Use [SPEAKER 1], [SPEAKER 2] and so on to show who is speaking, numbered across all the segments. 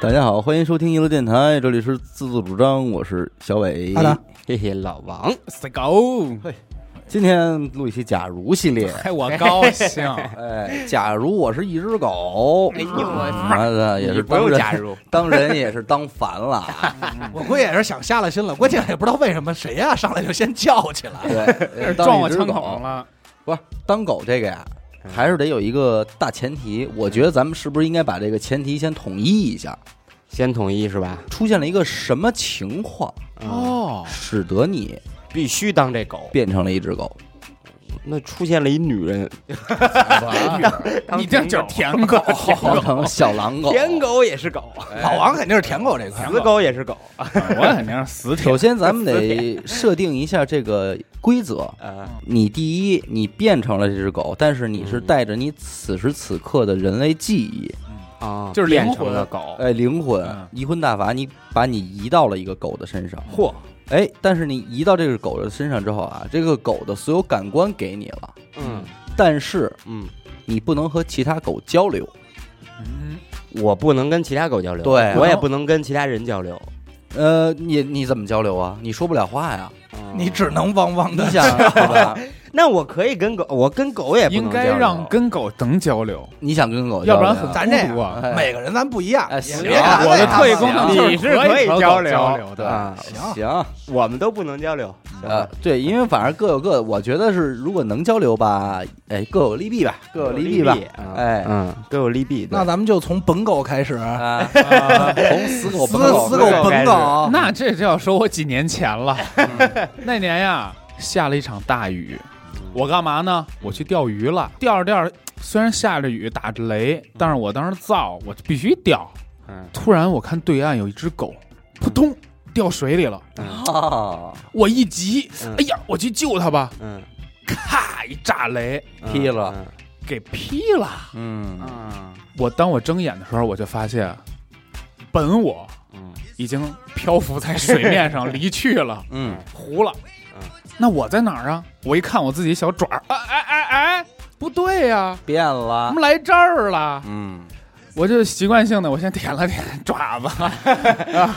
[SPEAKER 1] 大家好，欢迎收听一路电台，这里是自作主张，我是小伟。
[SPEAKER 2] 阿达
[SPEAKER 3] 嘿嘿，老王，
[SPEAKER 2] 死狗，
[SPEAKER 1] 今天录一期假如系列，
[SPEAKER 2] 嘿，我高兴，
[SPEAKER 1] 哎，假如我是一只狗，哎
[SPEAKER 3] 哎呦我
[SPEAKER 1] 妈的也是
[SPEAKER 3] 不用
[SPEAKER 1] 当人
[SPEAKER 3] 假如，
[SPEAKER 1] 当人也是当烦了，
[SPEAKER 4] 我估计也是想下了心了，关键也不知道为什么谁呀、上来就先叫起来，
[SPEAKER 1] 对，
[SPEAKER 2] 撞
[SPEAKER 1] 当
[SPEAKER 2] 我
[SPEAKER 1] 一只
[SPEAKER 2] 枪口
[SPEAKER 1] 狗，
[SPEAKER 2] 了。
[SPEAKER 1] 不是当狗这个呀。还是得有一个大前提，我觉得咱们是不是应该把这个前提先统一一下？
[SPEAKER 3] 先统一是吧？
[SPEAKER 1] 出现了一个什么情况，
[SPEAKER 2] 哦，
[SPEAKER 1] 使得你
[SPEAKER 3] 必须当这狗。
[SPEAKER 1] 变成了一只狗？
[SPEAKER 3] 那出现了一女人，
[SPEAKER 2] 你这叫舔狗，
[SPEAKER 1] 变成小狼狗。
[SPEAKER 3] 舔狗也是狗，
[SPEAKER 2] 哎
[SPEAKER 4] 老王肯定是舔狗这块儿。
[SPEAKER 3] 死狗也是狗。
[SPEAKER 2] 我肯定是 死
[SPEAKER 1] 首
[SPEAKER 2] 舔。
[SPEAKER 1] 先，咱们得设定一下这个规则。
[SPEAKER 3] 啊，
[SPEAKER 1] 你第一，你变成了这只狗，但是你
[SPEAKER 2] 嗯
[SPEAKER 1] 是带着你此时此刻的人类记忆，
[SPEAKER 3] 啊，
[SPEAKER 2] 哦就是灵
[SPEAKER 3] 变
[SPEAKER 2] 魂
[SPEAKER 3] 成了狗。
[SPEAKER 1] 哎，灵魂
[SPEAKER 2] 嗯
[SPEAKER 1] 移魂大法，你把你移到了一个狗的身上。
[SPEAKER 3] 嚯，
[SPEAKER 1] 哎，但是你移到这个狗的身上之后啊，这个狗的所有感官给你了，
[SPEAKER 3] 嗯
[SPEAKER 1] 但是
[SPEAKER 3] 嗯，
[SPEAKER 1] 你不能和其他狗交流。
[SPEAKER 2] 嗯
[SPEAKER 3] 我不能跟其他狗交流，
[SPEAKER 1] 对
[SPEAKER 3] 我也不能跟其他人交流。
[SPEAKER 1] 呃，你你怎么交流啊？你说不了话呀。
[SPEAKER 3] 啊
[SPEAKER 4] 你只能汪汪
[SPEAKER 1] 你
[SPEAKER 4] 的，
[SPEAKER 1] 想，对吧
[SPEAKER 3] 那我可以跟狗，我跟狗也不能
[SPEAKER 2] 应该
[SPEAKER 3] 交流
[SPEAKER 2] 让跟狗能交流，
[SPEAKER 1] 你想跟狗交流啊，
[SPEAKER 2] 要不然很
[SPEAKER 4] 咱这
[SPEAKER 2] 孤独
[SPEAKER 4] 样，
[SPEAKER 2] 啊。
[SPEAKER 1] 哎
[SPEAKER 4] 每个人咱不一样。
[SPEAKER 1] 哎
[SPEAKER 4] 也
[SPEAKER 1] 行
[SPEAKER 4] 别拿
[SPEAKER 2] 我的
[SPEAKER 4] 这个
[SPEAKER 2] 特异功能
[SPEAKER 4] 当
[SPEAKER 3] 你
[SPEAKER 2] 就是
[SPEAKER 3] 可以
[SPEAKER 2] 和狗
[SPEAKER 3] 交
[SPEAKER 2] 交
[SPEAKER 3] 流
[SPEAKER 1] 对
[SPEAKER 2] 的，
[SPEAKER 3] 啊，
[SPEAKER 1] 行。
[SPEAKER 3] 我们都不能交流。
[SPEAKER 1] 呃，对，因为反正各有各，我觉得是如果能交流吧，哎，各有利弊吧，各有利弊吧，
[SPEAKER 3] 啊
[SPEAKER 1] 哎
[SPEAKER 3] 嗯，各有利弊。对
[SPEAKER 4] 那咱们就从本狗开始，
[SPEAKER 1] 啊，
[SPEAKER 2] 啊
[SPEAKER 1] 从死狗
[SPEAKER 4] 死
[SPEAKER 1] 本狗
[SPEAKER 4] 死
[SPEAKER 3] 狗
[SPEAKER 4] 本狗，
[SPEAKER 2] 那这就要说我几年前了。那年呀，下了一场大雨，我干嘛呢？我去钓鱼了。钓着钓着，虽然下着雨打着雷，但是我当时燥，我就必须钓。
[SPEAKER 3] 嗯
[SPEAKER 2] 突然我看对岸有一只狗，扑通掉水里了。
[SPEAKER 1] 啊，
[SPEAKER 2] 我一急
[SPEAKER 3] 嗯，
[SPEAKER 2] 哎呀，我去救它吧！
[SPEAKER 3] 嗯，
[SPEAKER 2] 咔一炸雷
[SPEAKER 3] 嗯
[SPEAKER 1] 劈了。
[SPEAKER 2] 给劈了。
[SPEAKER 1] 嗯
[SPEAKER 3] 嗯
[SPEAKER 2] 我当我睁眼的时候，我就发现，本我
[SPEAKER 3] 嗯
[SPEAKER 2] 已经漂浮在水面上离去了，
[SPEAKER 1] 嗯，
[SPEAKER 2] 糊了
[SPEAKER 3] 嗯。
[SPEAKER 2] 那我在哪儿啊？我一看我自己小爪儿，哎哎哎哎，不对呀、
[SPEAKER 1] 变
[SPEAKER 2] 怎
[SPEAKER 1] 了，
[SPEAKER 2] 么来这儿了？
[SPEAKER 1] 啊嗯，
[SPEAKER 2] 我就习惯性的，我先舔了舔爪子，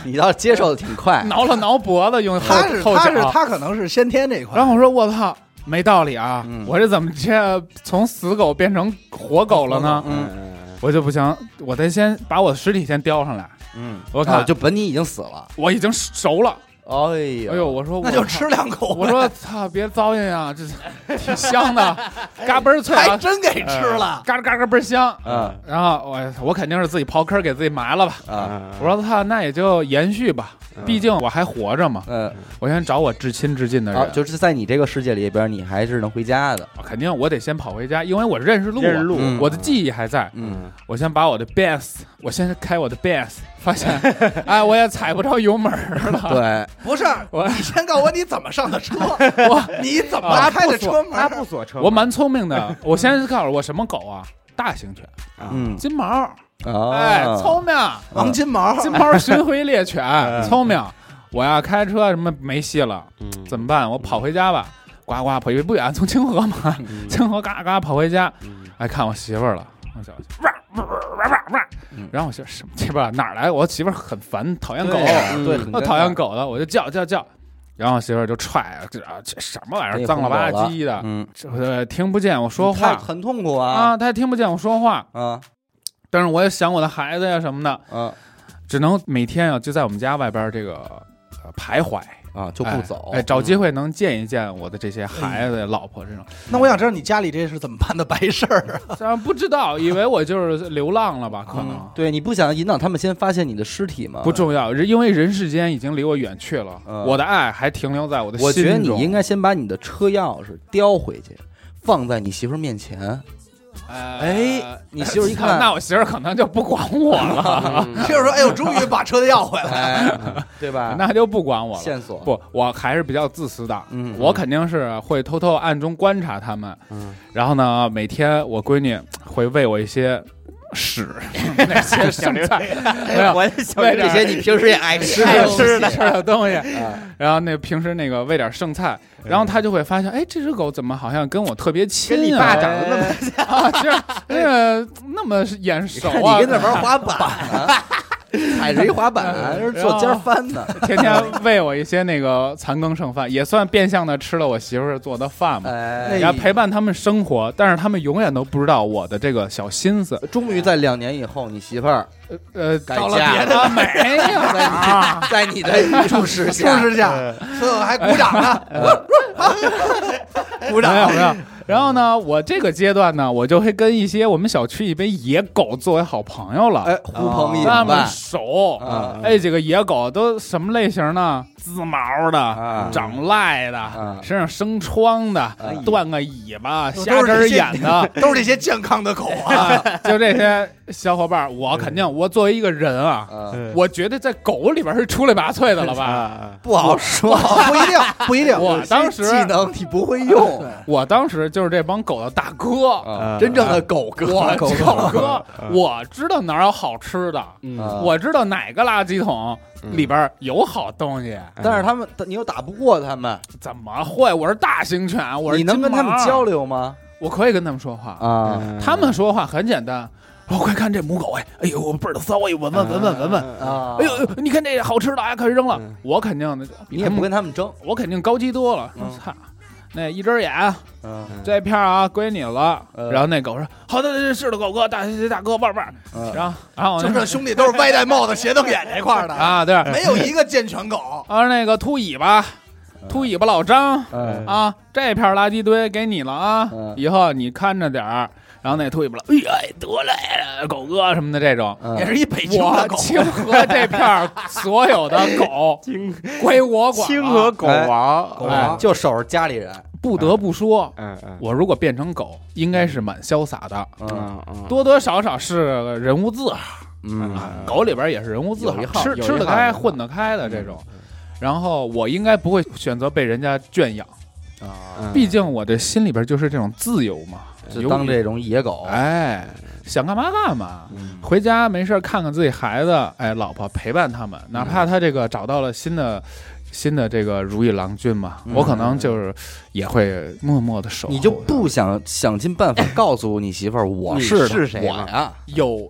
[SPEAKER 1] 你倒是接受的挺快，
[SPEAKER 2] 挠了挠脖子，用后
[SPEAKER 4] 他是
[SPEAKER 2] 后
[SPEAKER 4] 他是
[SPEAKER 2] 脚
[SPEAKER 4] 他可能是先天这一块
[SPEAKER 2] 啊然，后我说我操，没道理啊！
[SPEAKER 1] 嗯
[SPEAKER 2] 我这怎么这从死狗变成活狗了呢？
[SPEAKER 3] 嗯
[SPEAKER 1] 嗯
[SPEAKER 3] 嗯
[SPEAKER 2] 我就不行，我得先把我的尸体先叼上来。
[SPEAKER 1] 嗯，
[SPEAKER 2] 我
[SPEAKER 1] 啊
[SPEAKER 2] 看、
[SPEAKER 1] 就本你已经死了，
[SPEAKER 2] 我已经熟了。
[SPEAKER 1] 哎
[SPEAKER 2] 哎呦，，我说
[SPEAKER 4] 那就。吃两口
[SPEAKER 2] 我
[SPEAKER 4] 呗。
[SPEAKER 2] 我说操，别糟践啊，这是挺香的，嘎嘣儿脆
[SPEAKER 4] 还
[SPEAKER 2] 啊，
[SPEAKER 4] 真给吃
[SPEAKER 2] 哎
[SPEAKER 4] 了，
[SPEAKER 2] 嘎吱嘎吱倍儿香。
[SPEAKER 1] 嗯
[SPEAKER 2] 然后我我肯定是自己刨坑给自己埋了吧。
[SPEAKER 1] 啊，
[SPEAKER 3] 嗯
[SPEAKER 2] 我说操，那也就延续吧，毕竟我还活着嘛。
[SPEAKER 1] 嗯，
[SPEAKER 2] 我先找我至亲至近的人，
[SPEAKER 1] 啊，就是在你这个世界里边，你还是能回家的，
[SPEAKER 2] 肯定我得先跑回家，因为我认识路啊，
[SPEAKER 3] 认识路
[SPEAKER 1] 嗯
[SPEAKER 2] 我的记忆还在。
[SPEAKER 1] 嗯，
[SPEAKER 2] 我先把我的 bass，我先开我的 bass，发现， 哎，我也踩不着油门 儿了。
[SPEAKER 1] 嗯对，
[SPEAKER 4] 不是？
[SPEAKER 2] 我
[SPEAKER 4] 你先告诉我你怎么上的 车，你怎么
[SPEAKER 2] 啊
[SPEAKER 4] 开的车门？
[SPEAKER 3] 不锁车
[SPEAKER 2] 我蛮聪明的，我先告诉我什么狗啊？ 大型犬，
[SPEAKER 3] 啊
[SPEAKER 1] 嗯，
[SPEAKER 2] 金毛，
[SPEAKER 1] 哦
[SPEAKER 2] 哎，聪明，
[SPEAKER 4] 王金毛，
[SPEAKER 2] 金毛巡回猎犬，聪明。我要开车什么没戏了，
[SPEAKER 3] 嗯
[SPEAKER 2] 怎么办？我跑回家吧，呱呱跑，因为不远，从清河嘛， 清河嘎嘎跑回家，哎，看我媳妇儿了，我媳妇儿哇哇哇哇哇
[SPEAKER 1] 嗯，
[SPEAKER 2] 然后我媳妇儿什么媳妇儿啊哪儿来？我媳妇儿很烦，讨厌狗，
[SPEAKER 1] 对啊对，
[SPEAKER 2] 我讨厌
[SPEAKER 1] 狗，
[SPEAKER 2] 狗的，我就叫叫叫，然后我媳妇儿就踹，这啊这什么玩
[SPEAKER 1] 这
[SPEAKER 2] 意
[SPEAKER 1] 也
[SPEAKER 2] 儿，脏
[SPEAKER 1] 疯
[SPEAKER 2] 了吧
[SPEAKER 1] 狗了
[SPEAKER 2] 唧的，
[SPEAKER 1] 嗯，
[SPEAKER 2] 这呃听不见我说
[SPEAKER 1] 他
[SPEAKER 2] 话
[SPEAKER 1] 很痛苦啊，
[SPEAKER 2] 啊，她也听不见我说话，
[SPEAKER 1] 啊
[SPEAKER 2] 但是我也想我的孩子呀什么的，
[SPEAKER 1] 啊
[SPEAKER 2] 只能每天啊就在我们家外边儿这个呃徘徊，
[SPEAKER 1] 啊，就不
[SPEAKER 2] 哎
[SPEAKER 1] 走，哎
[SPEAKER 2] 哎，找机会能见一见我的这些孩子、老婆这种。
[SPEAKER 4] 那我想知道你家里这是怎么办的白事儿啊？
[SPEAKER 2] 虽然不知道，以为我就是流浪了吧，可
[SPEAKER 1] 嗯
[SPEAKER 2] 能。
[SPEAKER 1] 对你不想引导他们先发现你的尸体吗？
[SPEAKER 2] 不，重要，人因为人世间已经离我远去了，
[SPEAKER 1] 嗯
[SPEAKER 2] 我的爱还停留在我的心中。
[SPEAKER 1] 我觉得你应该先把你的车钥匙叼回去，放在你媳妇儿面前。
[SPEAKER 2] 呃，
[SPEAKER 1] 哎你媳妇儿一看
[SPEAKER 2] 那我媳妇儿可能就不管我 了，
[SPEAKER 4] 就是说，哎呦，终于把车子要回来了。
[SPEAKER 1] 哎，对吧？
[SPEAKER 2] 那就不管我了。
[SPEAKER 1] 线索，
[SPEAKER 2] 不，我还是比较自私的，
[SPEAKER 1] 嗯
[SPEAKER 2] 我肯定是会偷偷暗中观察他们，
[SPEAKER 3] 嗯
[SPEAKER 2] 然后呢，每天我闺女会喂我一些 屎，那些剩菜，
[SPEAKER 1] 哎
[SPEAKER 2] 没有
[SPEAKER 3] 哎我的小
[SPEAKER 2] 喂这
[SPEAKER 3] 点儿哎
[SPEAKER 2] 些
[SPEAKER 1] 你平时也爱 吃
[SPEAKER 2] 爱
[SPEAKER 3] 啊
[SPEAKER 4] 吃
[SPEAKER 2] 吃
[SPEAKER 4] 的
[SPEAKER 2] 的吃的东 西，
[SPEAKER 1] 啊
[SPEAKER 2] 然后那平时那个喂点剩菜，
[SPEAKER 1] 嗯
[SPEAKER 2] 然后他就会发现，哎，这只狗怎么好像跟我特别亲啊？
[SPEAKER 3] 跟你爸 长得那么
[SPEAKER 2] 哎啊，这那个那么眼熟
[SPEAKER 1] 你
[SPEAKER 2] 啊，
[SPEAKER 1] 跟那玩滑板呢？踩着一滑板，是坐尖儿翻的。
[SPEAKER 2] 天天喂我一些那个残羹剩饭，也算变相的吃了我媳妇儿做的饭嘛。
[SPEAKER 1] 哎，
[SPEAKER 2] 然后陪伴他们生活，但是他们永远都不知道我的这个小心思。
[SPEAKER 1] 终于在两年以后，你媳妇儿
[SPEAKER 2] 呃，
[SPEAKER 1] 改
[SPEAKER 4] 到了
[SPEAKER 1] 嫁
[SPEAKER 4] 别
[SPEAKER 2] 的没有啊，
[SPEAKER 1] 在你的注视
[SPEAKER 4] 注
[SPEAKER 1] 下，嗯
[SPEAKER 4] 视下，所以我还鼓掌 呢， 鼓
[SPEAKER 2] 没有
[SPEAKER 4] 掌
[SPEAKER 2] 没。有。然后呢，我这个阶段呢，我就会跟一些我们小区一杯野狗作为好朋友了，
[SPEAKER 1] 哎，呼朋引
[SPEAKER 2] 哦那么
[SPEAKER 1] 伴
[SPEAKER 2] 熟。
[SPEAKER 1] 啊
[SPEAKER 2] 哎，这个野狗都什么类型呢？滋毛的，
[SPEAKER 1] 啊
[SPEAKER 2] 长癞的，
[SPEAKER 1] 啊
[SPEAKER 2] 身上生疮的，
[SPEAKER 1] 哎
[SPEAKER 2] 断个尾巴，
[SPEAKER 4] 都
[SPEAKER 2] 瞎
[SPEAKER 4] 都是
[SPEAKER 2] 针儿
[SPEAKER 4] 这些
[SPEAKER 2] 眼的。
[SPEAKER 4] 都是这些健康的狗
[SPEAKER 1] 哎
[SPEAKER 4] 啊！
[SPEAKER 2] 啊， 就这些小伙伴儿，我肯
[SPEAKER 1] 嗯
[SPEAKER 2] 定，我作为一个人啊，
[SPEAKER 1] 啊，
[SPEAKER 3] 嗯
[SPEAKER 2] 我觉得在狗里边是出类拔萃的了
[SPEAKER 3] 啊
[SPEAKER 2] 吧？
[SPEAKER 3] 啊
[SPEAKER 1] 不好说。
[SPEAKER 4] 不 一定，不一定。
[SPEAKER 2] 我当时，
[SPEAKER 1] 技能你不会 用，
[SPEAKER 2] 我当时就是这帮狗的大哥，
[SPEAKER 1] 啊
[SPEAKER 3] 啊
[SPEAKER 1] 真正的狗哥，啊
[SPEAKER 2] 我
[SPEAKER 1] 狗
[SPEAKER 2] 狗哥，我知道哪儿有好吃的，
[SPEAKER 3] 嗯
[SPEAKER 1] 啊
[SPEAKER 2] 嗯我知道哪个垃圾桶
[SPEAKER 1] 嗯
[SPEAKER 2] 里边有好东西，
[SPEAKER 1] 但是他们，你又打不过他们，
[SPEAKER 2] 怎么会？我是大型犬，我是
[SPEAKER 1] 你能跟他们交
[SPEAKER 2] 流？
[SPEAKER 1] 流吗？
[SPEAKER 2] 我可以跟他们说话，
[SPEAKER 1] 啊
[SPEAKER 3] 嗯
[SPEAKER 2] 他们说话很简单。哦，快看这母狗哎，哎呦倍儿的骚哎，闻闻闻闻闻闻，
[SPEAKER 1] 啊！
[SPEAKER 2] 哎呦，哎呦你看这好吃的啊，可以扔了
[SPEAKER 3] 嗯。
[SPEAKER 2] 我肯定的，
[SPEAKER 1] 你也不跟他们争，
[SPEAKER 2] 我肯定高级多了。
[SPEAKER 1] 嗯
[SPEAKER 2] 操，那一只眼
[SPEAKER 1] 嗯
[SPEAKER 2] 这片儿啊归你了。
[SPEAKER 1] 呃
[SPEAKER 2] 然后那狗说：“好的，是是的，狗哥，大大哥，棒棒。”
[SPEAKER 1] 嗯
[SPEAKER 2] 然后然后我
[SPEAKER 4] 就
[SPEAKER 2] 那
[SPEAKER 4] 这兄弟都是歪戴帽子、斜瞪眼这块儿的，
[SPEAKER 2] 啊，对，
[SPEAKER 1] 嗯
[SPEAKER 4] 没有一个健全狗。
[SPEAKER 2] 啊那个秃尾巴，秃尾巴老张
[SPEAKER 1] 嗯
[SPEAKER 2] 啊，这片垃圾堆给你了啊
[SPEAKER 1] 嗯，
[SPEAKER 2] 以后你看着点儿。然后那秃尾巴了，哎呀，得嘞，狗哥什么的这种。
[SPEAKER 4] 也
[SPEAKER 1] 嗯，
[SPEAKER 4] 是一北京
[SPEAKER 2] 我
[SPEAKER 4] 的狗，
[SPEAKER 2] 清河这片儿所有的 狗
[SPEAKER 3] 清
[SPEAKER 2] 归我管了。
[SPEAKER 3] 清河狗王，
[SPEAKER 1] 狗
[SPEAKER 2] 王
[SPEAKER 1] 啊就守着家里人，
[SPEAKER 2] 不得不说，
[SPEAKER 3] 嗯嗯
[SPEAKER 2] 我如果变成狗，应该是蛮潇洒的，
[SPEAKER 1] 嗯
[SPEAKER 3] 嗯，
[SPEAKER 2] 多多少少是个人物字号。
[SPEAKER 1] 嗯
[SPEAKER 2] 狗里边也是人物字
[SPEAKER 1] 有一
[SPEAKER 2] 号，
[SPEAKER 1] 号嗯
[SPEAKER 2] 吃
[SPEAKER 1] 有一
[SPEAKER 2] 吃得
[SPEAKER 1] 号
[SPEAKER 2] 开、
[SPEAKER 1] 有一号
[SPEAKER 2] 混得开的这种。然后我应该不会选择被人家圈养，
[SPEAKER 1] 啊，
[SPEAKER 3] 嗯
[SPEAKER 2] 毕竟我这心里边就是这种自由嘛。
[SPEAKER 1] 就
[SPEAKER 2] 由
[SPEAKER 1] 当
[SPEAKER 2] 于
[SPEAKER 1] 这种野狗，
[SPEAKER 2] 哎，想干嘛干嘛，
[SPEAKER 1] 嗯
[SPEAKER 2] 回家没事儿看看自己孩子，哎，老婆陪伴他们，哪怕他这个找到了新的。新的这个如意郎君嘛，
[SPEAKER 1] 嗯
[SPEAKER 2] 我可能就是也会默默的守护。
[SPEAKER 1] 你就不想想尽办法告诉你媳妇儿我是
[SPEAKER 3] 你是谁
[SPEAKER 1] 我
[SPEAKER 3] 吗
[SPEAKER 1] 呀？
[SPEAKER 2] 有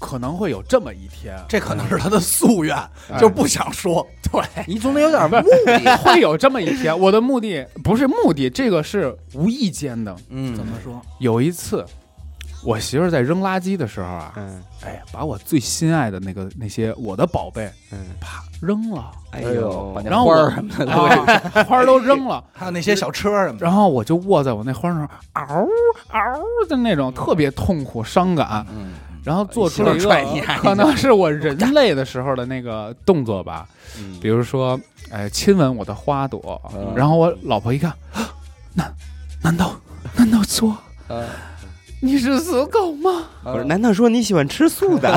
[SPEAKER 2] 可能会有这么一天，
[SPEAKER 4] 这可能是他的夙愿，
[SPEAKER 1] 嗯
[SPEAKER 4] 就是不想说。对，
[SPEAKER 1] 你总得有点目 的，
[SPEAKER 2] 会有这么一天。我的目的不是目的，这个是无意间的。
[SPEAKER 1] 嗯，
[SPEAKER 4] 怎么说？
[SPEAKER 2] 有一次，我媳妇儿在扔垃圾的时候啊，
[SPEAKER 3] 嗯
[SPEAKER 2] 哎，把我最心爱的那个那些我的宝贝
[SPEAKER 3] 嗯，
[SPEAKER 2] 啪扔 了，
[SPEAKER 3] 哎
[SPEAKER 1] 哎呦，把那
[SPEAKER 3] 呦，
[SPEAKER 2] 然后
[SPEAKER 1] 花
[SPEAKER 2] 我
[SPEAKER 1] 儿什么的都
[SPEAKER 2] 啊、花儿都扔了，
[SPEAKER 4] 还有那些小车什么的，
[SPEAKER 2] 然后我就卧在我那花上，嗷嗷的那种特别痛苦、伤感，
[SPEAKER 1] 嗯，
[SPEAKER 2] 然后做出了一
[SPEAKER 1] 媳妇儿踹你
[SPEAKER 2] 个
[SPEAKER 1] 啊
[SPEAKER 2] 可能是我嗯人类的时候的那个动作吧，比如说，哎，亲吻我的花朵，
[SPEAKER 1] 嗯
[SPEAKER 2] 然后我老婆一看，啊难难道难道说
[SPEAKER 1] 呃
[SPEAKER 2] 你是死狗 吗？
[SPEAKER 3] 不是，难道说你喜欢吃素的？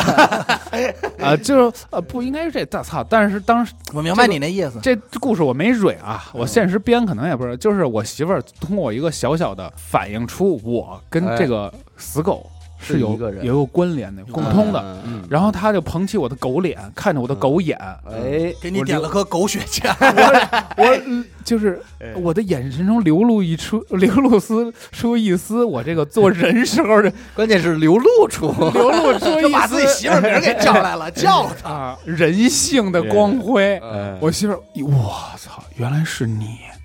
[SPEAKER 2] 啊、就是呃，不应该是这大操！但是当时
[SPEAKER 4] 我明白你那意思。
[SPEAKER 2] 这故事我没蕊啊，
[SPEAKER 1] 嗯
[SPEAKER 2] 我现实编可能也不是，就是我媳妇儿通过一个小小的反映出我跟
[SPEAKER 1] 哎
[SPEAKER 2] 这个死狗是有
[SPEAKER 1] 是一个人
[SPEAKER 2] 有有关联的、共通的。
[SPEAKER 3] 的
[SPEAKER 1] 嗯
[SPEAKER 2] 然后她就捧起我的狗脸，看着我的狗眼，
[SPEAKER 1] 哎，
[SPEAKER 4] 给你点了颗狗血 钱，
[SPEAKER 2] 我嗯就是
[SPEAKER 3] 哎
[SPEAKER 2] 我的眼神中流露一出 流露丝出一丝我这个做人时候的
[SPEAKER 1] 关键是流露出，
[SPEAKER 2] 流露出
[SPEAKER 4] 就
[SPEAKER 2] 一
[SPEAKER 4] 把自己
[SPEAKER 2] 丝
[SPEAKER 4] 媳妇儿名儿给叫来 了，叫他。
[SPEAKER 2] 啊人性的光辉。
[SPEAKER 1] 呃
[SPEAKER 2] 我媳妇儿，我操，原来是你！
[SPEAKER 1] 嗯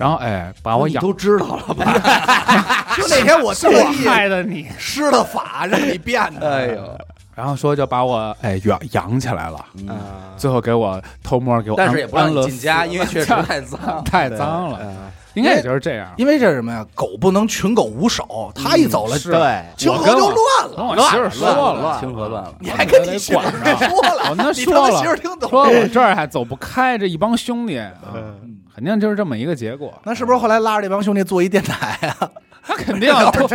[SPEAKER 2] 然后哎，把我
[SPEAKER 1] 你
[SPEAKER 2] 养
[SPEAKER 1] 都知道了吧？
[SPEAKER 4] 就那天我
[SPEAKER 2] 是
[SPEAKER 4] 特
[SPEAKER 2] 我
[SPEAKER 4] 意
[SPEAKER 2] 害的你。
[SPEAKER 4] 施了法让你变的。
[SPEAKER 1] 哎呦，
[SPEAKER 2] 然后说就把我哎养养起来了，
[SPEAKER 1] 嗯
[SPEAKER 3] 啊，
[SPEAKER 2] 最后给我偷摸给我安，
[SPEAKER 1] 但是也不让
[SPEAKER 2] 安乐
[SPEAKER 1] 你进家，
[SPEAKER 2] 死
[SPEAKER 1] 因为 确实太脏。
[SPEAKER 2] 太脏了，
[SPEAKER 3] 了，
[SPEAKER 2] 应该也就是这样。
[SPEAKER 4] 因为这是什么呀？狗不能群狗无首，他一
[SPEAKER 1] 嗯
[SPEAKER 4] 走了，
[SPEAKER 2] 是
[SPEAKER 3] 对，
[SPEAKER 4] 清河就乱
[SPEAKER 2] 跟
[SPEAKER 4] 了。
[SPEAKER 2] 我媳妇儿说
[SPEAKER 1] 乱
[SPEAKER 2] 了，
[SPEAKER 1] 清河乱了。
[SPEAKER 4] 你还跟你媳妇儿说了？
[SPEAKER 2] 我哦那
[SPEAKER 4] 你
[SPEAKER 2] 说
[SPEAKER 4] 他妈
[SPEAKER 2] 了
[SPEAKER 4] 媳妇儿听懂
[SPEAKER 2] 说
[SPEAKER 4] 了？
[SPEAKER 2] 我这儿还走不开，这一帮兄弟啊，
[SPEAKER 3] 嗯
[SPEAKER 2] 肯定就是这么一个结果。
[SPEAKER 4] 那是不是后来拉着这帮兄弟做一电台 啊？
[SPEAKER 2] 那肯 定秃秃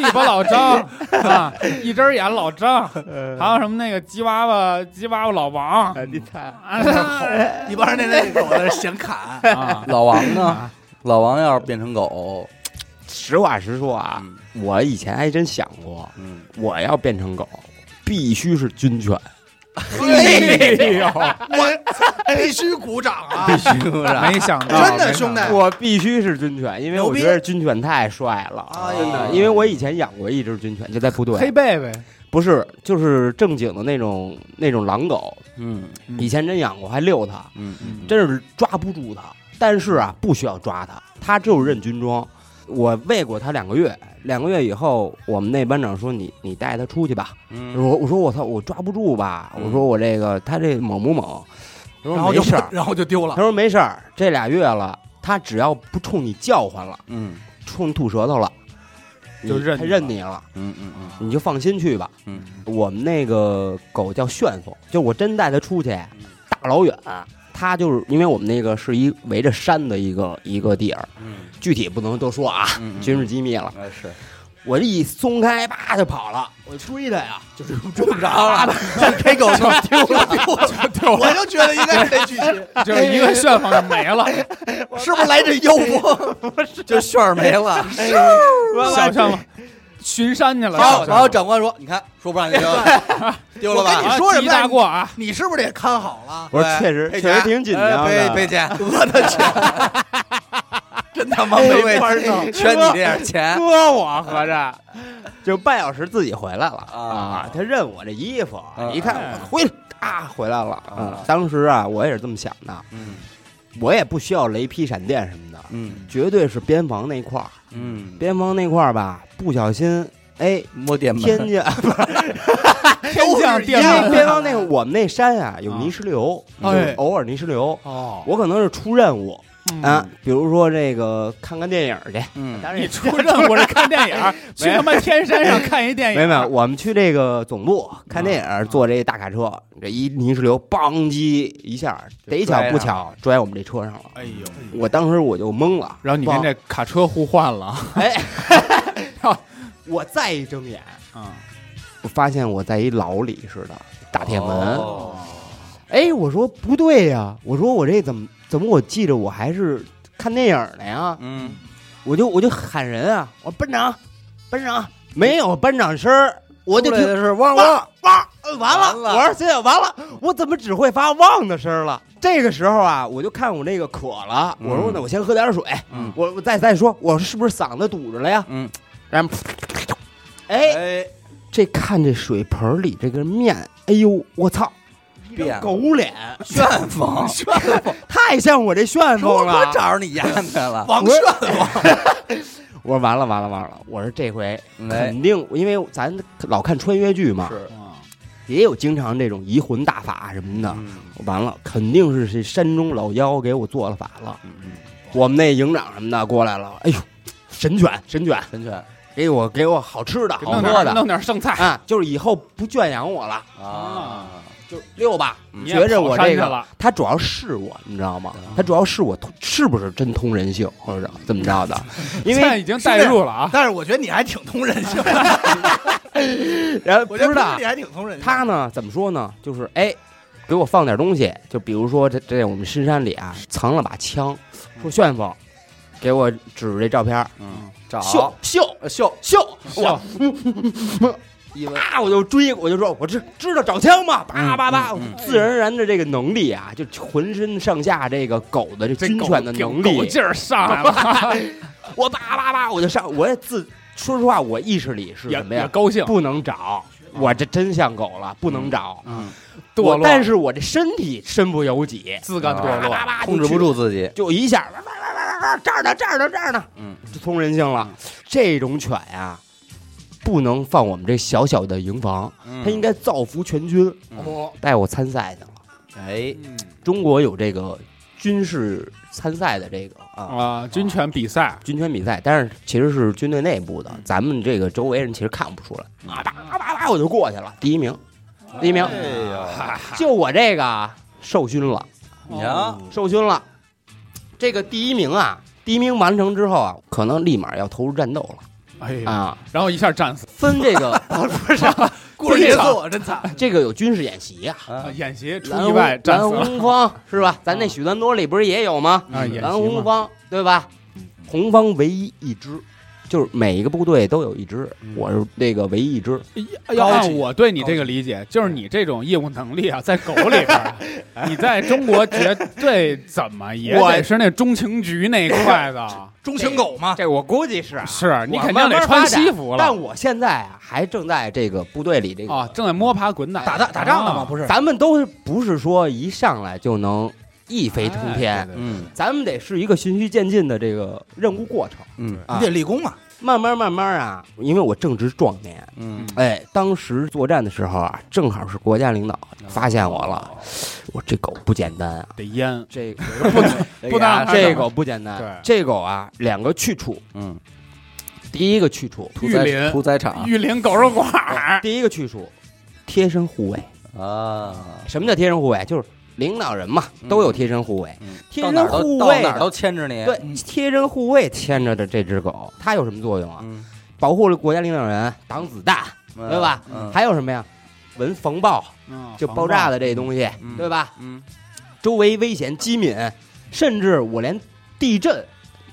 [SPEAKER 2] 尾巴老张啊，一只眼老张，还有什么那个鸡娃娃鸡娃娃老王
[SPEAKER 3] 你看，
[SPEAKER 2] 啊
[SPEAKER 4] 一帮人那那狗在那闲 侃，
[SPEAKER 2] 啊，
[SPEAKER 1] 老王呢？老王要是变成狗，
[SPEAKER 3] 实话实说啊，我以前还真想过，
[SPEAKER 1] 嗯，
[SPEAKER 3] 我要变成狗，必须是军犬，
[SPEAKER 2] 哎呦，
[SPEAKER 4] 我必须鼓掌啊！
[SPEAKER 2] 没想到，
[SPEAKER 4] 真的兄弟，
[SPEAKER 3] 我必须是军犬，因为
[SPEAKER 4] 牛
[SPEAKER 3] 我
[SPEAKER 4] 逼
[SPEAKER 3] 觉得军犬太帅了，
[SPEAKER 4] 哎
[SPEAKER 3] 真
[SPEAKER 4] 呀
[SPEAKER 3] 的，因为我以前养过一只军犬，就在部
[SPEAKER 2] 黑
[SPEAKER 3] 队，
[SPEAKER 2] 贝贝
[SPEAKER 3] 不是，就是正经的那种那种狼狗，
[SPEAKER 1] 嗯
[SPEAKER 2] 嗯
[SPEAKER 3] 以前真养过，还遛它，
[SPEAKER 1] 嗯
[SPEAKER 2] 嗯
[SPEAKER 3] 真是抓不住它。但是啊，不需要抓它，它就是认军装。我喂过它两个月，两个月以后，我们那班长说你你带它出去吧。我
[SPEAKER 1] 嗯，
[SPEAKER 3] 说我说我操，我抓不住吧？
[SPEAKER 1] 嗯
[SPEAKER 3] 我说我这个它这猛不猛？他
[SPEAKER 4] 然
[SPEAKER 3] 说
[SPEAKER 4] 后
[SPEAKER 3] 没
[SPEAKER 4] 就
[SPEAKER 3] 事儿，
[SPEAKER 4] 然后就丢
[SPEAKER 3] 他
[SPEAKER 4] 了。
[SPEAKER 3] 说没事儿，这俩月了，它只要不冲你叫唤了，
[SPEAKER 1] 嗯
[SPEAKER 3] 冲你吐舌头了，你
[SPEAKER 2] 就认
[SPEAKER 3] 它
[SPEAKER 2] 你
[SPEAKER 3] 认
[SPEAKER 2] 了
[SPEAKER 3] 你了，
[SPEAKER 1] 嗯嗯
[SPEAKER 3] 你就放心去吧。
[SPEAKER 1] 嗯
[SPEAKER 3] 我们那个狗叫旋风，就我真带它出去，大老远，它就是因为我们那个是一围着山的一个一个地儿，
[SPEAKER 1] 嗯
[SPEAKER 3] 具体不能多说啊，
[SPEAKER 1] 嗯，
[SPEAKER 3] 军事机密了。
[SPEAKER 1] 哎是，
[SPEAKER 3] 我这一松开，叭就跑了，我追它呀，就是追不着
[SPEAKER 4] 啊，
[SPEAKER 3] 了。
[SPEAKER 4] 给狗弄丢了，丢了，丢了！我就觉得应该是这剧情，
[SPEAKER 2] 就是一个旋风就没 了，
[SPEAKER 4] 是不是来这妖风？
[SPEAKER 1] 就旋儿没了。
[SPEAKER 2] 小上了，巡山去了。
[SPEAKER 4] 然后
[SPEAKER 2] 小上
[SPEAKER 1] 然后长官说：“你看，说不让你丢，丢了
[SPEAKER 4] 我跟
[SPEAKER 1] 吧
[SPEAKER 4] 你说什
[SPEAKER 2] 啊
[SPEAKER 4] 么
[SPEAKER 2] 一大过啊，
[SPEAKER 4] 你是不是得看好了？
[SPEAKER 3] 我说确实
[SPEAKER 1] 赔
[SPEAKER 3] 确
[SPEAKER 1] 钱
[SPEAKER 3] 实挺紧张
[SPEAKER 1] 哎
[SPEAKER 3] 的，
[SPEAKER 1] 赔赔钱，
[SPEAKER 4] 我的天，真他妈没法弄！
[SPEAKER 1] 全你这点
[SPEAKER 3] 哎
[SPEAKER 1] 钱。
[SPEAKER 2] 搁我合着，
[SPEAKER 3] 就半小时自己回来了
[SPEAKER 1] 啊
[SPEAKER 3] 啊。他认我这衣服
[SPEAKER 1] 啊，
[SPEAKER 3] 一看我回来啊，回来了
[SPEAKER 1] 啊
[SPEAKER 3] 啊。当时啊，我也是这么想的，”
[SPEAKER 1] 嗯
[SPEAKER 3] 我也不需要雷劈闪电什么的，
[SPEAKER 1] 嗯
[SPEAKER 3] 绝对是边防那块儿。
[SPEAKER 1] 嗯，
[SPEAKER 3] 边防那块儿吧，不小心哎，
[SPEAKER 1] 摸电门，
[SPEAKER 3] 天津，哎
[SPEAKER 2] 天降
[SPEAKER 3] 因
[SPEAKER 2] 电
[SPEAKER 3] 为
[SPEAKER 2] 门
[SPEAKER 3] 边防那个我们那山啊有泥石流，
[SPEAKER 2] 啊
[SPEAKER 3] 就是
[SPEAKER 2] 哎
[SPEAKER 3] 偶尔泥石流，
[SPEAKER 2] 哦，
[SPEAKER 3] 我可能是出任务
[SPEAKER 2] 嗯
[SPEAKER 3] 啊，比如说这个看看电影去，
[SPEAKER 1] 嗯
[SPEAKER 3] 当然
[SPEAKER 2] 你
[SPEAKER 3] 也
[SPEAKER 2] 出任务是看电 影，去他妈天山上看一电影，
[SPEAKER 3] 没有没有，我们去这个总部
[SPEAKER 2] 啊
[SPEAKER 3] 看电影，坐这大卡车，这一泥石流邦叽一下，
[SPEAKER 1] 就
[SPEAKER 3] 得
[SPEAKER 1] 摔
[SPEAKER 3] 巧
[SPEAKER 1] 上
[SPEAKER 3] 不巧拽我们这车上了。
[SPEAKER 2] 哎呦，
[SPEAKER 3] 我当时我就懵了，
[SPEAKER 2] 然后你跟
[SPEAKER 3] 忘
[SPEAKER 2] 这卡车互换了
[SPEAKER 3] 哎，我再一睁眼，
[SPEAKER 2] 啊，
[SPEAKER 3] 我发现我在一牢里似的，大铁门，
[SPEAKER 1] 哦
[SPEAKER 3] 哎，我说不对呀、我说我这怎么怎么我记着我还是看电影呢呀？
[SPEAKER 1] 嗯
[SPEAKER 3] 我就我就喊人啊，我说班长，班长没有班长声儿，我就
[SPEAKER 1] 出来
[SPEAKER 3] 听
[SPEAKER 1] 的是汪汪
[SPEAKER 3] 汪汪，呃完了，
[SPEAKER 1] 完了
[SPEAKER 3] 我说现在完了，我怎么只会发汪的声儿了？这个时候啊，我就看我那个渴了，我说
[SPEAKER 1] 嗯
[SPEAKER 3] 那我先喝点水，
[SPEAKER 1] 嗯
[SPEAKER 3] 我我再再说，我是不是嗓子堵着了呀？
[SPEAKER 1] 嗯，
[SPEAKER 3] 然后，哎，
[SPEAKER 1] 哎，
[SPEAKER 3] 这看这水盆里这个面，哎呦，我操！
[SPEAKER 1] 变了
[SPEAKER 3] 狗脸，
[SPEAKER 1] 旋风，旋风，
[SPEAKER 3] 太像我这旋
[SPEAKER 1] 说我
[SPEAKER 3] 风了。
[SPEAKER 1] 找着你丫的了。
[SPEAKER 4] 王炫，
[SPEAKER 3] 我说完了完了完了，我说这回
[SPEAKER 1] 哎，
[SPEAKER 3] 肯定，因为咱老看穿越剧嘛，
[SPEAKER 1] 是
[SPEAKER 2] 啊
[SPEAKER 3] 也有经常这种移魂大法什么的。
[SPEAKER 1] 嗯
[SPEAKER 3] 完了，肯定是这山中老妖给我做了法了。
[SPEAKER 1] 嗯，
[SPEAKER 3] 我们那营长什么的过来了，哎呦，神犬神犬，
[SPEAKER 1] 神犬
[SPEAKER 3] 给我给我好吃的
[SPEAKER 2] 给
[SPEAKER 3] 好
[SPEAKER 2] 弄
[SPEAKER 3] 喝
[SPEAKER 2] 点
[SPEAKER 3] 的
[SPEAKER 2] 弄点剩菜，
[SPEAKER 3] 啊，就是以后不圈养我了，
[SPEAKER 1] 啊，
[SPEAKER 3] 就溜吧。
[SPEAKER 1] 嗯
[SPEAKER 2] 你也
[SPEAKER 3] 觉着我
[SPEAKER 2] 跑山
[SPEAKER 3] 这
[SPEAKER 2] 去
[SPEAKER 3] 个
[SPEAKER 2] 了，
[SPEAKER 3] 他主要是我，你知道吗
[SPEAKER 1] 啊？
[SPEAKER 3] 他主要是我通是不是真通人性，或者怎么着的？ 因
[SPEAKER 2] 现在
[SPEAKER 3] 为
[SPEAKER 2] 已经带入了啊，
[SPEAKER 4] 但是我觉得你还挺通人性的，
[SPEAKER 3] 然后不
[SPEAKER 4] 我觉
[SPEAKER 3] 知
[SPEAKER 4] 得
[SPEAKER 3] 道
[SPEAKER 4] 平时你还挺通人性的。
[SPEAKER 3] 他呢，怎么说呢？就是哎，给我放点东西，就比如说这这在我们深山里啊，藏了把枪，说旋风，给我指着这照片儿，
[SPEAKER 1] 嗯，找
[SPEAKER 3] 秀秀
[SPEAKER 1] 呃秀
[SPEAKER 3] 秀，我啊
[SPEAKER 2] 笑
[SPEAKER 1] 一闻，
[SPEAKER 3] 啪我就追，我就说我知知道找枪嘛，叭叭叭，
[SPEAKER 1] 嗯
[SPEAKER 3] 我
[SPEAKER 1] 嗯
[SPEAKER 3] 自然而然的这个能力啊，就浑身上下这个狗的这
[SPEAKER 2] 这
[SPEAKER 3] 军
[SPEAKER 2] 狗
[SPEAKER 3] 犬的能
[SPEAKER 2] 狗
[SPEAKER 3] 力，
[SPEAKER 2] 劲儿上来了，
[SPEAKER 3] 我叭叭叭我就上，我也自说实话，我意识里是
[SPEAKER 2] 也
[SPEAKER 3] 什么
[SPEAKER 2] 也
[SPEAKER 3] 呀？
[SPEAKER 2] 高兴，
[SPEAKER 3] 不能找，我这真像狗了，不能找。
[SPEAKER 1] 嗯，
[SPEAKER 2] 堕
[SPEAKER 3] 我
[SPEAKER 2] 落，
[SPEAKER 3] 但是啊我这身体身不由己，
[SPEAKER 2] 自甘堕
[SPEAKER 3] 叭
[SPEAKER 2] 落
[SPEAKER 3] 叭，叭
[SPEAKER 1] 控制不，住自己，
[SPEAKER 3] 就一下，叭叭叭叭叭，这儿呢，这儿呢，这儿呢，
[SPEAKER 1] 嗯，
[SPEAKER 3] 就通人性了。这种犬呀，不能放我们这小小的营房，它应
[SPEAKER 1] 该，
[SPEAKER 3] 该造福全军。
[SPEAKER 2] 哦
[SPEAKER 3] 带我参赛去了，
[SPEAKER 1] 哎，
[SPEAKER 2] 嗯
[SPEAKER 3] 中国有这个军事参赛的这个啊。
[SPEAKER 2] 啊，军犬比赛，
[SPEAKER 3] 军犬比赛，但是其实是军队内部的，
[SPEAKER 2] 嗯
[SPEAKER 3] 咱们这个周围人其实看不出来。啊，叭叭叭叭，我就过去了，第一名，第一名，
[SPEAKER 1] 哎呀，
[SPEAKER 3] 就我这个受勋了。
[SPEAKER 1] 你瞧，
[SPEAKER 2] 嗯
[SPEAKER 3] 受勋了。这个第一名啊，第一名完成之后啊，可能立马要投入战斗了
[SPEAKER 2] 哎呀，啊
[SPEAKER 3] 啊。
[SPEAKER 2] 然后一下战死，
[SPEAKER 3] 分 这个
[SPEAKER 4] 故事结束，我真惨。
[SPEAKER 3] 这个有军事演习呀、
[SPEAKER 2] 啊
[SPEAKER 1] 啊
[SPEAKER 2] 演习出
[SPEAKER 3] 蓝
[SPEAKER 2] 意外
[SPEAKER 3] 红
[SPEAKER 2] 战死
[SPEAKER 3] 蓝
[SPEAKER 2] 了
[SPEAKER 3] 红方是吧？咱那许三多里不是也有吗？
[SPEAKER 2] 啊，演
[SPEAKER 3] 嗯蓝
[SPEAKER 2] 习
[SPEAKER 3] 红
[SPEAKER 2] 嘛，
[SPEAKER 3] 方对吧？红方唯一一支，就是每一个部队都有一支，
[SPEAKER 1] 嗯
[SPEAKER 3] 我是那个唯一一支。
[SPEAKER 2] 要要
[SPEAKER 4] 高
[SPEAKER 2] 按
[SPEAKER 4] 级
[SPEAKER 2] 我对你这个理解，就是你这种业务能力啊，在狗里边儿啊，你在中国绝对怎么也
[SPEAKER 4] 我
[SPEAKER 2] 得是那中情局那一块的，
[SPEAKER 4] 中情狗嘛，
[SPEAKER 3] 这我估计是啊
[SPEAKER 2] 是你肯定得穿西服了
[SPEAKER 3] 但我现在啊，还正在这个部队里这个
[SPEAKER 2] 啊，正在摸爬滚打
[SPEAKER 4] 打打打仗的嘛，
[SPEAKER 2] 啊
[SPEAKER 4] 不是？
[SPEAKER 3] 咱们都不是说一上来就能一飞冲天，
[SPEAKER 2] 哎对对对
[SPEAKER 1] 嗯
[SPEAKER 3] 咱们得是一个循序渐进的这个任务过程，
[SPEAKER 1] 嗯
[SPEAKER 4] 你得立功啊，
[SPEAKER 3] 慢慢慢慢啊，因为我正值壮年，
[SPEAKER 1] 嗯
[SPEAKER 3] 哎，当时作战的时候啊，正好是国家领导发现我
[SPEAKER 2] 哦
[SPEAKER 3] 了，我这狗不简单啊，
[SPEAKER 2] 得淹，
[SPEAKER 3] 这不能
[SPEAKER 2] 不能让它
[SPEAKER 3] 这
[SPEAKER 2] 弄
[SPEAKER 3] 狗不简单
[SPEAKER 2] 对，
[SPEAKER 3] 这狗啊，两个去处，
[SPEAKER 1] 嗯，
[SPEAKER 3] 第一个去处，
[SPEAKER 2] 玉林
[SPEAKER 1] 屠宰场
[SPEAKER 2] 玉林狗肉馆儿，
[SPEAKER 3] 第一个去处，贴身护卫。
[SPEAKER 1] 啊，
[SPEAKER 3] 什么叫贴身护卫？就是领导人嘛，
[SPEAKER 1] 嗯
[SPEAKER 3] 都有贴身护卫。
[SPEAKER 1] 嗯
[SPEAKER 3] 贴
[SPEAKER 1] 到
[SPEAKER 3] 身
[SPEAKER 1] 哪儿
[SPEAKER 3] 护
[SPEAKER 1] 都到
[SPEAKER 3] 卫
[SPEAKER 1] 哪儿
[SPEAKER 3] 的
[SPEAKER 1] 都嗯牵着你，
[SPEAKER 3] 对，贴身护卫牵着的这只狗，它有什么作用啊？
[SPEAKER 1] 嗯，
[SPEAKER 3] 保护了国家领导人，挡子弹，
[SPEAKER 1] 嗯，
[SPEAKER 3] 对吧
[SPEAKER 1] 嗯，啊
[SPEAKER 3] 还有什么呀？闻防爆，
[SPEAKER 2] 嗯
[SPEAKER 3] 就爆炸的这东西，
[SPEAKER 1] 嗯
[SPEAKER 3] 对吧？
[SPEAKER 1] 嗯
[SPEAKER 3] 周围危险机敏，甚至我连地震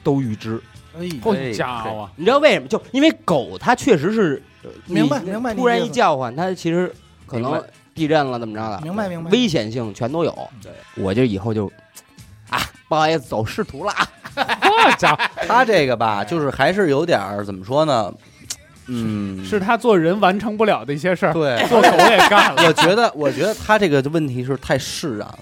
[SPEAKER 3] 都预知。
[SPEAKER 4] 哎呀
[SPEAKER 2] 防爆好家伙，
[SPEAKER 3] 你知道为什么？就因为狗它确实是，呃
[SPEAKER 4] 明白
[SPEAKER 3] 你
[SPEAKER 4] 明白你
[SPEAKER 3] 突然
[SPEAKER 4] 意
[SPEAKER 3] 一
[SPEAKER 4] 思
[SPEAKER 3] 叫唤，它其实可
[SPEAKER 1] 明
[SPEAKER 3] 能
[SPEAKER 1] 白
[SPEAKER 3] 地震了，怎么着的？
[SPEAKER 4] 明白明白
[SPEAKER 3] 危险性全都有。
[SPEAKER 1] 对，
[SPEAKER 3] 我就以后就啊，不好意思，走仕途了啊。
[SPEAKER 2] 好家伙，
[SPEAKER 1] 他这个吧，就是还是有点儿怎么说呢？嗯，
[SPEAKER 2] 是他做人完成不了的一些事 儿，，
[SPEAKER 1] 对
[SPEAKER 2] 做狗也干 了。
[SPEAKER 1] 我觉得，我觉得他这个问题是太释然了。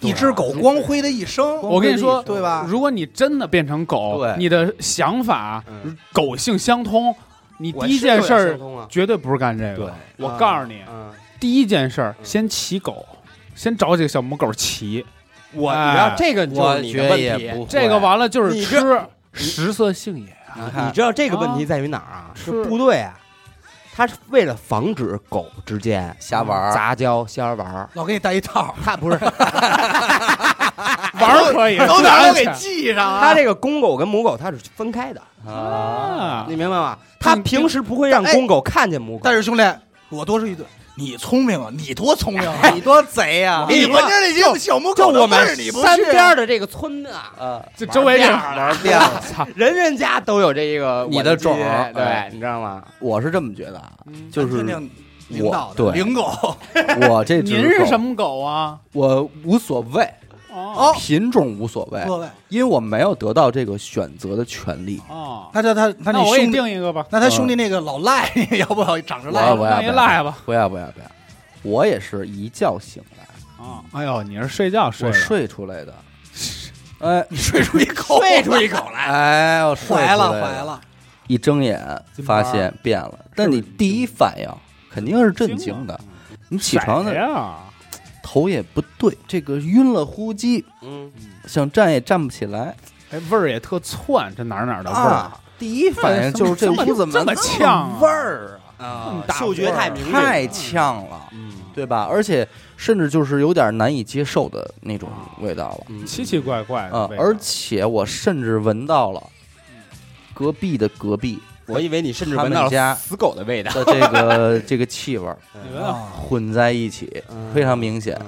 [SPEAKER 4] 一只狗光辉的一生，
[SPEAKER 2] 我跟你说，
[SPEAKER 4] 对吧？
[SPEAKER 2] 如果你真的变成狗
[SPEAKER 1] 对，
[SPEAKER 2] 你的想法
[SPEAKER 3] 嗯
[SPEAKER 2] 狗性相通，你第一件事儿
[SPEAKER 3] 儿，
[SPEAKER 2] 绝对不是干这个。
[SPEAKER 3] 对
[SPEAKER 2] 我告诉你，
[SPEAKER 3] 嗯，
[SPEAKER 2] 第一件事儿
[SPEAKER 3] 嗯
[SPEAKER 2] 先骑狗，先找几个小母狗骑，
[SPEAKER 3] 我
[SPEAKER 2] 哎
[SPEAKER 3] 你知道这个就
[SPEAKER 1] 我
[SPEAKER 3] 是你
[SPEAKER 1] 觉得
[SPEAKER 3] 的问
[SPEAKER 1] 也
[SPEAKER 3] 题，
[SPEAKER 1] 不会
[SPEAKER 2] 这个，完了就是
[SPEAKER 3] 你
[SPEAKER 2] 吃
[SPEAKER 3] 这
[SPEAKER 2] 食色性也。
[SPEAKER 1] 你
[SPEAKER 3] 你
[SPEAKER 1] 看，
[SPEAKER 3] 知道这个问题在于哪儿啊？
[SPEAKER 2] 是
[SPEAKER 3] 是部队啊，他是为了防止狗之间
[SPEAKER 1] 瞎玩儿啊
[SPEAKER 3] 杂交、瞎玩儿。
[SPEAKER 4] 老给你带一 套，
[SPEAKER 3] 他不是
[SPEAKER 2] 玩儿可以，
[SPEAKER 4] 都
[SPEAKER 2] 哪
[SPEAKER 4] 哪都给系上
[SPEAKER 3] 他
[SPEAKER 4] 啊！
[SPEAKER 3] 这个公狗跟母狗它是分开的，
[SPEAKER 1] 啊，
[SPEAKER 3] 你明白吗？他平时不会让
[SPEAKER 4] 但
[SPEAKER 3] 公狗看见母狗，
[SPEAKER 4] 但是兄弟，我多说一句，你聪明啊， 你多聪明啊！
[SPEAKER 1] 你多贼呀！
[SPEAKER 4] 你
[SPEAKER 3] 我跟
[SPEAKER 4] 们
[SPEAKER 3] 你
[SPEAKER 4] 家那些小母
[SPEAKER 3] 就
[SPEAKER 4] 狗的
[SPEAKER 3] 我
[SPEAKER 4] 味儿
[SPEAKER 3] 们
[SPEAKER 4] 你不
[SPEAKER 3] 山
[SPEAKER 4] 去啊
[SPEAKER 3] 边儿的这个村啊，
[SPEAKER 1] 啊，
[SPEAKER 2] 这周围这
[SPEAKER 3] 玩儿
[SPEAKER 1] 玩遍了。
[SPEAKER 2] 操，
[SPEAKER 3] 人人家都有这个
[SPEAKER 1] 你的种
[SPEAKER 3] 纹
[SPEAKER 1] 儿
[SPEAKER 3] 机对
[SPEAKER 1] 哎，
[SPEAKER 3] 你知道吗？
[SPEAKER 1] 我是这么觉得啊，
[SPEAKER 2] 嗯
[SPEAKER 1] 就
[SPEAKER 4] 听
[SPEAKER 1] 是
[SPEAKER 4] 听领导的
[SPEAKER 1] 我对
[SPEAKER 4] 领狗
[SPEAKER 1] 我这只
[SPEAKER 2] 您是
[SPEAKER 1] 狗
[SPEAKER 2] 什么狗啊？
[SPEAKER 1] 我无所谓，
[SPEAKER 2] 哦
[SPEAKER 4] 哦，
[SPEAKER 1] 品种无所谓，
[SPEAKER 4] 各 位，
[SPEAKER 1] 因为我没有得到这个选择的权利。
[SPEAKER 2] 哦，
[SPEAKER 4] 那叫他他
[SPEAKER 2] 那
[SPEAKER 4] 那
[SPEAKER 2] 我也
[SPEAKER 4] 兄弟，
[SPEAKER 2] 定一个吧，
[SPEAKER 4] 那他兄弟那个老赖，要不要长着
[SPEAKER 1] 我
[SPEAKER 4] 赖
[SPEAKER 1] 要
[SPEAKER 4] 了？
[SPEAKER 1] 不要
[SPEAKER 2] 定一赖吧。
[SPEAKER 1] 不要不要不要，我也是一觉醒来，
[SPEAKER 2] 啊，哎呦，你是睡觉睡
[SPEAKER 1] 我
[SPEAKER 2] 的？
[SPEAKER 1] 睡出来 的。哎
[SPEAKER 4] 你睡出一口，
[SPEAKER 3] 喂出一口来，
[SPEAKER 1] 哎，我睡
[SPEAKER 4] 怀了
[SPEAKER 1] 出来的
[SPEAKER 4] 怀，了，
[SPEAKER 1] 一睁眼发现变了，但你第一反应肯定是震惊啊的。你起床
[SPEAKER 2] 谁
[SPEAKER 1] 的
[SPEAKER 2] 呀？
[SPEAKER 1] 头也不对，这个晕了呼吸，
[SPEAKER 3] 嗯，
[SPEAKER 1] 想站也站不起来
[SPEAKER 2] 哎，味儿也特窜，这哪儿哪儿的味儿？
[SPEAKER 1] 啊！第一反应就是这
[SPEAKER 2] 这么
[SPEAKER 1] 屋子
[SPEAKER 2] 这么呛啊
[SPEAKER 1] 味儿啊，
[SPEAKER 3] 啊
[SPEAKER 2] 大
[SPEAKER 3] 嗅觉
[SPEAKER 2] 味儿
[SPEAKER 3] 太敏感，
[SPEAKER 1] 太呛了，
[SPEAKER 3] 嗯
[SPEAKER 1] 对吧？而且甚至就是有点难以接受的那种味道了。
[SPEAKER 3] 嗯，
[SPEAKER 2] 奇奇怪怪的
[SPEAKER 1] 啊
[SPEAKER 2] 哎味！道，
[SPEAKER 1] 而且我甚至闻到了隔壁的隔壁
[SPEAKER 3] 我以为你甚至
[SPEAKER 1] 他
[SPEAKER 3] 闻
[SPEAKER 1] 们
[SPEAKER 3] 到
[SPEAKER 1] 家
[SPEAKER 3] 了死狗的味道，
[SPEAKER 1] 的这个这个气味儿
[SPEAKER 2] 你闻
[SPEAKER 1] 啊
[SPEAKER 2] 闻
[SPEAKER 4] 啊
[SPEAKER 1] 混在一起，
[SPEAKER 3] 嗯
[SPEAKER 1] 非常明显。
[SPEAKER 3] 嗯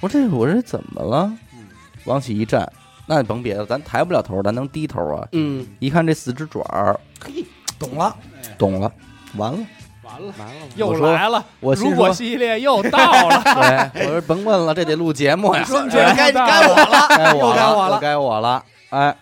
[SPEAKER 1] 我这我这怎么了
[SPEAKER 3] 嗯？
[SPEAKER 1] 往起一站，那甭别的，咱抬不了头，咱能低头啊。
[SPEAKER 3] 嗯，
[SPEAKER 1] 一看这四只爪儿，
[SPEAKER 3] 嘿，
[SPEAKER 4] 懂了，
[SPEAKER 1] 懂了，完了。
[SPEAKER 2] 完了，
[SPEAKER 3] 完了，
[SPEAKER 2] 又
[SPEAKER 1] 我说
[SPEAKER 2] 来了，
[SPEAKER 1] 我心
[SPEAKER 2] 如
[SPEAKER 1] 说哎
[SPEAKER 2] 果，系列又到了，
[SPEAKER 1] 对，我说甭问了，这得录节目呀，
[SPEAKER 2] 真
[SPEAKER 4] 哎该该我了，
[SPEAKER 1] 该我
[SPEAKER 4] 又该我
[SPEAKER 1] 了，
[SPEAKER 4] 了
[SPEAKER 1] 又该我了。哎，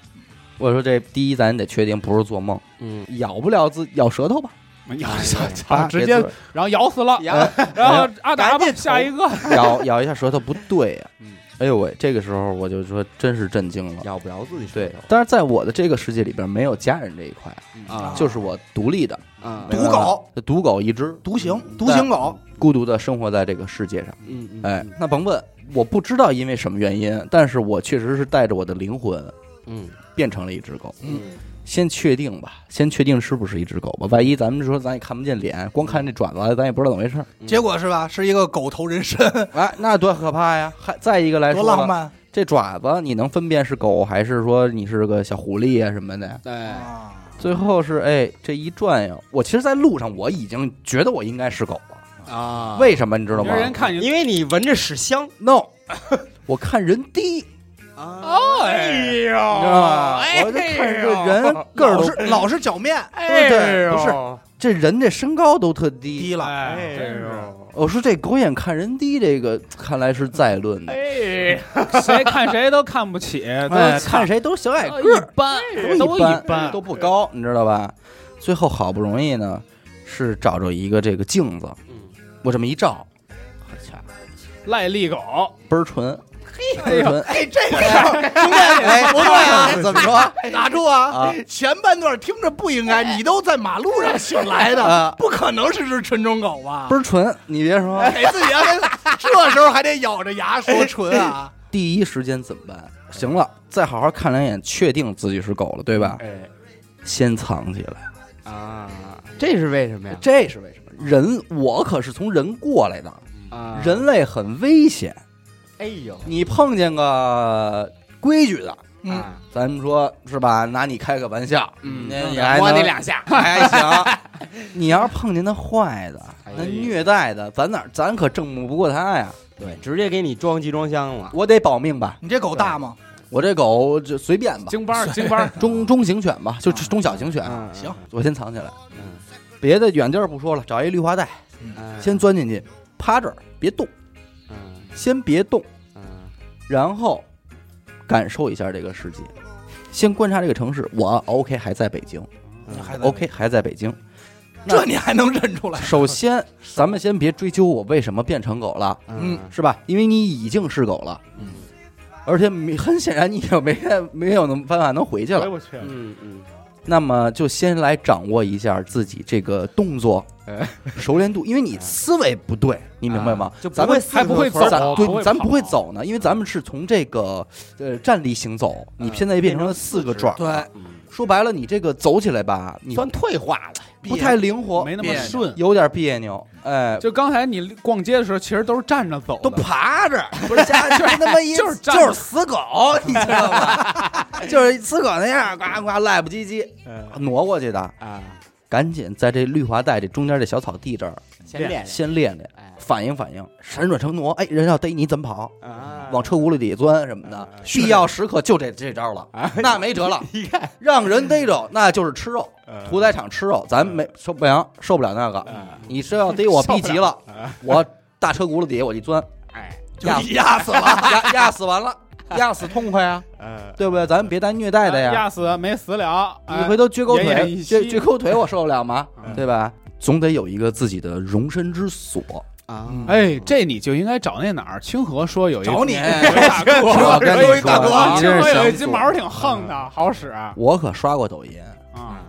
[SPEAKER 1] 我说这第一，咱得确定不是做梦，
[SPEAKER 3] 嗯，
[SPEAKER 1] 咬不了自咬舌头吧，
[SPEAKER 2] 咬
[SPEAKER 1] 啊
[SPEAKER 2] 操，直接
[SPEAKER 1] 别
[SPEAKER 2] 然后咬死了，
[SPEAKER 3] 然后
[SPEAKER 2] 然后阿达
[SPEAKER 3] 赶
[SPEAKER 2] 吧，
[SPEAKER 3] 紧
[SPEAKER 2] 下一个，
[SPEAKER 1] 自咬咬一下舌头不对呀
[SPEAKER 3] 嗯。
[SPEAKER 1] 哎呦喂，这个时候我就说真是震惊了。
[SPEAKER 3] 咬不着自己舌
[SPEAKER 1] 对
[SPEAKER 3] 头，
[SPEAKER 1] 但是在我的这个世界里边没有家人这一块，
[SPEAKER 3] 啊，
[SPEAKER 1] 就是我独立的，
[SPEAKER 3] 啊，
[SPEAKER 4] 独狗，
[SPEAKER 1] 独狗一只，
[SPEAKER 4] 独行独行狗，
[SPEAKER 1] 孤独的生活在这个世界上。
[SPEAKER 3] 嗯嗯，
[SPEAKER 1] 哎，那甭问，我不知道因为什么原因，但是我确实是带着我的灵魂
[SPEAKER 3] 嗯
[SPEAKER 1] 变成了一只狗。
[SPEAKER 3] 嗯
[SPEAKER 1] 先确定吧，先确定是不是一只狗吧。万一咱们说咱也看不见脸，光看这爪子，咱也不知道怎么回 事儿。
[SPEAKER 4] 结果是吧？是一个狗头人身，
[SPEAKER 1] 哎，那多可怕呀！还再一个来
[SPEAKER 4] 多
[SPEAKER 1] 哎说
[SPEAKER 4] 浪
[SPEAKER 1] 了，
[SPEAKER 4] 漫
[SPEAKER 1] 这爪子你能分辨是狗还是说你是个小狐狸啊什么的？
[SPEAKER 3] 哎，
[SPEAKER 4] 啊！
[SPEAKER 1] 最后是哎，这一转悠，我其实，在路上我已经觉得我应该是狗了。
[SPEAKER 3] 啊，
[SPEAKER 1] 为什么你知道
[SPEAKER 2] 有
[SPEAKER 1] 吗
[SPEAKER 2] 人看你
[SPEAKER 3] 因为你闻着屎香
[SPEAKER 1] ？No，我看人低，
[SPEAKER 3] 啊，
[SPEAKER 2] 哎呦，
[SPEAKER 1] 你知道吗？我就看这人个儿
[SPEAKER 4] 哦哎老
[SPEAKER 1] 都
[SPEAKER 4] 是老是脚面
[SPEAKER 2] 哎
[SPEAKER 1] 对
[SPEAKER 2] 呦，
[SPEAKER 1] 不是这人这身高都特低
[SPEAKER 4] 低。了，
[SPEAKER 2] 哎，
[SPEAKER 4] 真是
[SPEAKER 1] 我说这狗眼看人低，这个看来是再论的。
[SPEAKER 2] 哎，谁看谁都看不起，
[SPEAKER 1] 哎
[SPEAKER 2] 对，
[SPEAKER 1] 看谁都小矮个
[SPEAKER 2] 呃一
[SPEAKER 1] 儿，
[SPEAKER 2] 般，嗯
[SPEAKER 1] 都
[SPEAKER 2] 都
[SPEAKER 1] 般，
[SPEAKER 2] 般，
[SPEAKER 1] 都不高，你知道吧？最后好不容易呢，是找着一个这个镜子，
[SPEAKER 2] 嗯
[SPEAKER 1] 我这么一照，好家伙，
[SPEAKER 2] 赖利狗，
[SPEAKER 1] 倍儿纯，倍儿纯。
[SPEAKER 4] 哎，这个时候
[SPEAKER 1] 兄弟，哎，不对
[SPEAKER 4] 啊
[SPEAKER 1] 怎么说？
[SPEAKER 4] 打住啊
[SPEAKER 1] 哎啊！哎
[SPEAKER 4] 前半段听着不应该，你都在马路上醒来
[SPEAKER 1] 啊
[SPEAKER 4] 的，不可能是只纯种狗吧
[SPEAKER 1] 倍？儿纯，你别说，
[SPEAKER 4] 给自己还得这时候还得咬着牙说纯啊！
[SPEAKER 1] 第一时间怎么办？行了，再好好看两眼，确定自己是狗了，对吧？
[SPEAKER 3] 哎
[SPEAKER 1] 先藏起来。
[SPEAKER 3] 啊，这是为什么呀？
[SPEAKER 1] 哎这是为什么？人，我可是从人过来的，
[SPEAKER 3] 啊，
[SPEAKER 1] 人类很危险，
[SPEAKER 3] 哎呦，
[SPEAKER 1] 你碰见个规矩的。
[SPEAKER 4] 嗯，
[SPEAKER 3] 啊
[SPEAKER 1] 咱们说是吧？拿你开个玩 笑，
[SPEAKER 3] 嗯
[SPEAKER 1] 那你还
[SPEAKER 3] 摸
[SPEAKER 1] 能
[SPEAKER 3] 你两下，
[SPEAKER 1] 还行。 你要是碰见那坏的、
[SPEAKER 3] 哎
[SPEAKER 1] 那虐待的，咱哪咱可证明不过他呀！
[SPEAKER 3] 对，直接给你装集装箱了。
[SPEAKER 1] 我得保命吧，
[SPEAKER 4] 你这狗大吗？
[SPEAKER 1] 我这狗就随便吧，
[SPEAKER 2] 京巴 京巴，
[SPEAKER 1] 中中型犬吧，就
[SPEAKER 4] 啊
[SPEAKER 1] 中小型犬，
[SPEAKER 3] 嗯
[SPEAKER 4] 行，
[SPEAKER 1] 我先藏起来，
[SPEAKER 3] 嗯
[SPEAKER 1] 别的远地儿不说了，找一绿化带，
[SPEAKER 3] 嗯，
[SPEAKER 1] 先钻进去，趴这儿别动，
[SPEAKER 3] 嗯
[SPEAKER 1] 先别动，
[SPEAKER 3] 嗯
[SPEAKER 1] 然后感受一下这个世界，先观察这个城市。我啊 OK 还在北京
[SPEAKER 4] 你还在
[SPEAKER 1] ，OK 还在北京。那
[SPEAKER 4] 这你还能 认出来？
[SPEAKER 1] 首先，咱们先别追究我为什么变成狗了。
[SPEAKER 3] 嗯
[SPEAKER 1] 是吧？因为你已经是狗了，
[SPEAKER 3] 嗯，
[SPEAKER 1] 而且没很显然你也没 没有能办法能回去
[SPEAKER 2] 哎
[SPEAKER 1] 了。
[SPEAKER 2] 我去，
[SPEAKER 3] 嗯嗯，
[SPEAKER 1] 那么就先来掌握一下自己这个动作
[SPEAKER 3] 哎
[SPEAKER 1] 熟练度，因为你思维不对，你明白吗？
[SPEAKER 3] 就不
[SPEAKER 1] 咱们
[SPEAKER 3] 会
[SPEAKER 2] 还不会
[SPEAKER 3] 四个
[SPEAKER 2] 走
[SPEAKER 3] 字
[SPEAKER 1] 咱
[SPEAKER 2] 跑不
[SPEAKER 3] 儿
[SPEAKER 1] 对，
[SPEAKER 2] 会
[SPEAKER 1] 咱不会
[SPEAKER 2] 跑
[SPEAKER 1] 走呢，因为咱们是从这个呃站立行走，你现在变成了四个转儿。
[SPEAKER 4] 对，
[SPEAKER 3] 嗯
[SPEAKER 1] 说白了，你这个走起来吧，你
[SPEAKER 3] 算退化了。
[SPEAKER 1] 不太灵活，
[SPEAKER 2] 没那么
[SPEAKER 4] 别扭
[SPEAKER 2] 顺。
[SPEAKER 1] 有点别扭，哎，
[SPEAKER 2] 就刚才你逛街的时候，其实都是站着走的，
[SPEAKER 4] 都爬着，
[SPEAKER 1] 不是瞎，就是他妈一
[SPEAKER 2] 就是站
[SPEAKER 1] 就
[SPEAKER 2] 着
[SPEAKER 1] 是死狗，你知道吗？ 就是死狗那样，呱呱赖不唧唧
[SPEAKER 2] 哎
[SPEAKER 1] 挪过去的，
[SPEAKER 3] 啊，
[SPEAKER 1] 赶紧在这绿化带这中间这小草地这儿
[SPEAKER 3] 先练练，
[SPEAKER 1] 先练练，
[SPEAKER 3] 哎
[SPEAKER 1] 反应反应，闪转腾挪，哎，人要逮你怎么跑？
[SPEAKER 3] 啊，
[SPEAKER 1] 往车轱辘底钻什么的，必要时刻就这这招了，那没辙了。
[SPEAKER 3] 你看，
[SPEAKER 1] 让人逮着，那就是吃肉，屠宰场吃肉，咱没受不了，受不了那个。你是要逮我逼急了，我大车轱辘底下我一钻，
[SPEAKER 3] 哎，
[SPEAKER 4] 就
[SPEAKER 1] 压
[SPEAKER 4] 压死了。
[SPEAKER 1] 压压死完了，压死痛快啊，
[SPEAKER 3] 呃，
[SPEAKER 1] 对不对？咱别带虐待的呀，
[SPEAKER 2] 哎压死没死了，
[SPEAKER 1] 你
[SPEAKER 2] 哎
[SPEAKER 1] 回头撅狗
[SPEAKER 2] 奄奄
[SPEAKER 1] 腿，
[SPEAKER 2] 一
[SPEAKER 1] 撅
[SPEAKER 2] 息
[SPEAKER 1] 撅狗腿，我受不了吗？
[SPEAKER 3] 嗯
[SPEAKER 1] 对吧？总得有一个自己的容身之所。
[SPEAKER 3] 啊，
[SPEAKER 2] 哎，这你就应该找那哪儿清河说有一
[SPEAKER 4] 找你
[SPEAKER 1] 哎
[SPEAKER 2] 有一大哥，
[SPEAKER 1] 我跟你
[SPEAKER 2] 有一大
[SPEAKER 1] 说
[SPEAKER 2] 哥，
[SPEAKER 1] 你
[SPEAKER 2] 清
[SPEAKER 1] 这是
[SPEAKER 2] 河有一
[SPEAKER 1] 想
[SPEAKER 2] 金
[SPEAKER 1] 死
[SPEAKER 2] 毛挺
[SPEAKER 1] 嗯
[SPEAKER 2] 横的，好使啊。
[SPEAKER 1] 我可刷过抖音，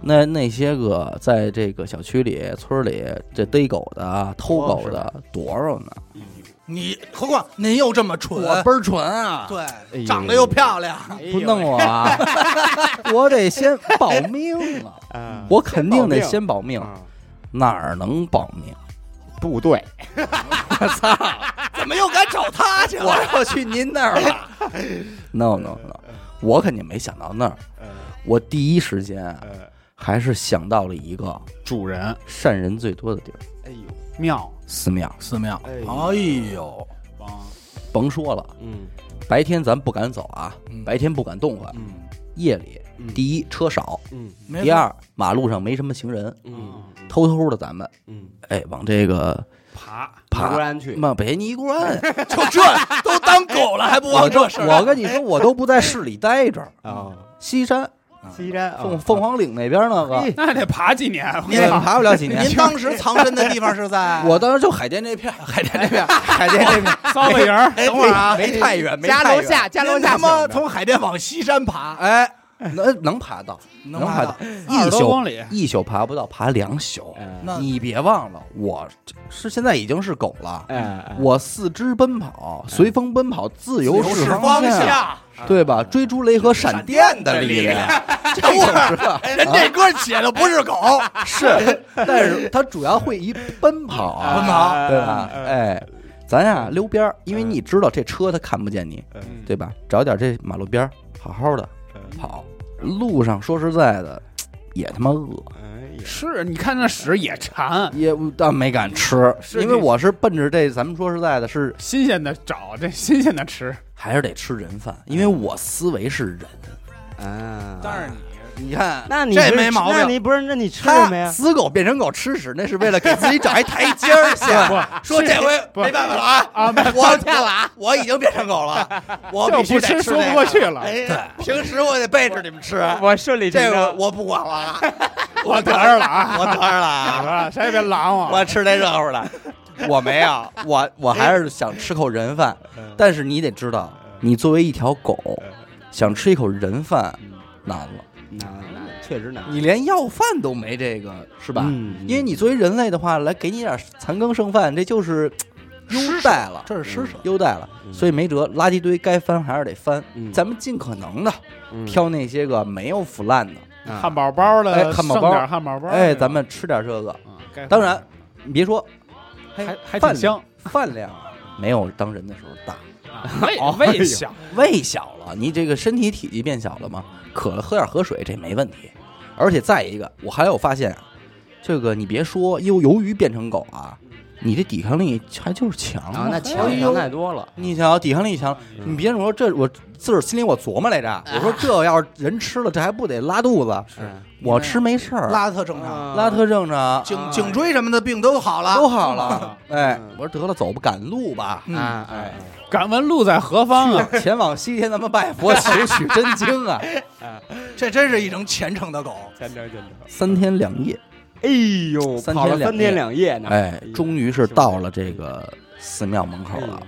[SPEAKER 1] 那那些个在这个小区里、村里这逮狗的、偷狗的多少呢？
[SPEAKER 4] 你何况您又这么蠢，
[SPEAKER 1] 倍儿纯啊！
[SPEAKER 3] 哎呦
[SPEAKER 4] 对，长得又漂亮，
[SPEAKER 1] 不弄我啊！我得先保命啊！
[SPEAKER 3] 啊，
[SPEAKER 1] 我肯定得先保命，
[SPEAKER 3] 啊
[SPEAKER 1] 哪儿能保命？
[SPEAKER 3] 部队，
[SPEAKER 4] 怎么又敢找他去了？
[SPEAKER 1] 要去您那儿了。no no no，我肯定没想到那儿。我第一时间
[SPEAKER 3] 呃，
[SPEAKER 1] 还是想到了一个
[SPEAKER 2] 主人
[SPEAKER 1] 善嗯人最多的地儿
[SPEAKER 3] 哎呦，
[SPEAKER 2] 妙，
[SPEAKER 1] ——寺庙。
[SPEAKER 4] 寺庙
[SPEAKER 3] 哎
[SPEAKER 4] 哎呦，
[SPEAKER 1] 甭说了，
[SPEAKER 3] 嗯
[SPEAKER 1] 白天咱不敢走啊，
[SPEAKER 4] 嗯
[SPEAKER 1] 白天不敢动换。
[SPEAKER 3] 嗯
[SPEAKER 1] 夜里，
[SPEAKER 3] 嗯
[SPEAKER 1] 第一车少，
[SPEAKER 3] 嗯
[SPEAKER 4] 没
[SPEAKER 1] 第二马路上没什么行人，
[SPEAKER 3] 嗯
[SPEAKER 1] 偷偷的咱们
[SPEAKER 3] 嗯，
[SPEAKER 1] 哎往这个
[SPEAKER 2] 爬
[SPEAKER 3] 突
[SPEAKER 1] 爬。
[SPEAKER 3] 然去，
[SPEAKER 1] 妈，别尼姑庵！
[SPEAKER 4] 就这都当狗了还不
[SPEAKER 1] 我
[SPEAKER 4] 忘
[SPEAKER 1] 这
[SPEAKER 4] 这事儿？
[SPEAKER 1] 我跟你说，我都不在市里待着。
[SPEAKER 3] 啊，
[SPEAKER 1] 西山
[SPEAKER 3] 西山哦
[SPEAKER 1] 凤凤凰岭那边那个，
[SPEAKER 2] 那得爬几年？我
[SPEAKER 1] 也
[SPEAKER 2] 跟你
[SPEAKER 1] 爬不了几年
[SPEAKER 4] 您。当时藏身的地方是在
[SPEAKER 1] 我当时就海淀这片儿， 海淀这片儿，海淀这片哎儿，
[SPEAKER 2] 骚个人儿，
[SPEAKER 4] 等会儿啊，
[SPEAKER 1] 没太远，没
[SPEAKER 3] 家
[SPEAKER 1] 太
[SPEAKER 3] 楼
[SPEAKER 1] 远。
[SPEAKER 3] 哎下，家楼
[SPEAKER 4] 您
[SPEAKER 3] 下
[SPEAKER 4] 他
[SPEAKER 3] 行
[SPEAKER 4] 妈
[SPEAKER 3] 的，
[SPEAKER 4] 从海淀往西山爬，
[SPEAKER 1] 哎，能能爬到，能
[SPEAKER 4] 爬
[SPEAKER 1] 到
[SPEAKER 4] 到，
[SPEAKER 2] 二
[SPEAKER 1] 一
[SPEAKER 2] 十多
[SPEAKER 1] 宿
[SPEAKER 2] 公里，
[SPEAKER 1] 一宿爬不到，爬两宿。
[SPEAKER 3] 哎
[SPEAKER 4] 那
[SPEAKER 1] 你别忘了，我是现在已经是狗了，
[SPEAKER 3] 哎，
[SPEAKER 1] 我四肢奔跑，随风奔跑，哎自由
[SPEAKER 4] 是
[SPEAKER 1] 方
[SPEAKER 4] 方，向。
[SPEAKER 1] 对吧？追逐雷和闪电的力量， 这个是吧
[SPEAKER 4] 人这歌写的不是狗，
[SPEAKER 1] 是，但是它主要会以哎奔跑啊，
[SPEAKER 4] 奔跑
[SPEAKER 1] 对吧？哎，咱呀溜边儿，因为你知道这车它看不见你，
[SPEAKER 2] 嗯
[SPEAKER 1] 哎对吧？找点这马路边儿，好好的跑。路上说实在的，也他妈饿，
[SPEAKER 3] 哎
[SPEAKER 2] 是，你看那屎也馋，
[SPEAKER 1] 也但没敢吃，
[SPEAKER 2] 哎是
[SPEAKER 1] 因为
[SPEAKER 2] 你
[SPEAKER 1] 我是奔着这，咱们说实在的是，
[SPEAKER 2] 新鲜的找，这新鲜的吃，
[SPEAKER 1] 还是得吃人饭，因
[SPEAKER 2] 哎
[SPEAKER 1] 为我思维是人。
[SPEAKER 3] 啊，
[SPEAKER 2] 但是你
[SPEAKER 1] 你看，
[SPEAKER 3] 那你
[SPEAKER 4] 这
[SPEAKER 3] 是
[SPEAKER 4] 没毛病
[SPEAKER 3] 那你不是？那你吃啊什么
[SPEAKER 1] 他
[SPEAKER 3] 呀？
[SPEAKER 1] 死狗变成狗吃屎，那是为了给自己找一台阶 儿下。
[SPEAKER 2] 不
[SPEAKER 1] 说这回
[SPEAKER 2] 不
[SPEAKER 1] 没办法了啊！
[SPEAKER 2] 啊，
[SPEAKER 1] 我天了啊！我已经变成狗了，我
[SPEAKER 2] 这
[SPEAKER 1] 哦必须
[SPEAKER 2] 不
[SPEAKER 1] 得
[SPEAKER 2] 吃
[SPEAKER 1] 吃
[SPEAKER 2] 说
[SPEAKER 1] 这
[SPEAKER 2] 不过
[SPEAKER 1] 个
[SPEAKER 2] 去了
[SPEAKER 1] 哎呀，平时我得背着你们吃，
[SPEAKER 5] 我顺理成
[SPEAKER 1] 这个
[SPEAKER 5] 章。
[SPEAKER 1] 我不管了啊，我得
[SPEAKER 2] 得着
[SPEAKER 1] 着
[SPEAKER 2] 了啊
[SPEAKER 1] 我得着了
[SPEAKER 2] 打
[SPEAKER 1] 啊，
[SPEAKER 2] 着了，谁也别拦我。
[SPEAKER 1] 我吃这热乎的。我没有，我我还是想吃口人饭，但是你得知道，你作为一条狗，想吃一口人饭难了，
[SPEAKER 3] 嗯那那确实难，
[SPEAKER 1] 你连要饭都没这个是吧？
[SPEAKER 3] 嗯嗯
[SPEAKER 1] 因为你作为人类的话，来给你点残羹剩饭，这就是优待了，
[SPEAKER 4] 这是施舍，
[SPEAKER 1] 优待了，
[SPEAKER 3] 嗯
[SPEAKER 1] 所以没辙，垃圾堆该翻还是得翻，
[SPEAKER 3] 嗯
[SPEAKER 1] 咱们尽可能的
[SPEAKER 3] 嗯
[SPEAKER 1] 挑那些个没有腐烂的，
[SPEAKER 3] 啊
[SPEAKER 2] 汉堡包
[SPEAKER 1] 哎
[SPEAKER 2] 的，
[SPEAKER 1] 汉堡
[SPEAKER 2] 剩
[SPEAKER 1] 包
[SPEAKER 2] 点汉堡包。
[SPEAKER 1] 哎，咱们吃点这个。
[SPEAKER 2] 嗯该
[SPEAKER 1] 当然，你别说，
[SPEAKER 2] 还
[SPEAKER 1] 还
[SPEAKER 2] 还挺
[SPEAKER 1] 饭
[SPEAKER 2] 香， 啊
[SPEAKER 1] 饭量没有当人的时候大，
[SPEAKER 3] 哎
[SPEAKER 2] 胃
[SPEAKER 1] 哦
[SPEAKER 2] 胃香。
[SPEAKER 1] 胃小了，你这个身体体积变小了嘛，渴了喝点河水这没问题。而且再一个，我还有发现啊，这个你别说，由由于变成狗啊，你这抵抗力还就是强
[SPEAKER 3] 啊，那嗯强
[SPEAKER 1] 哎
[SPEAKER 3] 强
[SPEAKER 1] 呦
[SPEAKER 3] 太多了。
[SPEAKER 1] 你瞧，抵抗力强，你别说这，我自个儿心里我琢磨来着，
[SPEAKER 3] 哎
[SPEAKER 1] 我说这要是人吃了，这还不得拉肚子？我吃没事儿，
[SPEAKER 4] 嗯拉的特正常，
[SPEAKER 3] 啊
[SPEAKER 1] 拉特正常，
[SPEAKER 4] 颈颈椎什么的病都好了，
[SPEAKER 1] 都好了。哎
[SPEAKER 3] 嗯，
[SPEAKER 1] 我说得了，走吧，赶路吧，
[SPEAKER 3] 啊啊，
[SPEAKER 2] 敢问路在何方啊？
[SPEAKER 1] 前往西天，咱们拜 佛求取真经啊，
[SPEAKER 4] 这真是一种虔诚的狗。
[SPEAKER 5] 真的真的，
[SPEAKER 1] 三天两夜。
[SPEAKER 3] 哎呦，
[SPEAKER 1] 三
[SPEAKER 3] 跑
[SPEAKER 1] 天
[SPEAKER 3] 了
[SPEAKER 1] 两
[SPEAKER 3] 三天
[SPEAKER 1] 夜
[SPEAKER 3] 两夜呢。
[SPEAKER 1] 哎
[SPEAKER 3] 呦，
[SPEAKER 1] 终于是到了这个寺庙门口了。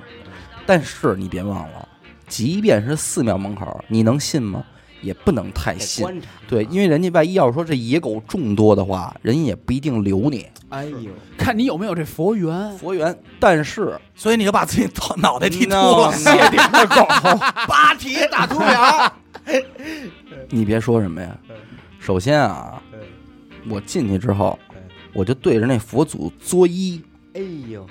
[SPEAKER 1] 但是你别忘了，即便是寺庙门口，你能信吗？也不能太
[SPEAKER 3] 得
[SPEAKER 1] 信。
[SPEAKER 3] 观察，
[SPEAKER 1] 对，因为人家万一要是说这野狗众多的话，人家也不一定留你
[SPEAKER 3] 哎呦，
[SPEAKER 2] 看你有没有这 佛缘。
[SPEAKER 1] 佛缘。但是
[SPEAKER 4] 所以你就把自己头脑袋剃秃
[SPEAKER 1] No,
[SPEAKER 4] 了，
[SPEAKER 1] no
[SPEAKER 4] 谢顶的狗，八蹄大秃瓢，
[SPEAKER 1] 你别说什么呀，首先啊，我进去之后，我就对着那佛祖作揖，
[SPEAKER 3] 哎呦，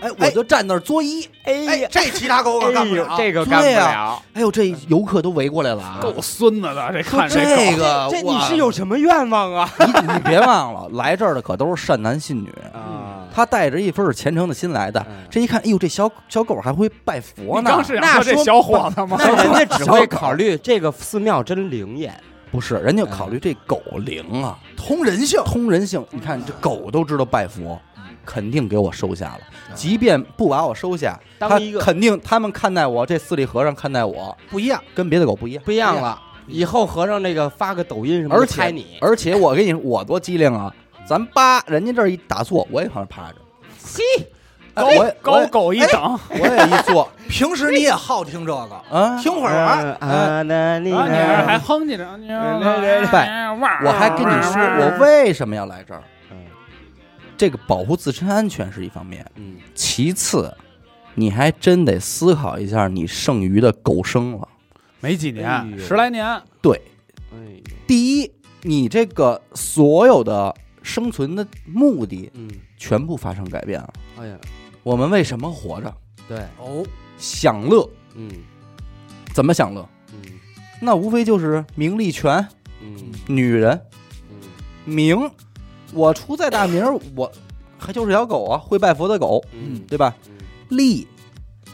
[SPEAKER 1] 哎，我就站那儿作揖。
[SPEAKER 3] 哎
[SPEAKER 4] 哎，
[SPEAKER 3] 呀，
[SPEAKER 4] 这其他狗可
[SPEAKER 3] 哎
[SPEAKER 4] 干不
[SPEAKER 3] 呦，
[SPEAKER 4] 了。
[SPEAKER 5] 这个
[SPEAKER 1] 对
[SPEAKER 5] 干不
[SPEAKER 1] 呀
[SPEAKER 5] 了。
[SPEAKER 1] 哎呦，这游客都围过来了啊！
[SPEAKER 2] 够孙子的，这看
[SPEAKER 1] 这
[SPEAKER 2] 狗。
[SPEAKER 1] 个
[SPEAKER 3] 这你
[SPEAKER 1] 哇
[SPEAKER 3] 是有什么愿望啊？
[SPEAKER 1] 你你别忘了，来这儿的可都是善男信女，
[SPEAKER 3] 啊，
[SPEAKER 1] 他带着一份虔诚的心来的
[SPEAKER 3] 嗯。
[SPEAKER 1] 这一看，哎呦，这小小狗还会拜佛
[SPEAKER 2] 你
[SPEAKER 1] 呢
[SPEAKER 2] 刚？是想说这小伙子吗？
[SPEAKER 3] 那人家只
[SPEAKER 1] 小狗
[SPEAKER 3] 会考虑这个寺庙真灵验，
[SPEAKER 1] 不是，人家考虑这狗灵啊，
[SPEAKER 4] 嗯通人性，
[SPEAKER 1] 通人性。你看这狗都知道拜佛，肯定给我收下了。即便不把我收下，
[SPEAKER 3] 当
[SPEAKER 1] 他
[SPEAKER 3] 一个
[SPEAKER 1] 肯定他们看待我，这四里和尚看待我
[SPEAKER 4] 不一样。
[SPEAKER 1] 跟别的狗不一样。
[SPEAKER 3] 不一样了。以后和尚那个发个抖音什么的
[SPEAKER 1] 哎而
[SPEAKER 3] 拍
[SPEAKER 1] 且
[SPEAKER 3] 你，
[SPEAKER 1] 而且我跟你说，我多机灵啊！咱扒人家这儿一打坐，我也往上趴着。嘿，我也我
[SPEAKER 2] 高
[SPEAKER 1] 也
[SPEAKER 2] 狗一等，
[SPEAKER 1] 我也一坐
[SPEAKER 4] 平时你也好听这个，
[SPEAKER 1] 啊，
[SPEAKER 4] 听会儿啊，
[SPEAKER 3] 啊，那你
[SPEAKER 2] 啊，你这还哼唧着，你这
[SPEAKER 1] 我还跟你说，
[SPEAKER 2] 啊
[SPEAKER 1] 我为什么要来这儿？这个保护自身安全是一方面，
[SPEAKER 3] 嗯，
[SPEAKER 1] 其次，你还真得思考一下你剩余的狗生了。
[SPEAKER 2] 没几
[SPEAKER 3] 哎
[SPEAKER 2] 年，
[SPEAKER 3] 呦
[SPEAKER 2] 十来年，
[SPEAKER 1] 对，
[SPEAKER 3] 哎呦，
[SPEAKER 1] 第一，你这个所有的生存的目的
[SPEAKER 3] 嗯，
[SPEAKER 1] 全部发生改变了。
[SPEAKER 3] 哎呀，
[SPEAKER 1] 我们为什么活着？
[SPEAKER 3] 对，
[SPEAKER 4] 哦，
[SPEAKER 1] 享乐，
[SPEAKER 3] 嗯
[SPEAKER 1] 怎么享乐？
[SPEAKER 3] 嗯
[SPEAKER 1] 那无非就是名利权、
[SPEAKER 3] 嗯
[SPEAKER 1] 女人、
[SPEAKER 3] 嗯，
[SPEAKER 1] 名。我出再大名儿，我还就是条狗啊，会拜佛的狗，
[SPEAKER 3] 嗯
[SPEAKER 1] 对吧？
[SPEAKER 3] 嗯
[SPEAKER 1] 利，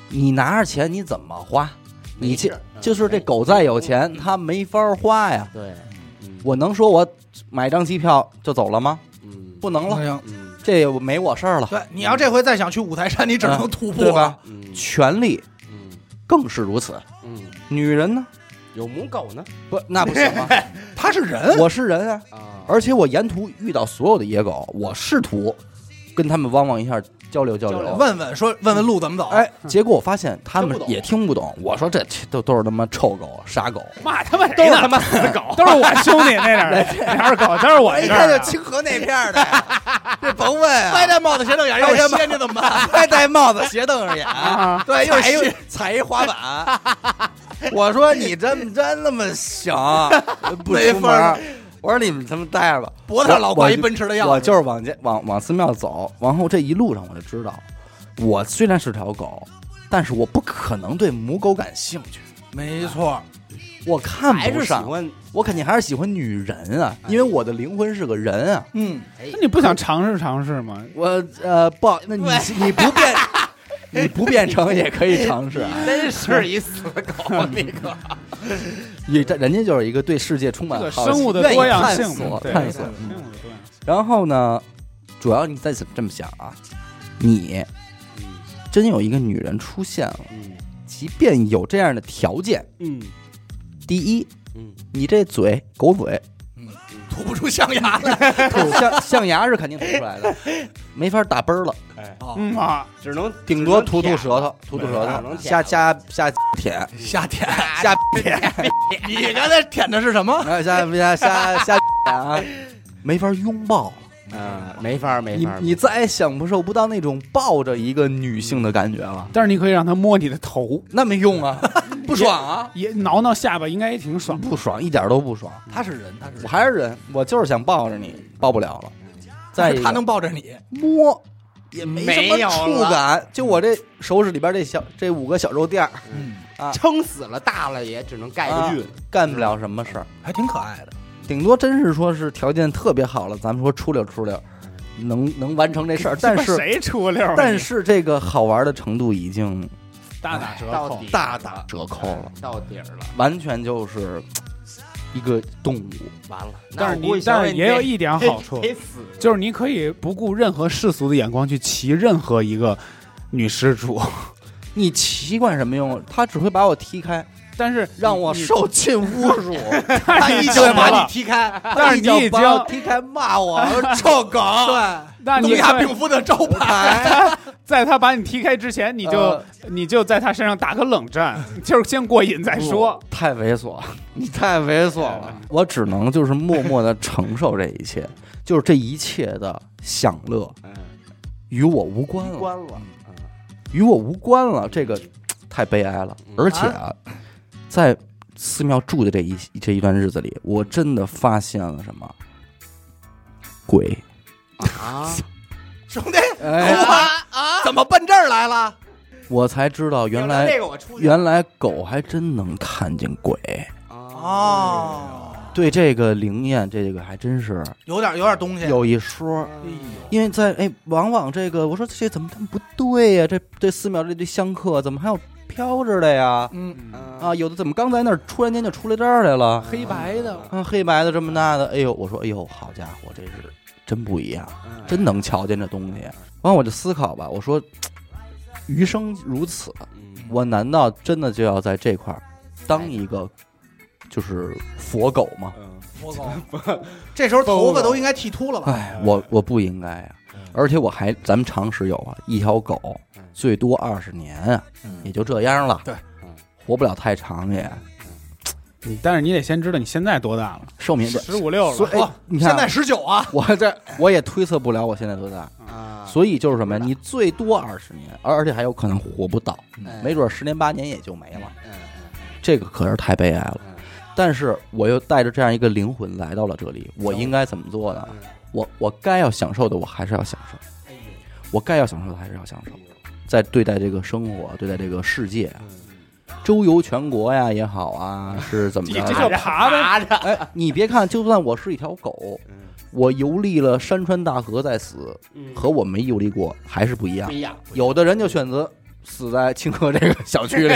[SPEAKER 1] 你拿着钱你怎么花？你
[SPEAKER 3] 劲
[SPEAKER 1] 这
[SPEAKER 3] 儿嗯
[SPEAKER 1] 就是这
[SPEAKER 3] 没
[SPEAKER 1] 狗再有钱，它没法花呀。
[SPEAKER 3] 对，嗯
[SPEAKER 1] 我能说我买张机票就走了吗？
[SPEAKER 3] 嗯
[SPEAKER 1] 不能
[SPEAKER 4] 不
[SPEAKER 1] 了，
[SPEAKER 4] 行。
[SPEAKER 3] 嗯
[SPEAKER 1] 这也没我事儿了，
[SPEAKER 4] 对，你要这回再想去五台山，你只能徒步
[SPEAKER 1] 对
[SPEAKER 4] 了
[SPEAKER 1] 吧。？
[SPEAKER 3] 嗯
[SPEAKER 1] 权利
[SPEAKER 3] 嗯
[SPEAKER 1] 更是如此。
[SPEAKER 3] 嗯，
[SPEAKER 1] 女人呢？
[SPEAKER 3] 有母狗呢
[SPEAKER 1] 不，那不行 啊！
[SPEAKER 4] 他是
[SPEAKER 3] 嗯
[SPEAKER 4] 人，
[SPEAKER 1] 我是人啊，
[SPEAKER 3] 啊，
[SPEAKER 1] 而且我沿途遇到所有的野狗，我试图跟他们汪汪一下交流交
[SPEAKER 3] 交啊
[SPEAKER 1] 流。
[SPEAKER 4] 问问说问问路怎么走。
[SPEAKER 1] 哎，结果我发现他
[SPEAKER 3] 听
[SPEAKER 1] 们
[SPEAKER 3] 不懂
[SPEAKER 1] 也听不懂。我说这都都是他妈臭狗、傻狗，
[SPEAKER 2] 骂他妈
[SPEAKER 3] 都
[SPEAKER 2] 谁
[SPEAKER 3] 是
[SPEAKER 2] 呢
[SPEAKER 3] 他？妈死狗，
[SPEAKER 2] 都是我兄弟那点儿的， 那点儿狗都是
[SPEAKER 3] 哎
[SPEAKER 1] 哎
[SPEAKER 2] 我这
[SPEAKER 4] 一看
[SPEAKER 2] 儿
[SPEAKER 4] 就
[SPEAKER 2] 的。
[SPEAKER 4] 清河哎那片儿的呀， 这甭问啊。
[SPEAKER 1] 戴帽子斜瞪眼又
[SPEAKER 4] 要
[SPEAKER 1] 掀
[SPEAKER 4] 掀着怎么办？
[SPEAKER 1] 还戴帽子斜瞪 着眼，对，又
[SPEAKER 4] 踩一
[SPEAKER 1] 一啊踩一滑板。我说你真真那么行， 不
[SPEAKER 4] 没
[SPEAKER 1] 出
[SPEAKER 4] 法儿
[SPEAKER 1] 门。我说你们他妈待着吧，
[SPEAKER 4] 脖子上老挂一
[SPEAKER 1] 我
[SPEAKER 4] 奔驰的钥匙
[SPEAKER 1] 我就是往前往往寺庙走，然后这一路上我就知道，我虽然是条狗，但是我不可能对母狗感兴趣，
[SPEAKER 4] 没错，
[SPEAKER 1] 我看
[SPEAKER 3] 还
[SPEAKER 1] 不
[SPEAKER 3] 是喜
[SPEAKER 1] 上，
[SPEAKER 3] 欢
[SPEAKER 1] 我肯定还是喜欢女人啊，因为我的灵魂是个人啊。
[SPEAKER 4] 嗯，
[SPEAKER 2] 那你不想尝试尝试吗？
[SPEAKER 1] 我呃不好，那你你不变，你不变成也可以尝试啊。
[SPEAKER 3] 真是一死狗，你个
[SPEAKER 1] 也，人家就是一个对世界充
[SPEAKER 2] 这
[SPEAKER 1] 满
[SPEAKER 2] 个
[SPEAKER 1] 好奇
[SPEAKER 2] 生物的
[SPEAKER 1] 愿意
[SPEAKER 2] 多样
[SPEAKER 1] 探
[SPEAKER 2] 性嘛
[SPEAKER 1] 索，
[SPEAKER 2] 对
[SPEAKER 1] 探索。嗯
[SPEAKER 2] 生物的多样性。
[SPEAKER 1] 然后呢，主要你再这么想啊，你真有一个女人出现了，
[SPEAKER 3] 嗯
[SPEAKER 1] 即便有这样的条件，
[SPEAKER 3] 嗯
[SPEAKER 1] 第一，
[SPEAKER 3] 嗯
[SPEAKER 1] 你这嘴狗 嘴，
[SPEAKER 4] 吐不出象牙来。
[SPEAKER 1] 象象牙是肯定吐不出来的，没法打啵儿了，
[SPEAKER 4] 哦，
[SPEAKER 2] 嗯啊，
[SPEAKER 3] 只能
[SPEAKER 1] 顶多吐吐舌头，吐吐舌
[SPEAKER 3] 只
[SPEAKER 1] 头，
[SPEAKER 3] 能舔
[SPEAKER 1] 下下下舔，
[SPEAKER 4] 瞎舔，
[SPEAKER 3] 啊
[SPEAKER 1] 下舔，啊
[SPEAKER 4] 你刚才舔的是什么？
[SPEAKER 1] 然后下下下下舔啊，没法拥抱。
[SPEAKER 3] 啊，没法儿没
[SPEAKER 1] 你
[SPEAKER 3] 法儿，
[SPEAKER 1] 你再也享受不到那种抱着一个女性的感觉了，
[SPEAKER 2] 但是你可以让它摸你的头，
[SPEAKER 1] 那没用 啊，不爽啊，
[SPEAKER 2] 也挠挠下巴，应该也挺爽。
[SPEAKER 1] 不爽，一点都不爽。
[SPEAKER 4] 他是人，他是人
[SPEAKER 1] 我还是人，我就是想抱着你，抱不了了。再一
[SPEAKER 4] 他
[SPEAKER 1] 个
[SPEAKER 4] 能抱着你，
[SPEAKER 1] 摸也没什么
[SPEAKER 3] 没有
[SPEAKER 1] 触
[SPEAKER 3] 了
[SPEAKER 1] 感，就我这手指里边这小这五个小肉垫儿
[SPEAKER 4] 嗯
[SPEAKER 3] 撑死了大了也只能盖
[SPEAKER 1] 啊
[SPEAKER 3] 个菌，
[SPEAKER 1] 干不了什么事儿，
[SPEAKER 4] 还挺可爱的。
[SPEAKER 1] 顶多真是说是条件特别好了，咱们说出溜出溜，能能完成这事儿。但
[SPEAKER 2] 鸡巴
[SPEAKER 1] 是
[SPEAKER 2] 谁出溜儿啊？
[SPEAKER 1] 但是这个好玩的程度已经
[SPEAKER 2] 大打折
[SPEAKER 3] 哎到
[SPEAKER 2] 扣
[SPEAKER 3] 底，
[SPEAKER 1] 大打折扣了，
[SPEAKER 3] 到底儿了，
[SPEAKER 1] 完全就是一个动物。
[SPEAKER 3] 完了。
[SPEAKER 2] 但是
[SPEAKER 3] 那我估
[SPEAKER 2] 你
[SPEAKER 3] 计小
[SPEAKER 2] 但
[SPEAKER 3] 伟
[SPEAKER 2] 是
[SPEAKER 3] 你
[SPEAKER 2] 也有
[SPEAKER 3] 得
[SPEAKER 2] 一点好处，
[SPEAKER 3] 得得死，
[SPEAKER 2] 就是你可以不顾任何世俗的眼光去骑任何一个女 施主，
[SPEAKER 1] 你奇怪什么用？他只会把我踢开，
[SPEAKER 2] 但是
[SPEAKER 1] 让我
[SPEAKER 2] 你
[SPEAKER 1] 受尽 侮辱。
[SPEAKER 2] 太
[SPEAKER 1] 一
[SPEAKER 2] 强
[SPEAKER 1] 脚把
[SPEAKER 2] 了
[SPEAKER 1] 你
[SPEAKER 3] 踢开，
[SPEAKER 2] 但是你已
[SPEAKER 1] 一脚把我
[SPEAKER 2] 经，
[SPEAKER 1] 踢开骂我
[SPEAKER 4] 臭狗， 对，
[SPEAKER 2] 那
[SPEAKER 4] 东
[SPEAKER 2] 你
[SPEAKER 4] 亚
[SPEAKER 2] 在
[SPEAKER 4] 病夫的招牌。
[SPEAKER 2] 在他把你踢开之前，你就
[SPEAKER 1] 呃
[SPEAKER 2] 你就在他身上打个冷战，就是先过瘾再说。
[SPEAKER 1] 太猥琐，你太猥琐 了。我只能就是默默的承受这一切，就是这一切的享乐与我嗯无关了，嗯
[SPEAKER 3] 关了，
[SPEAKER 1] 与我无关了。这个太悲哀了
[SPEAKER 3] 嗯。
[SPEAKER 1] 而且啊，在寺庙住的这一这一段日子里，我真的发现了什么鬼。
[SPEAKER 3] 啊，
[SPEAKER 4] 兄弟，
[SPEAKER 1] 哎呀，
[SPEAKER 4] 啊，怎么奔这儿来了？
[SPEAKER 1] 我才知道原
[SPEAKER 3] 要聊
[SPEAKER 1] 来
[SPEAKER 3] 这个我出去啊
[SPEAKER 1] 原来狗还真能看见鬼。
[SPEAKER 3] 哎
[SPEAKER 1] 啊
[SPEAKER 4] 哦，
[SPEAKER 1] 对这个灵验，这个还真是
[SPEAKER 4] 有点有点东西。
[SPEAKER 1] 有一说。
[SPEAKER 4] 哎呦，
[SPEAKER 1] 因为在哎，往往这个我说这怎么这么不对呀、这这寺庙这这香客怎么还有飘着的呀？
[SPEAKER 4] 嗯，
[SPEAKER 1] 啊，有的怎么刚在那儿突然间就出来这儿来了？
[SPEAKER 2] 黑白的，
[SPEAKER 1] 啊，黑白的这么大的，哎呦，我说哎呦，好家伙，这是真不一样，
[SPEAKER 3] 真
[SPEAKER 1] 真能瞧见这东西。完我就思考吧，我说，嗯余生如此，我难道真的就要在这块儿当一个就是佛狗吗？
[SPEAKER 4] 我操！ 这时候头发都应该剃秃了吧？
[SPEAKER 1] 哎，我我不应该呀、而且我还咱们常识有啊，一条狗
[SPEAKER 3] 嗯
[SPEAKER 1] 最多二十年啊，也就这样了，
[SPEAKER 4] 对
[SPEAKER 3] 嗯
[SPEAKER 1] 活不了太长也
[SPEAKER 2] 你但是你得先知道你现在多大了，
[SPEAKER 1] 寿命。
[SPEAKER 2] 十五六
[SPEAKER 1] 所
[SPEAKER 2] 了，
[SPEAKER 1] 以、哎、你看
[SPEAKER 4] 现
[SPEAKER 1] 啊，
[SPEAKER 4] 在十九哦啊，
[SPEAKER 1] 我这我也推测不了我现在多大，
[SPEAKER 3] 啊，
[SPEAKER 1] 所以就是什么呀，你最多二十年，而而且还有可能活不到，
[SPEAKER 3] 哎
[SPEAKER 1] 嗯没准十年八年也就没了，
[SPEAKER 3] 嗯
[SPEAKER 1] 这个可是太悲哀了。
[SPEAKER 3] 嗯
[SPEAKER 1] 但是我又带着这样一个灵魂来到了这里，我应该怎么做呢？
[SPEAKER 3] 嗯
[SPEAKER 1] 我我该要享受的，我还是要享受；
[SPEAKER 3] 哎呦哎
[SPEAKER 1] 我该要享受的，还是要享受。在对待这个生活、对待这个世界啊，
[SPEAKER 3] 嗯
[SPEAKER 1] 周游全国呀也好啊，是怎么
[SPEAKER 2] 你
[SPEAKER 1] 着
[SPEAKER 2] 这叫
[SPEAKER 1] 的？
[SPEAKER 2] 爬呗，
[SPEAKER 3] 着，
[SPEAKER 1] 哎，你别看，就算我是一条狗，我游历了山川大河再死，
[SPEAKER 3] 嗯
[SPEAKER 1] 和我没游历过还是不一样
[SPEAKER 3] 不。一样，
[SPEAKER 1] 有的人就选择死在清河这个小区里，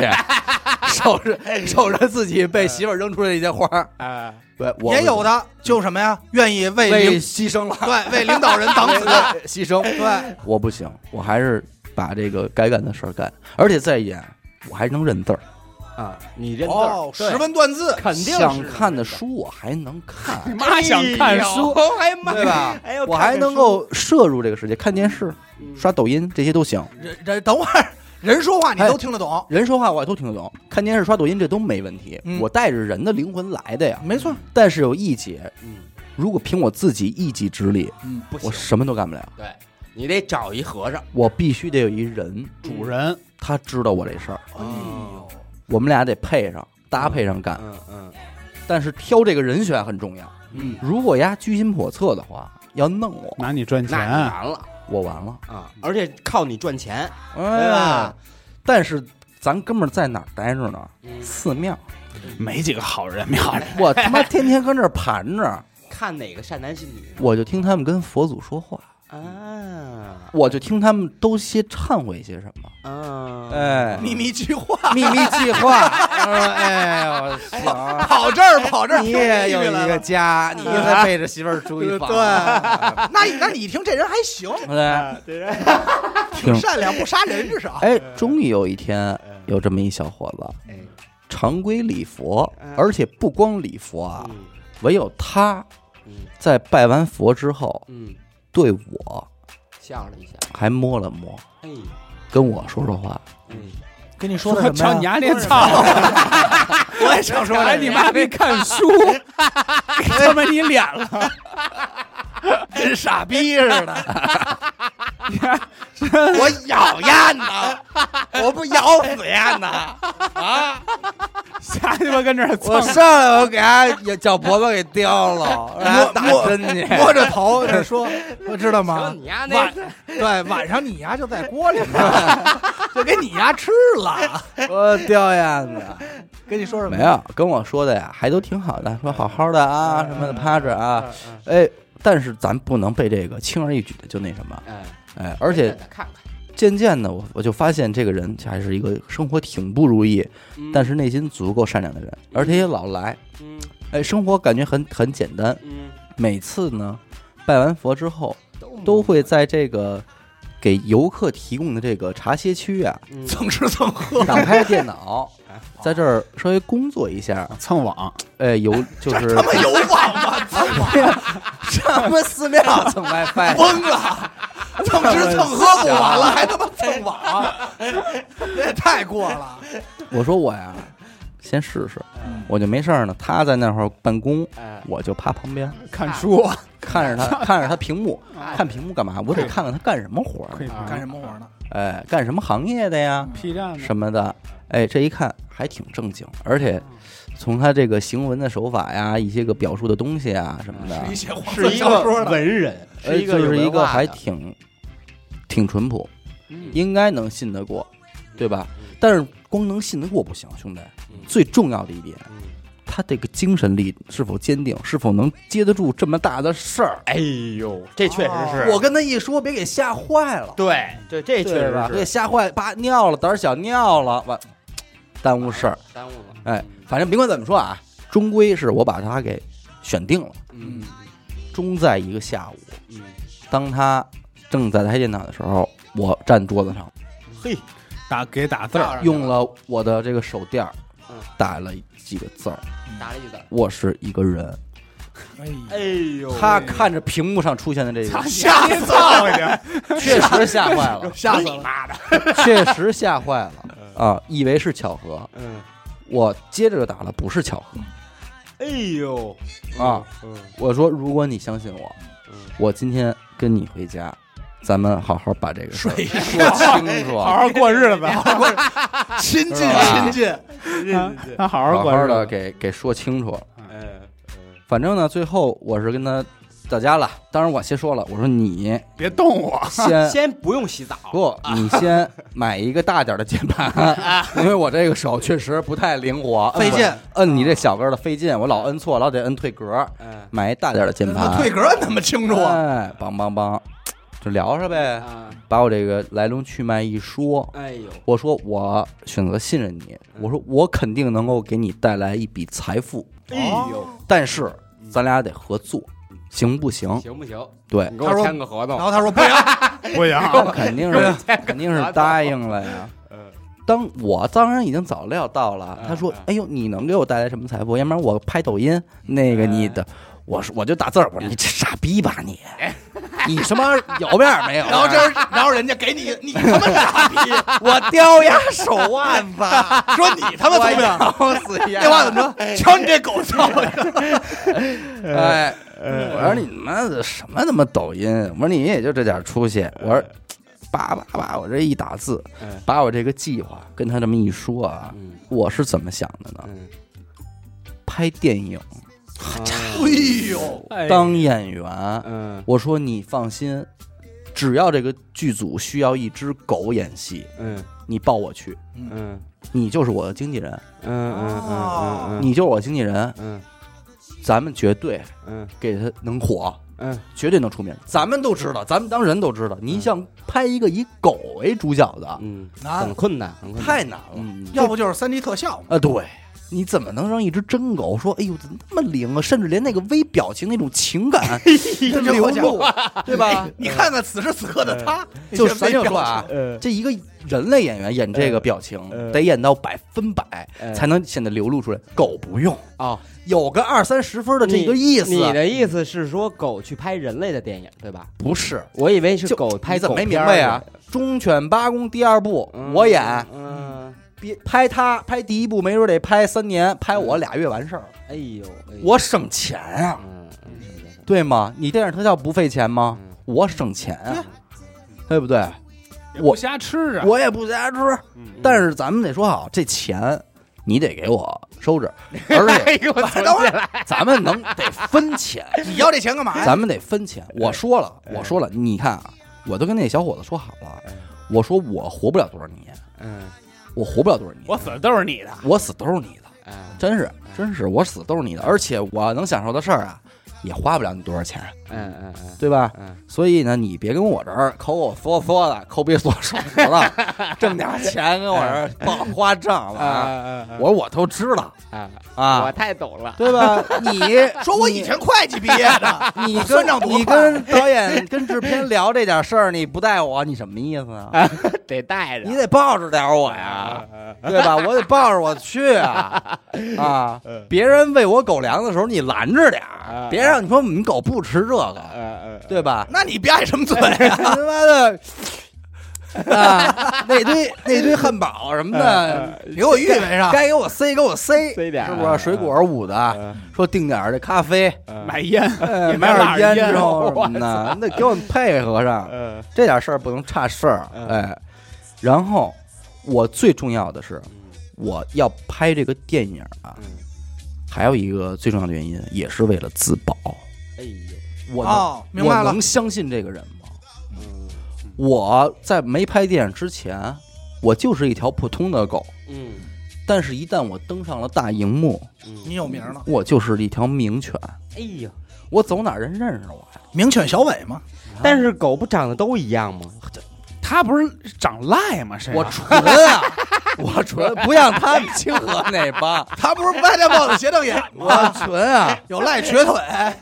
[SPEAKER 1] 守着守着自己被媳妇儿扔出来的一些花儿。
[SPEAKER 2] 哎，
[SPEAKER 1] 对，我
[SPEAKER 4] 也有的就什么呀，愿意嗯为
[SPEAKER 1] 为
[SPEAKER 4] 领
[SPEAKER 1] 牺牲了，
[SPEAKER 4] 对为领导人挡子 弹。
[SPEAKER 1] 为牺牲。
[SPEAKER 4] 对，
[SPEAKER 1] 我不行，我还是把这个该干的事儿干，而且再一点，我还能认字儿。
[SPEAKER 3] 啊，你认字儿
[SPEAKER 4] 哦，识文断字，
[SPEAKER 3] 肯定是
[SPEAKER 1] 想看的书我还能看，
[SPEAKER 2] 妈想看书，
[SPEAKER 3] 哎妈
[SPEAKER 1] 对吧？
[SPEAKER 3] 哎呦
[SPEAKER 1] 我还能够摄入这个世界，看电视、
[SPEAKER 3] 嗯
[SPEAKER 1] 刷抖音这些都行。
[SPEAKER 4] 人人等会儿人说话你都听得懂，
[SPEAKER 1] 人说话我也都听得懂，看电视、刷抖音这都没问题。
[SPEAKER 4] 嗯
[SPEAKER 1] 我带着人的灵魂来的呀。
[SPEAKER 4] 没错。
[SPEAKER 1] 但是有一节，
[SPEAKER 3] 嗯
[SPEAKER 1] 如果凭我自己一己之力，
[SPEAKER 4] 嗯，
[SPEAKER 3] 不行
[SPEAKER 1] 我，什么都干不了。
[SPEAKER 3] 对你得找一和尚，
[SPEAKER 1] 我必须得有一人，
[SPEAKER 2] 主人
[SPEAKER 1] 他知道我这事儿，
[SPEAKER 4] 哎
[SPEAKER 1] 哦
[SPEAKER 4] 呦，
[SPEAKER 1] 我们俩得配上搭配上干。
[SPEAKER 3] 嗯嗯
[SPEAKER 1] 但是挑这个人选很重要。
[SPEAKER 3] 嗯，
[SPEAKER 1] 如果丫居心叵测的话，要弄我，
[SPEAKER 2] 拿你赚
[SPEAKER 3] 那
[SPEAKER 2] 钱
[SPEAKER 3] 你
[SPEAKER 2] 啊，
[SPEAKER 3] 完了
[SPEAKER 1] 我完了，
[SPEAKER 3] 啊，而且靠你赚钱，
[SPEAKER 1] 哎
[SPEAKER 3] 吧？
[SPEAKER 1] 但是咱哥们儿在哪儿待着呢？
[SPEAKER 3] 嗯
[SPEAKER 1] 寺庙，
[SPEAKER 2] 没几个好人庙里，
[SPEAKER 1] 我他妈天天跟这儿盘着，
[SPEAKER 3] 看哪个善男信女，
[SPEAKER 1] 我就听他们跟佛祖说话。
[SPEAKER 3] 啊
[SPEAKER 1] 我就听他们都些忏悔些什么，
[SPEAKER 3] 啊，
[SPEAKER 1] 哎，
[SPEAKER 4] 秘密计划，
[SPEAKER 1] 秘密计划，哎呦，我操！
[SPEAKER 4] 跑这儿跑这儿，
[SPEAKER 1] 哎你也有
[SPEAKER 4] 秘密
[SPEAKER 1] 一
[SPEAKER 4] 来
[SPEAKER 1] 个
[SPEAKER 4] 了
[SPEAKER 1] 家，你又在背着媳妇儿租一房，
[SPEAKER 4] 对，哎那那你一听这人还行，
[SPEAKER 1] 对不对，
[SPEAKER 4] 挺善良，不杀人至少。
[SPEAKER 1] 哎，终于有一天有这么一小伙
[SPEAKER 4] 哎
[SPEAKER 1] 子，常规礼佛，而且不光礼佛啊，
[SPEAKER 3] 嗯
[SPEAKER 1] 唯有他
[SPEAKER 3] 嗯
[SPEAKER 1] 在拜完佛之后，
[SPEAKER 3] 嗯，
[SPEAKER 1] 对我
[SPEAKER 3] 笑了一下，
[SPEAKER 1] 还摸了摸，
[SPEAKER 3] 哎
[SPEAKER 1] 跟我说说话。
[SPEAKER 3] 哎，
[SPEAKER 4] 跟你说
[SPEAKER 2] 我瞧你丫那操！
[SPEAKER 4] 我也想说
[SPEAKER 2] 看来
[SPEAKER 4] 这
[SPEAKER 2] 你
[SPEAKER 4] 个，
[SPEAKER 2] 妈没看书，他妈你脸了，
[SPEAKER 4] 跟傻逼似的。
[SPEAKER 1] 我咬呀呢，我不咬死呀呢，
[SPEAKER 2] 瞎鸡巴跟这儿
[SPEAKER 1] 我
[SPEAKER 2] 蹭。
[SPEAKER 1] 上来我给他脚脖子给叼了， 让他打针去。
[SPEAKER 4] 摸着头就说：“ 我知道
[SPEAKER 3] 瞧
[SPEAKER 4] 吗？
[SPEAKER 3] 你丫那
[SPEAKER 4] 晚对晚上你丫就在锅 里面，就给你丫吃了。
[SPEAKER 1] 我掉呀呢。
[SPEAKER 4] 跟你说什么
[SPEAKER 1] 没？有跟我说的呀，还都挺好的，说好好的啊，什么的趴着啊，哎，但是咱不能被这个轻而易举的就那什么，
[SPEAKER 3] 哎，
[SPEAKER 1] 哎，而且
[SPEAKER 3] 再看看，
[SPEAKER 1] 渐渐的我我就发现这个人还是一个生活挺不如意，但是内心足够善良的人，而且也老来，
[SPEAKER 3] 嗯
[SPEAKER 1] 哎，生活感觉很很简单，
[SPEAKER 3] 嗯
[SPEAKER 1] 每次呢拜完佛之后，都会在这个给游客提供的这个茶歇区啊，
[SPEAKER 3] 嗯
[SPEAKER 4] 蹭吃蹭喝，
[SPEAKER 1] 打开电 脑，在这儿稍微工作一下，
[SPEAKER 2] 蹭网，
[SPEAKER 1] 哎， 游就是
[SPEAKER 4] 他妈有网 吗？
[SPEAKER 1] 什么寺庙蹭 WiFi？
[SPEAKER 4] 疯了！ 蹭吃蹭喝不完 了，还他妈蹭网，这也太过了。
[SPEAKER 1] 我说我呀，先试试，我就没事儿呢。他在那会儿办公，
[SPEAKER 3] 哎
[SPEAKER 1] 我就趴旁边
[SPEAKER 2] 看书，
[SPEAKER 1] 看着 他，看着他屏幕，看屏幕干嘛？我得看看他干什么活
[SPEAKER 2] 啊
[SPEAKER 1] 儿，
[SPEAKER 4] 干什么活呢？
[SPEAKER 1] 哎，干什么行业的呀，
[SPEAKER 2] ？P 站呢
[SPEAKER 1] 什么的。哎，这一看还挺正经，而且从他这个行文的手法呀，一些个表述的东西啊什么的，
[SPEAKER 4] 是一些黄
[SPEAKER 3] 是
[SPEAKER 4] 色
[SPEAKER 3] 一
[SPEAKER 4] 小
[SPEAKER 3] 个
[SPEAKER 4] 说的，
[SPEAKER 3] 文人，
[SPEAKER 1] 哎
[SPEAKER 3] 是一个
[SPEAKER 1] 就是一
[SPEAKER 3] 有文
[SPEAKER 1] 个
[SPEAKER 3] 化
[SPEAKER 1] 还
[SPEAKER 3] 的
[SPEAKER 1] 挺挺淳朴，
[SPEAKER 3] 嗯
[SPEAKER 1] 应该能信得过，对吧
[SPEAKER 3] 嗯？
[SPEAKER 1] 但是光能信得过不行，兄弟
[SPEAKER 3] 嗯。
[SPEAKER 1] 最重要的一点，他这个精神力是否坚定，是否能接得住这么大的事儿？
[SPEAKER 3] 哎呦，这确实是
[SPEAKER 1] 我跟他一说，别给吓坏了，
[SPEAKER 3] 对哦对，这确
[SPEAKER 1] 对
[SPEAKER 3] 实
[SPEAKER 1] 吧？
[SPEAKER 3] 是
[SPEAKER 1] 别给吓坏，叭尿了，胆小尿了，完耽误事儿。
[SPEAKER 3] 耽误了，
[SPEAKER 1] 哎，反正甭管怎么说啊，终归是我把他给选定了。
[SPEAKER 3] 嗯
[SPEAKER 1] 终在一个下午，
[SPEAKER 3] 嗯，
[SPEAKER 1] 当他正在开电脑的时候，我站桌子上，
[SPEAKER 3] 嘿，
[SPEAKER 2] 打给打字儿，
[SPEAKER 1] 用了我的这个手垫儿
[SPEAKER 3] 嗯，
[SPEAKER 1] 打了几个字儿。
[SPEAKER 3] 打了一个，
[SPEAKER 1] 我是一个人，
[SPEAKER 3] 哎呦
[SPEAKER 1] 他看着屏幕上出现的这个，
[SPEAKER 2] 吓死我了！
[SPEAKER 1] 确实吓坏了，
[SPEAKER 4] 吓死了！
[SPEAKER 1] 确实吓坏了啊！以为是巧合，
[SPEAKER 3] 嗯，
[SPEAKER 1] 我接着就打了，不是巧合。
[SPEAKER 3] 哎呦
[SPEAKER 1] 啊，
[SPEAKER 3] 嗯
[SPEAKER 1] 我说，如果你相信我，
[SPEAKER 3] 嗯，
[SPEAKER 1] 我今天跟你回家，咱们好好把这个事儿
[SPEAKER 4] 水
[SPEAKER 1] 说清楚， 啊
[SPEAKER 2] 好 好过日子，
[SPEAKER 4] 亲近
[SPEAKER 1] 是吧
[SPEAKER 4] 亲近，
[SPEAKER 1] 啊
[SPEAKER 3] 对对对，
[SPEAKER 2] 他好
[SPEAKER 1] 好
[SPEAKER 2] 过
[SPEAKER 1] 好
[SPEAKER 2] 日
[SPEAKER 1] 的
[SPEAKER 2] 子。
[SPEAKER 1] 给给说清楚。
[SPEAKER 3] 嗯
[SPEAKER 1] 反正呢，最后我是跟他到家了。当然，我先说了，我说 你
[SPEAKER 2] 别动我，
[SPEAKER 1] 先
[SPEAKER 3] 先不用洗澡，
[SPEAKER 1] 不，你先买一个大点儿的键 盘，因为我这个手确实不太灵活，
[SPEAKER 4] 费劲嗯
[SPEAKER 1] 摁我。摁你这小个儿的费劲，我老摁错，老得摁退格。
[SPEAKER 3] 嗯
[SPEAKER 1] 买一大点儿的键盘，
[SPEAKER 4] 退格啊那么清楚，
[SPEAKER 1] 哎，梆梆梆，就聊上呗，
[SPEAKER 3] 啊，
[SPEAKER 1] 把我这个来龙去脉一说。
[SPEAKER 3] 哎呦，
[SPEAKER 1] 我说我选择信任你，我说我肯定能够给你带来一笔财富，
[SPEAKER 3] 哎呦，
[SPEAKER 1] 但是咱俩得合作，行不行？
[SPEAKER 3] 哦行不行？
[SPEAKER 1] 对
[SPEAKER 3] 你，给
[SPEAKER 4] 他
[SPEAKER 3] 我
[SPEAKER 4] 说
[SPEAKER 3] 签个合
[SPEAKER 4] 然
[SPEAKER 3] 同，
[SPEAKER 4] 后他说 不行，
[SPEAKER 2] 不行，
[SPEAKER 1] 那肯定是 肯定是答应了呀。
[SPEAKER 3] 嗯
[SPEAKER 1] 当我当然已经早料到了，
[SPEAKER 3] 嗯
[SPEAKER 1] 他说
[SPEAKER 3] 嗯：“
[SPEAKER 1] 哎呦，你能给我带来什么财富？要不然我拍抖音那个你的，我说我就打字儿，我说你这傻逼吧 你，你什么有面儿没 有？啊
[SPEAKER 4] 然后这然后人家给你你他妈傻逼，
[SPEAKER 1] 我叼呀 手腕子，啊
[SPEAKER 4] 说你他妈聪明，
[SPEAKER 1] 咬死呀！
[SPEAKER 4] 那话怎么说？瞧你这狗操！
[SPEAKER 1] 哎，我说你妈的什么他妈抖音？我说你也就这点出息。我说，叭叭叭，我这一打字
[SPEAKER 3] 嗯，
[SPEAKER 1] 把我这个计划跟他这么一说啊，
[SPEAKER 3] 嗯
[SPEAKER 1] 我是怎么想的呢？
[SPEAKER 3] 嗯，
[SPEAKER 1] 拍电影
[SPEAKER 4] 哎呦，
[SPEAKER 1] 当演员，
[SPEAKER 3] 嗯
[SPEAKER 1] 我说你放心，只要这个剧组需要一只狗演戏，
[SPEAKER 3] 嗯
[SPEAKER 1] 你报我去，
[SPEAKER 3] 嗯嗯
[SPEAKER 1] 你就是我的经纪人，
[SPEAKER 3] 嗯嗯嗯，
[SPEAKER 1] 你就是我经纪人，
[SPEAKER 3] 嗯
[SPEAKER 1] 咱们绝对
[SPEAKER 3] 嗯
[SPEAKER 1] 给他能火。
[SPEAKER 3] 嗯，
[SPEAKER 1] 绝对能出名。咱们都知道，咱们当人都知道，你想拍一个以狗为主角的，
[SPEAKER 3] 嗯，
[SPEAKER 4] 难
[SPEAKER 3] 很困难，很困难。
[SPEAKER 1] 啊太难了。
[SPEAKER 3] 嗯，
[SPEAKER 4] 要不就是三 D 特效嘛，
[SPEAKER 1] 啊，对，你怎么能让一只真狗说，哎呦，怎么那么灵啊？甚至连那个微表情那种情
[SPEAKER 3] 哎
[SPEAKER 1] 感都
[SPEAKER 4] 这
[SPEAKER 1] 流
[SPEAKER 4] 好家
[SPEAKER 1] 露，对吧？
[SPEAKER 4] 你看看此时此刻的
[SPEAKER 3] 哎
[SPEAKER 4] 他，
[SPEAKER 1] 就是咱就说啊，
[SPEAKER 3] 呃，
[SPEAKER 1] 这一个人类演员演这个表情，
[SPEAKER 3] 呃
[SPEAKER 1] 得演到百分百、
[SPEAKER 3] 呃
[SPEAKER 1] 才能显得流露出来。狗不用，
[SPEAKER 3] 哦，
[SPEAKER 1] 有个二三十分的这个意思，
[SPEAKER 3] 你你的意思是说狗去拍人类的电影，对吧？
[SPEAKER 1] 不是
[SPEAKER 3] 我以为是
[SPEAKER 1] 就
[SPEAKER 3] 狗拍
[SPEAKER 1] 你怎
[SPEAKER 3] 狗
[SPEAKER 1] 么没明
[SPEAKER 3] 片儿
[SPEAKER 1] 白呀？忠犬八公第二部、
[SPEAKER 3] 嗯
[SPEAKER 1] 我演，
[SPEAKER 3] 嗯，
[SPEAKER 1] 别拍他拍第一部，没准得拍三年，拍我俩月完事儿，
[SPEAKER 3] 哎呦，哎呦
[SPEAKER 1] 我省钱啊，
[SPEAKER 3] 嗯，嗯是的是的
[SPEAKER 1] 对吗？你电影特效不费钱吗？
[SPEAKER 3] 嗯
[SPEAKER 1] 我省钱啊，对不对？
[SPEAKER 2] 也
[SPEAKER 1] 我
[SPEAKER 2] 不瞎吃啊，
[SPEAKER 1] 我也不瞎吃，
[SPEAKER 2] 嗯
[SPEAKER 1] 但是咱们得说好，这钱你得给我收 着，而
[SPEAKER 2] 哎
[SPEAKER 1] 且
[SPEAKER 4] 等会儿
[SPEAKER 1] 咱们能得分钱，
[SPEAKER 4] 你要这钱干嘛
[SPEAKER 2] 哎
[SPEAKER 4] 呀？
[SPEAKER 1] 咱们得分钱。我说了，我说了，你看啊，我都跟那小伙子说好了，
[SPEAKER 2] 哎
[SPEAKER 1] 我说我活不了多少年，
[SPEAKER 3] 嗯
[SPEAKER 1] 我活不了多少年，
[SPEAKER 2] 我死都是你的，
[SPEAKER 1] 我死都是你的，
[SPEAKER 3] 嗯
[SPEAKER 1] 真是真是我死都是你的，而且我能享受的事儿啊，也花不了你多少钱，
[SPEAKER 3] 嗯嗯嗯
[SPEAKER 1] 对吧？
[SPEAKER 3] 嗯，
[SPEAKER 1] 所以呢，你别跟我这儿抠抠缩缩的，抠鼻缩手指的，挣点钱跟我这儿报花账了啊！
[SPEAKER 2] 啊
[SPEAKER 1] 我说我都知道
[SPEAKER 3] 啊，我
[SPEAKER 1] 啊，
[SPEAKER 3] 太懂了，
[SPEAKER 1] 对吧？你
[SPEAKER 4] 说我以前会计毕业 的，
[SPEAKER 1] 你
[SPEAKER 4] 我
[SPEAKER 1] 你
[SPEAKER 4] 算
[SPEAKER 1] 跟
[SPEAKER 4] 账多
[SPEAKER 1] 你跟导演跟制片聊这点事儿，你不带我，你什么意思啊？
[SPEAKER 3] 得带着
[SPEAKER 1] 你，得抱着点我呀，对吧？我得抱着我去啊啊！别人喂我狗粮的时候，你拦着点儿，别让你说我们狗不吃这
[SPEAKER 2] 啊
[SPEAKER 1] 个，
[SPEAKER 3] 嗯嗯
[SPEAKER 1] 对吧？
[SPEAKER 4] 那你别爱什么 嘴 啊？
[SPEAKER 1] 哎他妈的！啊，那堆那堆汉堡什么的，
[SPEAKER 4] 给我预备上，
[SPEAKER 1] 哎该给我塞给我塞，
[SPEAKER 3] 塞点儿
[SPEAKER 1] 是不是？水果捂的，啊说订点儿这咖啡，
[SPEAKER 3] 嗯，
[SPEAKER 2] 买烟，
[SPEAKER 1] 哎
[SPEAKER 2] 也
[SPEAKER 1] 买
[SPEAKER 2] 啊呃买
[SPEAKER 1] 点烟
[SPEAKER 2] 点烟啊呃
[SPEAKER 1] 抽什么的，那给我们配合上，
[SPEAKER 3] 嗯
[SPEAKER 1] 这点事儿不能差事儿，
[SPEAKER 3] 嗯
[SPEAKER 1] 哎。然后我最重要的是，我要拍这个电影啊，
[SPEAKER 3] 嗯，
[SPEAKER 1] 还有一个最重要的原因，也是为了自保。
[SPEAKER 3] 哎呦，
[SPEAKER 1] 我能、
[SPEAKER 4] 哦，明白
[SPEAKER 1] 我
[SPEAKER 4] 了
[SPEAKER 1] 能，相信这个人吗？
[SPEAKER 3] 嗯
[SPEAKER 1] 我在没拍电影之前，我就是一条普通的狗，
[SPEAKER 3] 嗯
[SPEAKER 1] 但是一旦我登上了大荧幕，
[SPEAKER 4] 你
[SPEAKER 3] 嗯，
[SPEAKER 4] 有名了，
[SPEAKER 1] 我就是一条名犬，
[SPEAKER 3] 哎呦，
[SPEAKER 1] 我走哪儿人认识我呀。
[SPEAKER 4] 名犬小伟 嘛，
[SPEAKER 3] 但是狗不长得都一样吗？
[SPEAKER 2] 他不是长赖吗？谁啊？
[SPEAKER 1] 我纯啊， 我纯，不像他们清河那帮，
[SPEAKER 4] 他不是外带豹子斜瞪眼
[SPEAKER 1] 我
[SPEAKER 4] 吗？
[SPEAKER 1] 纯啊，
[SPEAKER 4] 有赖瘸腿，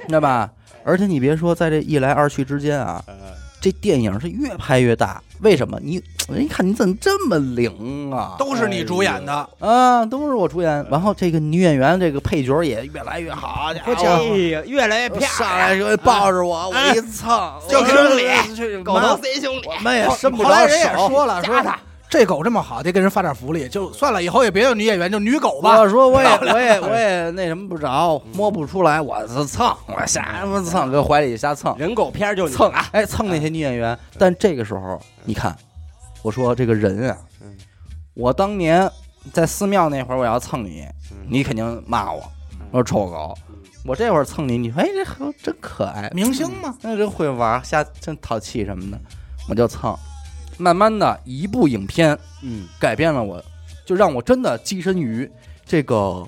[SPEAKER 1] 对吧？而且你别说，在这一来二去之间啊，
[SPEAKER 4] 嗯
[SPEAKER 1] 这电影是越拍越大。为什么？你人一看你怎么这么灵啊？
[SPEAKER 4] 都是你主演的，
[SPEAKER 1] 啊，都是我主演。然后这个女演员这个配角也越来越好，家伙
[SPEAKER 3] 哎呦，越来越漂
[SPEAKER 1] 上
[SPEAKER 3] 亮，
[SPEAKER 1] 来就抱着我，我一蹭，
[SPEAKER 4] 就
[SPEAKER 1] 我
[SPEAKER 4] 给
[SPEAKER 1] 说
[SPEAKER 4] 兄
[SPEAKER 1] 去
[SPEAKER 4] 弟，
[SPEAKER 1] 狗头
[SPEAKER 4] 塞兄弟，
[SPEAKER 1] 我们也伸不
[SPEAKER 4] 后来
[SPEAKER 1] 着
[SPEAKER 4] 人也
[SPEAKER 1] 手。
[SPEAKER 4] 说了，说
[SPEAKER 3] 他
[SPEAKER 4] 这狗这么好，得给人发点福利，就算了，以后也别有女演员，就女狗吧。
[SPEAKER 1] 我说我也我也我也那什么不着，摸不出来，我是蹭，我瞎他妈蹭，搁怀里瞎蹭
[SPEAKER 3] 人狗片儿就你啊
[SPEAKER 1] 蹭，哎蹭那些女演员。但这个时候，你看，我说这个人啊
[SPEAKER 3] 嗯，
[SPEAKER 1] 我当年在寺庙那会儿，我要蹭你，
[SPEAKER 3] 嗯
[SPEAKER 1] 你肯定骂我
[SPEAKER 3] 嗯，嗯
[SPEAKER 1] 我说臭狗。我这会儿蹭你，你说哎这猴真可爱，
[SPEAKER 4] 明星嘛，
[SPEAKER 1] 那真会玩，瞎真淘气什么的，我就蹭。慢慢的，一部影片
[SPEAKER 3] 嗯
[SPEAKER 1] 改变了我，就让我真的跻身于这个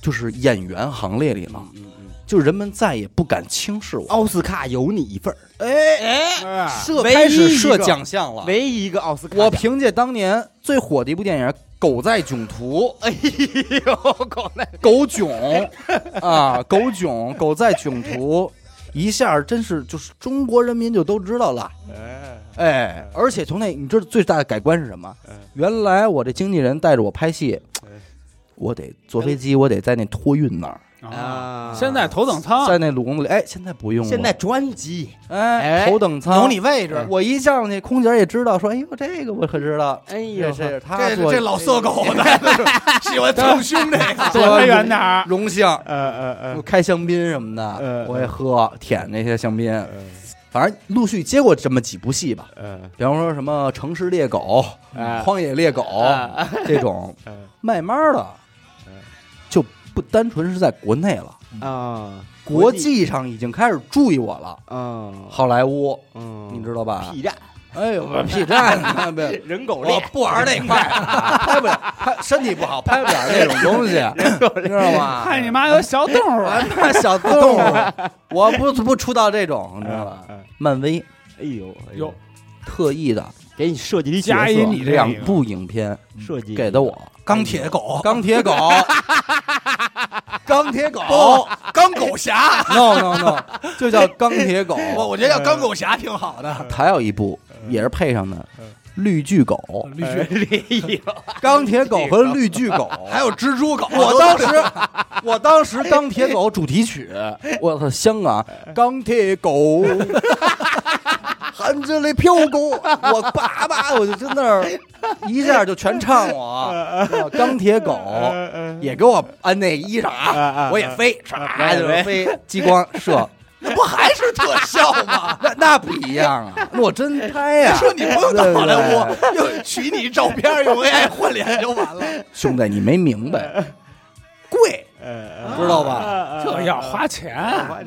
[SPEAKER 1] 就是演员行列里了
[SPEAKER 3] 嗯。嗯嗯，
[SPEAKER 1] 就人们再也不敢轻视我，
[SPEAKER 3] 奥斯卡有你一份儿，
[SPEAKER 1] 哎
[SPEAKER 2] 哎
[SPEAKER 1] 设
[SPEAKER 3] 唯
[SPEAKER 1] 开
[SPEAKER 3] 一
[SPEAKER 1] 始
[SPEAKER 3] 一
[SPEAKER 1] 设
[SPEAKER 3] 个
[SPEAKER 1] 奖项了。
[SPEAKER 3] 唯一一个奥斯卡
[SPEAKER 1] 啊
[SPEAKER 3] 奖，
[SPEAKER 1] 我凭借当年最火的一部电影《狗在囧途》，
[SPEAKER 3] 哎呦，狗那
[SPEAKER 1] 狗囧啊，狗囧，狗在囧途，一下儿真是就是中国人民就都知道了。哎，而且从那你知道最大的改观是什么？
[SPEAKER 3] 嗯
[SPEAKER 1] 原来我这经纪人带着我拍戏，我得坐飞机，我得在那托运那儿，
[SPEAKER 3] 啊
[SPEAKER 2] 哦现在头等舱
[SPEAKER 1] 在那笼子里。哎，现在不用了，
[SPEAKER 3] 现在专辑，
[SPEAKER 1] 哎
[SPEAKER 3] 哎
[SPEAKER 1] 头等舱
[SPEAKER 4] 有你位
[SPEAKER 3] 嗯
[SPEAKER 4] 置，
[SPEAKER 1] 我一上去，空姐也知道，说：“哎呦，这个我可知道，
[SPEAKER 3] 哎
[SPEAKER 1] 这
[SPEAKER 3] 呦，
[SPEAKER 1] 是他
[SPEAKER 4] 这
[SPEAKER 1] 做
[SPEAKER 4] 这老色 狗的喜欢蹭胸 这个，
[SPEAKER 2] 躲得远点儿。
[SPEAKER 1] 荣幸。”
[SPEAKER 2] 呃呃呃
[SPEAKER 3] 嗯
[SPEAKER 1] 我开香槟什么的
[SPEAKER 2] 嗯，
[SPEAKER 1] 我也喝舔那些香槟，反正陆续接过这么几部戏吧，
[SPEAKER 3] 嗯
[SPEAKER 1] 比方说什么《城市猎狗》
[SPEAKER 3] 嗯
[SPEAKER 1] 《荒野猎狗》 这种，慢慢的
[SPEAKER 3] 嗯
[SPEAKER 1] 就不单纯是在国内了，
[SPEAKER 3] 啊，
[SPEAKER 1] 国际上已经开始注意我了，
[SPEAKER 3] 啊，
[SPEAKER 1] 好莱坞，
[SPEAKER 3] 嗯，
[SPEAKER 1] 你知道吧？
[SPEAKER 3] P 站，
[SPEAKER 1] 哎呦，我 屁蛋！别
[SPEAKER 3] 人狗
[SPEAKER 1] 我哦不玩那块儿， 拍不了，拍身体不好，拍不 了那种东西，知道吗？
[SPEAKER 2] 哎看你妈有小动物啊，
[SPEAKER 1] 啊，那小 动物，我不不出到这种，你知道吧？
[SPEAKER 3] 啊
[SPEAKER 1] 漫威
[SPEAKER 3] 哎呦哎
[SPEAKER 2] 哟，
[SPEAKER 1] 特意的
[SPEAKER 3] 给你设计的角
[SPEAKER 2] 加一
[SPEAKER 3] 色，
[SPEAKER 2] 你这
[SPEAKER 1] 两
[SPEAKER 2] 个
[SPEAKER 1] 部影片
[SPEAKER 3] 设计
[SPEAKER 1] 给的我
[SPEAKER 4] 钢铁狗，
[SPEAKER 1] 钢铁 狗
[SPEAKER 4] 钢铁狗
[SPEAKER 1] 哦，
[SPEAKER 4] 钢狗侠，
[SPEAKER 1] ，no no no，就叫钢铁 狗。
[SPEAKER 4] 我我觉得叫钢狗侠挺好的。
[SPEAKER 1] 还有一部也是配上的嗯绿巨狗，
[SPEAKER 2] 绿
[SPEAKER 1] 哎
[SPEAKER 2] 巨
[SPEAKER 1] 钢铁狗和绿巨狗，
[SPEAKER 4] 还有蜘蛛 狗，
[SPEAKER 1] 我当时，我当时钢铁狗主题曲，我操香啊！钢铁狗，含着泪飘过，我叭叭，我就在那儿一下就全唱我，知道钢铁狗也给我安那衣裳啊，我也飞，唰就是飞，激光射，
[SPEAKER 4] 那不还是特效吗？
[SPEAKER 1] 那那不一样啊，那我真拍呀、
[SPEAKER 4] 说你不用到好莱
[SPEAKER 1] 对
[SPEAKER 4] 坞，就取你照片用 AI 换脸就 完了，
[SPEAKER 1] 兄弟，你没明白，贵，知道吧？
[SPEAKER 2] 这要花钱，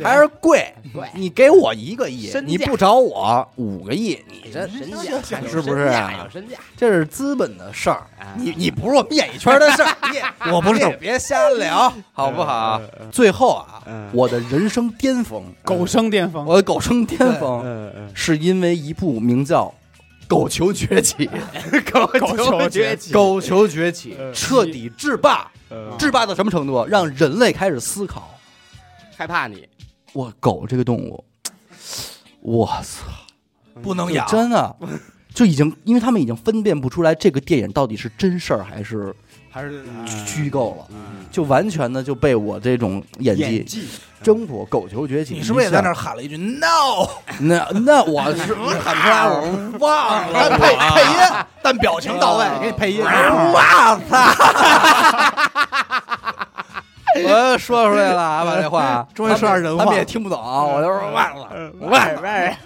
[SPEAKER 1] 还是贵，你给我一个亿，
[SPEAKER 3] 身价
[SPEAKER 1] 你不找我五个亿，你这
[SPEAKER 3] 神价
[SPEAKER 1] 是不是啊
[SPEAKER 3] 有身价，
[SPEAKER 1] 这是资本的事儿，
[SPEAKER 4] 你你不是我们演艺圈
[SPEAKER 1] 圈
[SPEAKER 4] 的
[SPEAKER 1] 的
[SPEAKER 4] 事
[SPEAKER 1] 事
[SPEAKER 4] 儿，
[SPEAKER 1] 儿，你我不是别瞎聊，好不好？最后啊，我的人生巅峰，
[SPEAKER 2] 狗生巅峰，
[SPEAKER 1] 我的狗生巅峰
[SPEAKER 3] 嗯嗯，
[SPEAKER 1] 是因为一部名叫《狗球崛起》
[SPEAKER 3] 狗
[SPEAKER 2] 狗球崛
[SPEAKER 1] 《狗球崛起》彻底制霸，制霸到什么程度？让人类开始思考，
[SPEAKER 3] 害怕你，
[SPEAKER 1] 我狗这个动物，我操！
[SPEAKER 4] 不能
[SPEAKER 1] 就
[SPEAKER 4] 养。
[SPEAKER 1] 真 的就已经，因为他们已经分辨不出来这个电影到底是真事儿还是
[SPEAKER 2] 还是
[SPEAKER 4] 哎
[SPEAKER 1] 虚构了，
[SPEAKER 4] 嗯
[SPEAKER 1] 就完全的就被我这种演技
[SPEAKER 3] 技，
[SPEAKER 1] 征服。狗球崛起，
[SPEAKER 4] 你是不是也在那
[SPEAKER 1] 儿？
[SPEAKER 4] 儿喊了一句 “no”？
[SPEAKER 1] 那那 我是哎喊出来，我
[SPEAKER 4] 忘了啊配配音，但表情到位，给你配音。哇操！
[SPEAKER 1] 我说出来了啊，把这话
[SPEAKER 4] 终于说点人话
[SPEAKER 1] 他们也听不懂，啊我就说忘了。
[SPEAKER 3] 外外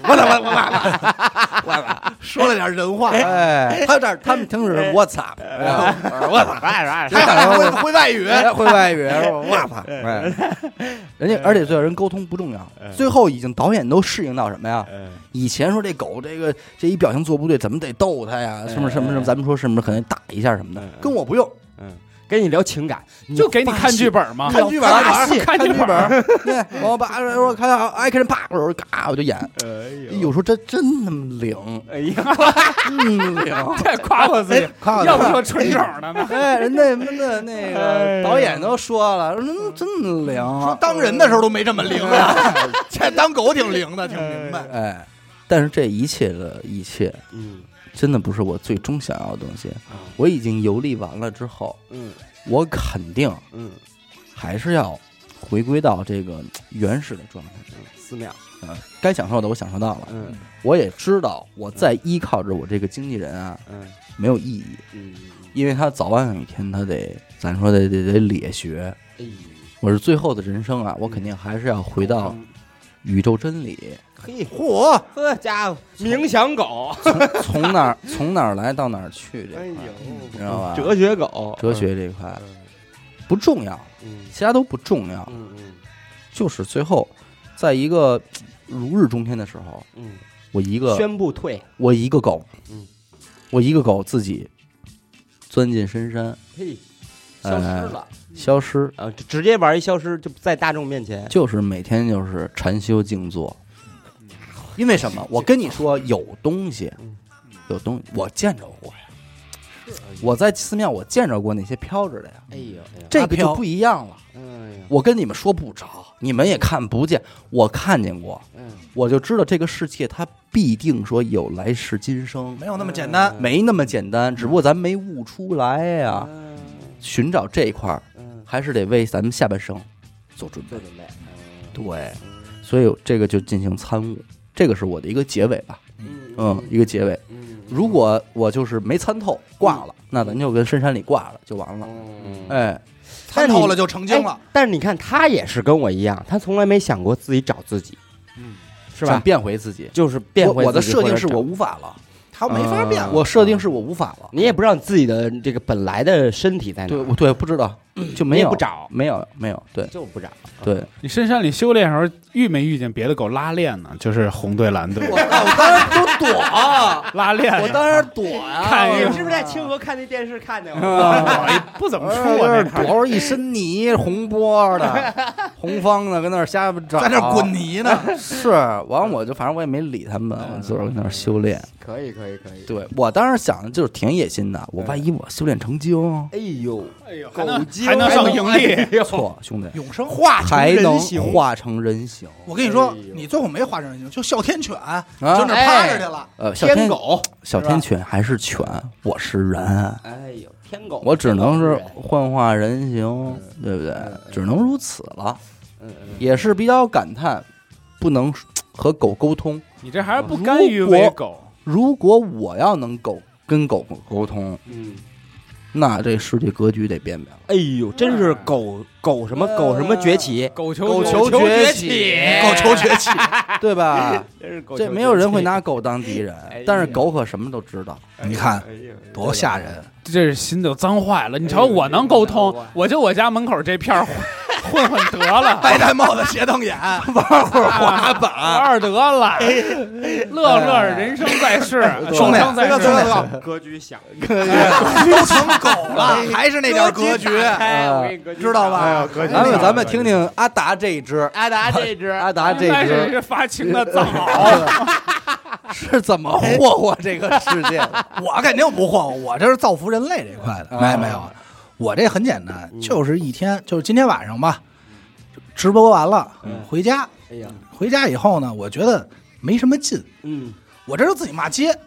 [SPEAKER 4] 我操！我操！我操！说了点人话，
[SPEAKER 1] 哎，他这儿他们听的
[SPEAKER 4] 哎
[SPEAKER 1] 是 What's up，
[SPEAKER 3] 我操，外
[SPEAKER 4] 还喊哎会会外语，
[SPEAKER 1] 哎会外语，我操！哎，人家而且最后人沟通不重要，
[SPEAKER 4] 哎
[SPEAKER 1] 最后已经导演都适应到什么呀？
[SPEAKER 2] 哎
[SPEAKER 1] 以前说这狗这个这一表情做不对，怎么得逗它呀？
[SPEAKER 4] 哎
[SPEAKER 1] 是不是什么什么？咱们说是不是可能打一下什么的？跟我不用，
[SPEAKER 3] 嗯，跟你聊情感，
[SPEAKER 2] 就给你看剧本嘛，
[SPEAKER 1] 看剧本
[SPEAKER 2] 发
[SPEAKER 1] 看
[SPEAKER 2] 泄看
[SPEAKER 1] 剧
[SPEAKER 2] 剧
[SPEAKER 1] 本
[SPEAKER 2] 本，
[SPEAKER 1] 对，我把我看到 action 啪，我说嘎，我就演。
[SPEAKER 4] 哎
[SPEAKER 1] 有时候这真他妈灵，
[SPEAKER 3] 哎呀，
[SPEAKER 1] 嗯灵。
[SPEAKER 2] 太夸夸自己，
[SPEAKER 1] 夸夸
[SPEAKER 2] 要不就纯种的呢。
[SPEAKER 1] 哎，人家那那那个导演都说了，说哎嗯真啊灵。
[SPEAKER 4] 当人的时候都没这么灵啊， 现在当狗挺灵的，挺明白。
[SPEAKER 1] 哎，但是这一切的一切，
[SPEAKER 3] 嗯
[SPEAKER 1] 真的不是我最终想要的东西。我已经游历完了之后，
[SPEAKER 3] 嗯
[SPEAKER 1] 我肯定
[SPEAKER 3] 嗯，
[SPEAKER 1] 还是要回归到这个嗯原始的状态。
[SPEAKER 3] 寺庙，
[SPEAKER 1] 嗯，该享受的我享受到了，
[SPEAKER 3] 嗯
[SPEAKER 1] 我也知道我再依靠着我这个经纪人啊
[SPEAKER 3] 嗯
[SPEAKER 1] 没有意义，
[SPEAKER 3] 嗯，
[SPEAKER 1] 因为他早晚有一天他得，咱说得得得咧学。
[SPEAKER 3] 哎，
[SPEAKER 1] 我是最后的人生啊，我肯定还是要回到宇宙真理，
[SPEAKER 3] 嘿，
[SPEAKER 4] 嚯！
[SPEAKER 3] 这家伙冥想狗，
[SPEAKER 1] 从哪儿从哪儿来到哪儿去这
[SPEAKER 3] 哎
[SPEAKER 1] 块儿，
[SPEAKER 3] 呦，
[SPEAKER 1] 知道吧？
[SPEAKER 3] 哲学狗，
[SPEAKER 1] 哲学这一块
[SPEAKER 3] 嗯，
[SPEAKER 1] 不重要，
[SPEAKER 3] 嗯
[SPEAKER 1] 其他都不重要，
[SPEAKER 3] 嗯嗯
[SPEAKER 1] 就是最后，在一个如日中天的时候，
[SPEAKER 3] 嗯
[SPEAKER 1] 我一
[SPEAKER 3] 嗯，
[SPEAKER 1] 个
[SPEAKER 3] 宣布退，
[SPEAKER 1] 我一个狗
[SPEAKER 3] 嗯，
[SPEAKER 1] 我一个狗自己钻进深山
[SPEAKER 3] 嘿，消失了，
[SPEAKER 1] 哎消失，
[SPEAKER 3] 啊，直直接玩一消失，就在大众面前，
[SPEAKER 1] 就是每天就是禅修静坐。
[SPEAKER 3] 嗯
[SPEAKER 1] 因为什么？我跟你说，有东西，有东西，我见着过呀。我在寺庙，我见着过那些飘着的呀，
[SPEAKER 3] 啊哎呦哎呦，
[SPEAKER 1] 这个就不一样了。
[SPEAKER 3] 哎呦，
[SPEAKER 1] 我跟你们说不着，你们也看不见，我看见过，
[SPEAKER 3] 嗯，
[SPEAKER 1] 我就知道这个世界它必定说有来世今生，
[SPEAKER 4] 没有那么简单，
[SPEAKER 1] 没那么简单，只不过咱没悟出来呀、
[SPEAKER 3] 嗯
[SPEAKER 1] 寻找这一块儿，
[SPEAKER 3] 嗯，
[SPEAKER 1] 还是得为咱们下半生做准备
[SPEAKER 3] 做。准备，
[SPEAKER 1] 对，所以这个就进行参悟，这个是我的一个结尾吧，
[SPEAKER 3] 嗯
[SPEAKER 1] 嗯，一个结尾。
[SPEAKER 3] 嗯
[SPEAKER 1] 如果我就是没参透挂了，那咱就跟深山里挂了就完了。
[SPEAKER 3] 嗯，
[SPEAKER 1] 哎，
[SPEAKER 4] 参透了就成精了
[SPEAKER 3] 哎。但是你看，他也是跟我一样，他从来没想过自己找自己，
[SPEAKER 2] 嗯，
[SPEAKER 3] 是
[SPEAKER 1] 想
[SPEAKER 3] 吧？
[SPEAKER 1] 变回自己，
[SPEAKER 3] 就是变回
[SPEAKER 1] 我我的
[SPEAKER 3] 自己
[SPEAKER 1] 设定
[SPEAKER 3] 或者
[SPEAKER 1] 是我
[SPEAKER 3] 找啊
[SPEAKER 1] 无法了，
[SPEAKER 4] 他没法变了。
[SPEAKER 1] 啊我设定是我无法了。
[SPEAKER 3] 你也不知道你自己的这个本来的身体在哪
[SPEAKER 1] 嗯对，
[SPEAKER 3] 儿，
[SPEAKER 1] 嗯我对不知道，就没
[SPEAKER 3] 你也
[SPEAKER 1] 有
[SPEAKER 3] 不找
[SPEAKER 1] 没有没有，对
[SPEAKER 3] 就不找。
[SPEAKER 1] 对，
[SPEAKER 2] 你深山里修炼的时候，遇没遇见别的狗拉链呢？就是红队蓝队
[SPEAKER 4] 我我当然都躲啊，
[SPEAKER 2] 拉链，
[SPEAKER 4] 我当然躲
[SPEAKER 1] 啊
[SPEAKER 4] 呀。
[SPEAKER 2] 看一
[SPEAKER 3] 你
[SPEAKER 2] 个
[SPEAKER 4] 我
[SPEAKER 3] 是不是在清河看那电视看见
[SPEAKER 1] 嗯
[SPEAKER 3] 我？
[SPEAKER 2] 我哎不怎么
[SPEAKER 1] 哎
[SPEAKER 2] 出我那
[SPEAKER 1] 躲着一身泥，红波的， 红方的，跟那儿瞎找，
[SPEAKER 4] 在那儿滚。泥
[SPEAKER 1] 哎
[SPEAKER 4] 呢？
[SPEAKER 1] 是，完我就反正我也没理他们，我自个儿跟那儿修炼。
[SPEAKER 3] 可以，可以，可以。
[SPEAKER 1] 对我当时想的就是挺野心的，我万一我修炼成精，
[SPEAKER 3] 哎呦，
[SPEAKER 2] 哎呦，还
[SPEAKER 3] 狗
[SPEAKER 2] 能
[SPEAKER 3] 精
[SPEAKER 2] 还能上盈利，
[SPEAKER 1] 错兄弟
[SPEAKER 4] 永生
[SPEAKER 3] 化成
[SPEAKER 1] 还能
[SPEAKER 3] 人形
[SPEAKER 1] 化成人形。
[SPEAKER 4] 我跟你说
[SPEAKER 3] 哎呦，
[SPEAKER 4] 你最后没化成人形，就哮天犬，
[SPEAKER 1] 啊
[SPEAKER 4] 就那儿趴着去了。
[SPEAKER 1] 呃，小
[SPEAKER 3] 天
[SPEAKER 1] 天
[SPEAKER 3] 狗，
[SPEAKER 1] 小天犬还是犬，我是人，
[SPEAKER 3] 哎呦，天狗，
[SPEAKER 1] 我只能是嗯
[SPEAKER 3] 天狗
[SPEAKER 1] 幻化人形，对不对？只能如此了。
[SPEAKER 3] 嗯嗯
[SPEAKER 1] 也是比较感叹，不能和狗沟通。
[SPEAKER 2] 你这还是不甘于为狗。
[SPEAKER 1] 如果我要能狗跟狗沟通，
[SPEAKER 3] 嗯，
[SPEAKER 1] 那这世界格局得变变了。
[SPEAKER 3] 哎呦，真是狗狗什么狗什么崛起，
[SPEAKER 2] 狗球
[SPEAKER 1] 狗
[SPEAKER 2] 球
[SPEAKER 1] 球崛起，
[SPEAKER 4] 狗球崛起，
[SPEAKER 1] 对吧？
[SPEAKER 3] 真是 狗
[SPEAKER 1] 这没有人会拿狗当敌人
[SPEAKER 3] 哎呀，
[SPEAKER 1] 但是狗可什么都知道。
[SPEAKER 4] 你看多吓！
[SPEAKER 3] 哎呦
[SPEAKER 4] 人！
[SPEAKER 2] 这是心都脏坏了。你瞧我能沟通
[SPEAKER 3] 哎呦，
[SPEAKER 2] 我就我家门口这片儿混混得了，
[SPEAKER 4] 白 戴帽子斜瞪眼，
[SPEAKER 2] 滑板 二得了，乐乐人生在世，
[SPEAKER 4] 兄弟
[SPEAKER 2] 人生在
[SPEAKER 4] 这个
[SPEAKER 2] 世。
[SPEAKER 3] 哎呦格局小，
[SPEAKER 4] 都成狗
[SPEAKER 1] 哎
[SPEAKER 4] 了，还是那点格局，
[SPEAKER 3] 哎，我给你格局
[SPEAKER 4] 知道
[SPEAKER 3] 小？
[SPEAKER 4] 吧？
[SPEAKER 1] 啊咱们咱们听听阿达这一支，
[SPEAKER 3] 阿达这只，
[SPEAKER 1] 阿达这
[SPEAKER 2] 但是
[SPEAKER 1] 支
[SPEAKER 2] 这 发情的 早，
[SPEAKER 1] 是怎么霍霍这个世界的？
[SPEAKER 4] 我肯定不霍霍，我这是造福人类这一块
[SPEAKER 1] 啊
[SPEAKER 4] 的。没有没有，我这很简单，就是一天，就是今天晚上吧，直播完了
[SPEAKER 1] 嗯
[SPEAKER 4] 回家，
[SPEAKER 3] 哎呀，
[SPEAKER 4] 回家以后呢，我觉得没什么劲，
[SPEAKER 3] 嗯，
[SPEAKER 4] 我这就自己骂街，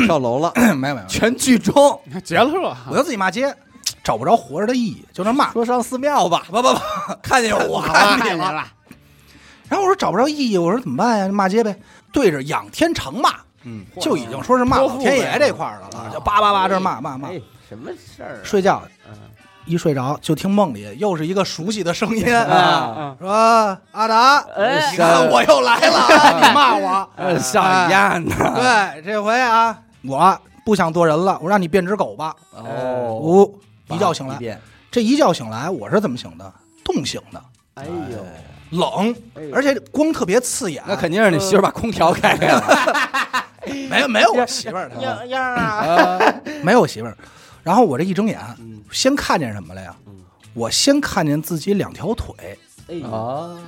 [SPEAKER 1] 跳楼了，
[SPEAKER 4] 没有没有，全剧终，
[SPEAKER 2] 结了是吧？
[SPEAKER 4] 我就自己骂街，找不着活着的意义，就那 骂，
[SPEAKER 1] 说上寺庙吧。
[SPEAKER 4] 不不不，看见我，我看见了。
[SPEAKER 3] 了，
[SPEAKER 4] 然后我说找不着意义，我说怎么办呀？骂街呗，对着仰天长骂，
[SPEAKER 1] 嗯，
[SPEAKER 4] 就已经说是骂老天爷这块儿的了，就叭叭叭这骂骂骂
[SPEAKER 3] 哎，，什么事儿啊？
[SPEAKER 4] 睡觉
[SPEAKER 3] 嗯
[SPEAKER 4] 一睡着就听梦里又是一个熟悉的声音，
[SPEAKER 3] 啊
[SPEAKER 4] 说阿达，
[SPEAKER 3] 哎
[SPEAKER 4] 你看我又来了啊， 你骂我，
[SPEAKER 1] 呃，上烟呢？
[SPEAKER 4] 对，这回啊，我不想做人了，我让你变只狗吧。
[SPEAKER 1] 哦，
[SPEAKER 4] 我一觉醒来，
[SPEAKER 1] 变
[SPEAKER 4] 这一觉醒来，我是怎么醒的？冻醒的，
[SPEAKER 3] 哎呦，
[SPEAKER 4] 冷
[SPEAKER 3] 哎呦，
[SPEAKER 4] 而且光特别刺眼。
[SPEAKER 1] 那肯定是你媳妇儿把空调开开了。
[SPEAKER 4] 没有没有我媳妇儿，她
[SPEAKER 3] 样样啊，
[SPEAKER 4] 没有我媳妇儿。然后我这一睁眼，
[SPEAKER 3] 嗯
[SPEAKER 4] 先看见什么了呀
[SPEAKER 3] 嗯？
[SPEAKER 4] 我先看见自己两条腿，
[SPEAKER 3] 哎呦，
[SPEAKER 1] 哦，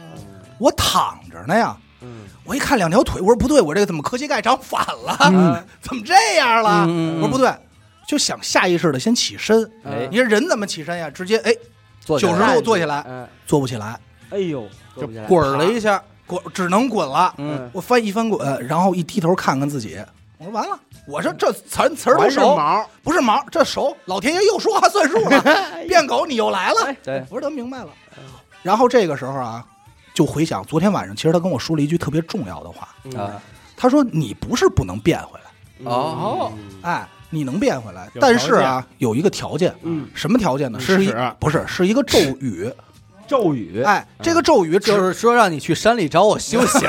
[SPEAKER 4] 我躺着呢呀。
[SPEAKER 3] 嗯
[SPEAKER 4] 我一看两条腿，我说不对，我这个怎么磕膝盖长反了？怎么这样了？
[SPEAKER 1] 嗯嗯嗯
[SPEAKER 4] 我说不对，就想下意识的先起身。
[SPEAKER 3] 哎
[SPEAKER 4] 你说人怎么起身呀？直接哎
[SPEAKER 1] 坐起来
[SPEAKER 4] 九十度坐起来，
[SPEAKER 3] 嗯，
[SPEAKER 4] 坐不起来，
[SPEAKER 3] 哎呦，
[SPEAKER 1] 就
[SPEAKER 3] 坐不起来
[SPEAKER 1] 滚了一下，
[SPEAKER 4] 滚只能滚了。
[SPEAKER 1] 嗯，
[SPEAKER 4] 我翻一翻滚，呃然后一低头看看自己，我说完了，我说这词儿词儿都
[SPEAKER 3] 还是
[SPEAKER 4] 熟，
[SPEAKER 3] 毛，
[SPEAKER 4] 不是毛，这熟，老天爷又说话算数了，变狗你又来了，
[SPEAKER 1] 哎对，
[SPEAKER 4] 我说都明白了。然后这个时候啊，就回想昨天晚上，其实他跟我说了一句特别重要的话，
[SPEAKER 3] 嗯
[SPEAKER 1] 啊，
[SPEAKER 4] 他说你不是不能变回来，
[SPEAKER 1] 哦
[SPEAKER 3] 嗯，
[SPEAKER 4] 哎，你能变回来
[SPEAKER 2] 有，
[SPEAKER 4] 但是啊，有一个条件，
[SPEAKER 3] 嗯，
[SPEAKER 4] 什么条件呢？
[SPEAKER 2] 吃
[SPEAKER 4] 是一
[SPEAKER 2] 屎
[SPEAKER 4] 不是是一个咒语，
[SPEAKER 3] 咒语，
[SPEAKER 4] 哎，这个咒语只
[SPEAKER 1] 就是说让你去山里找我修 行，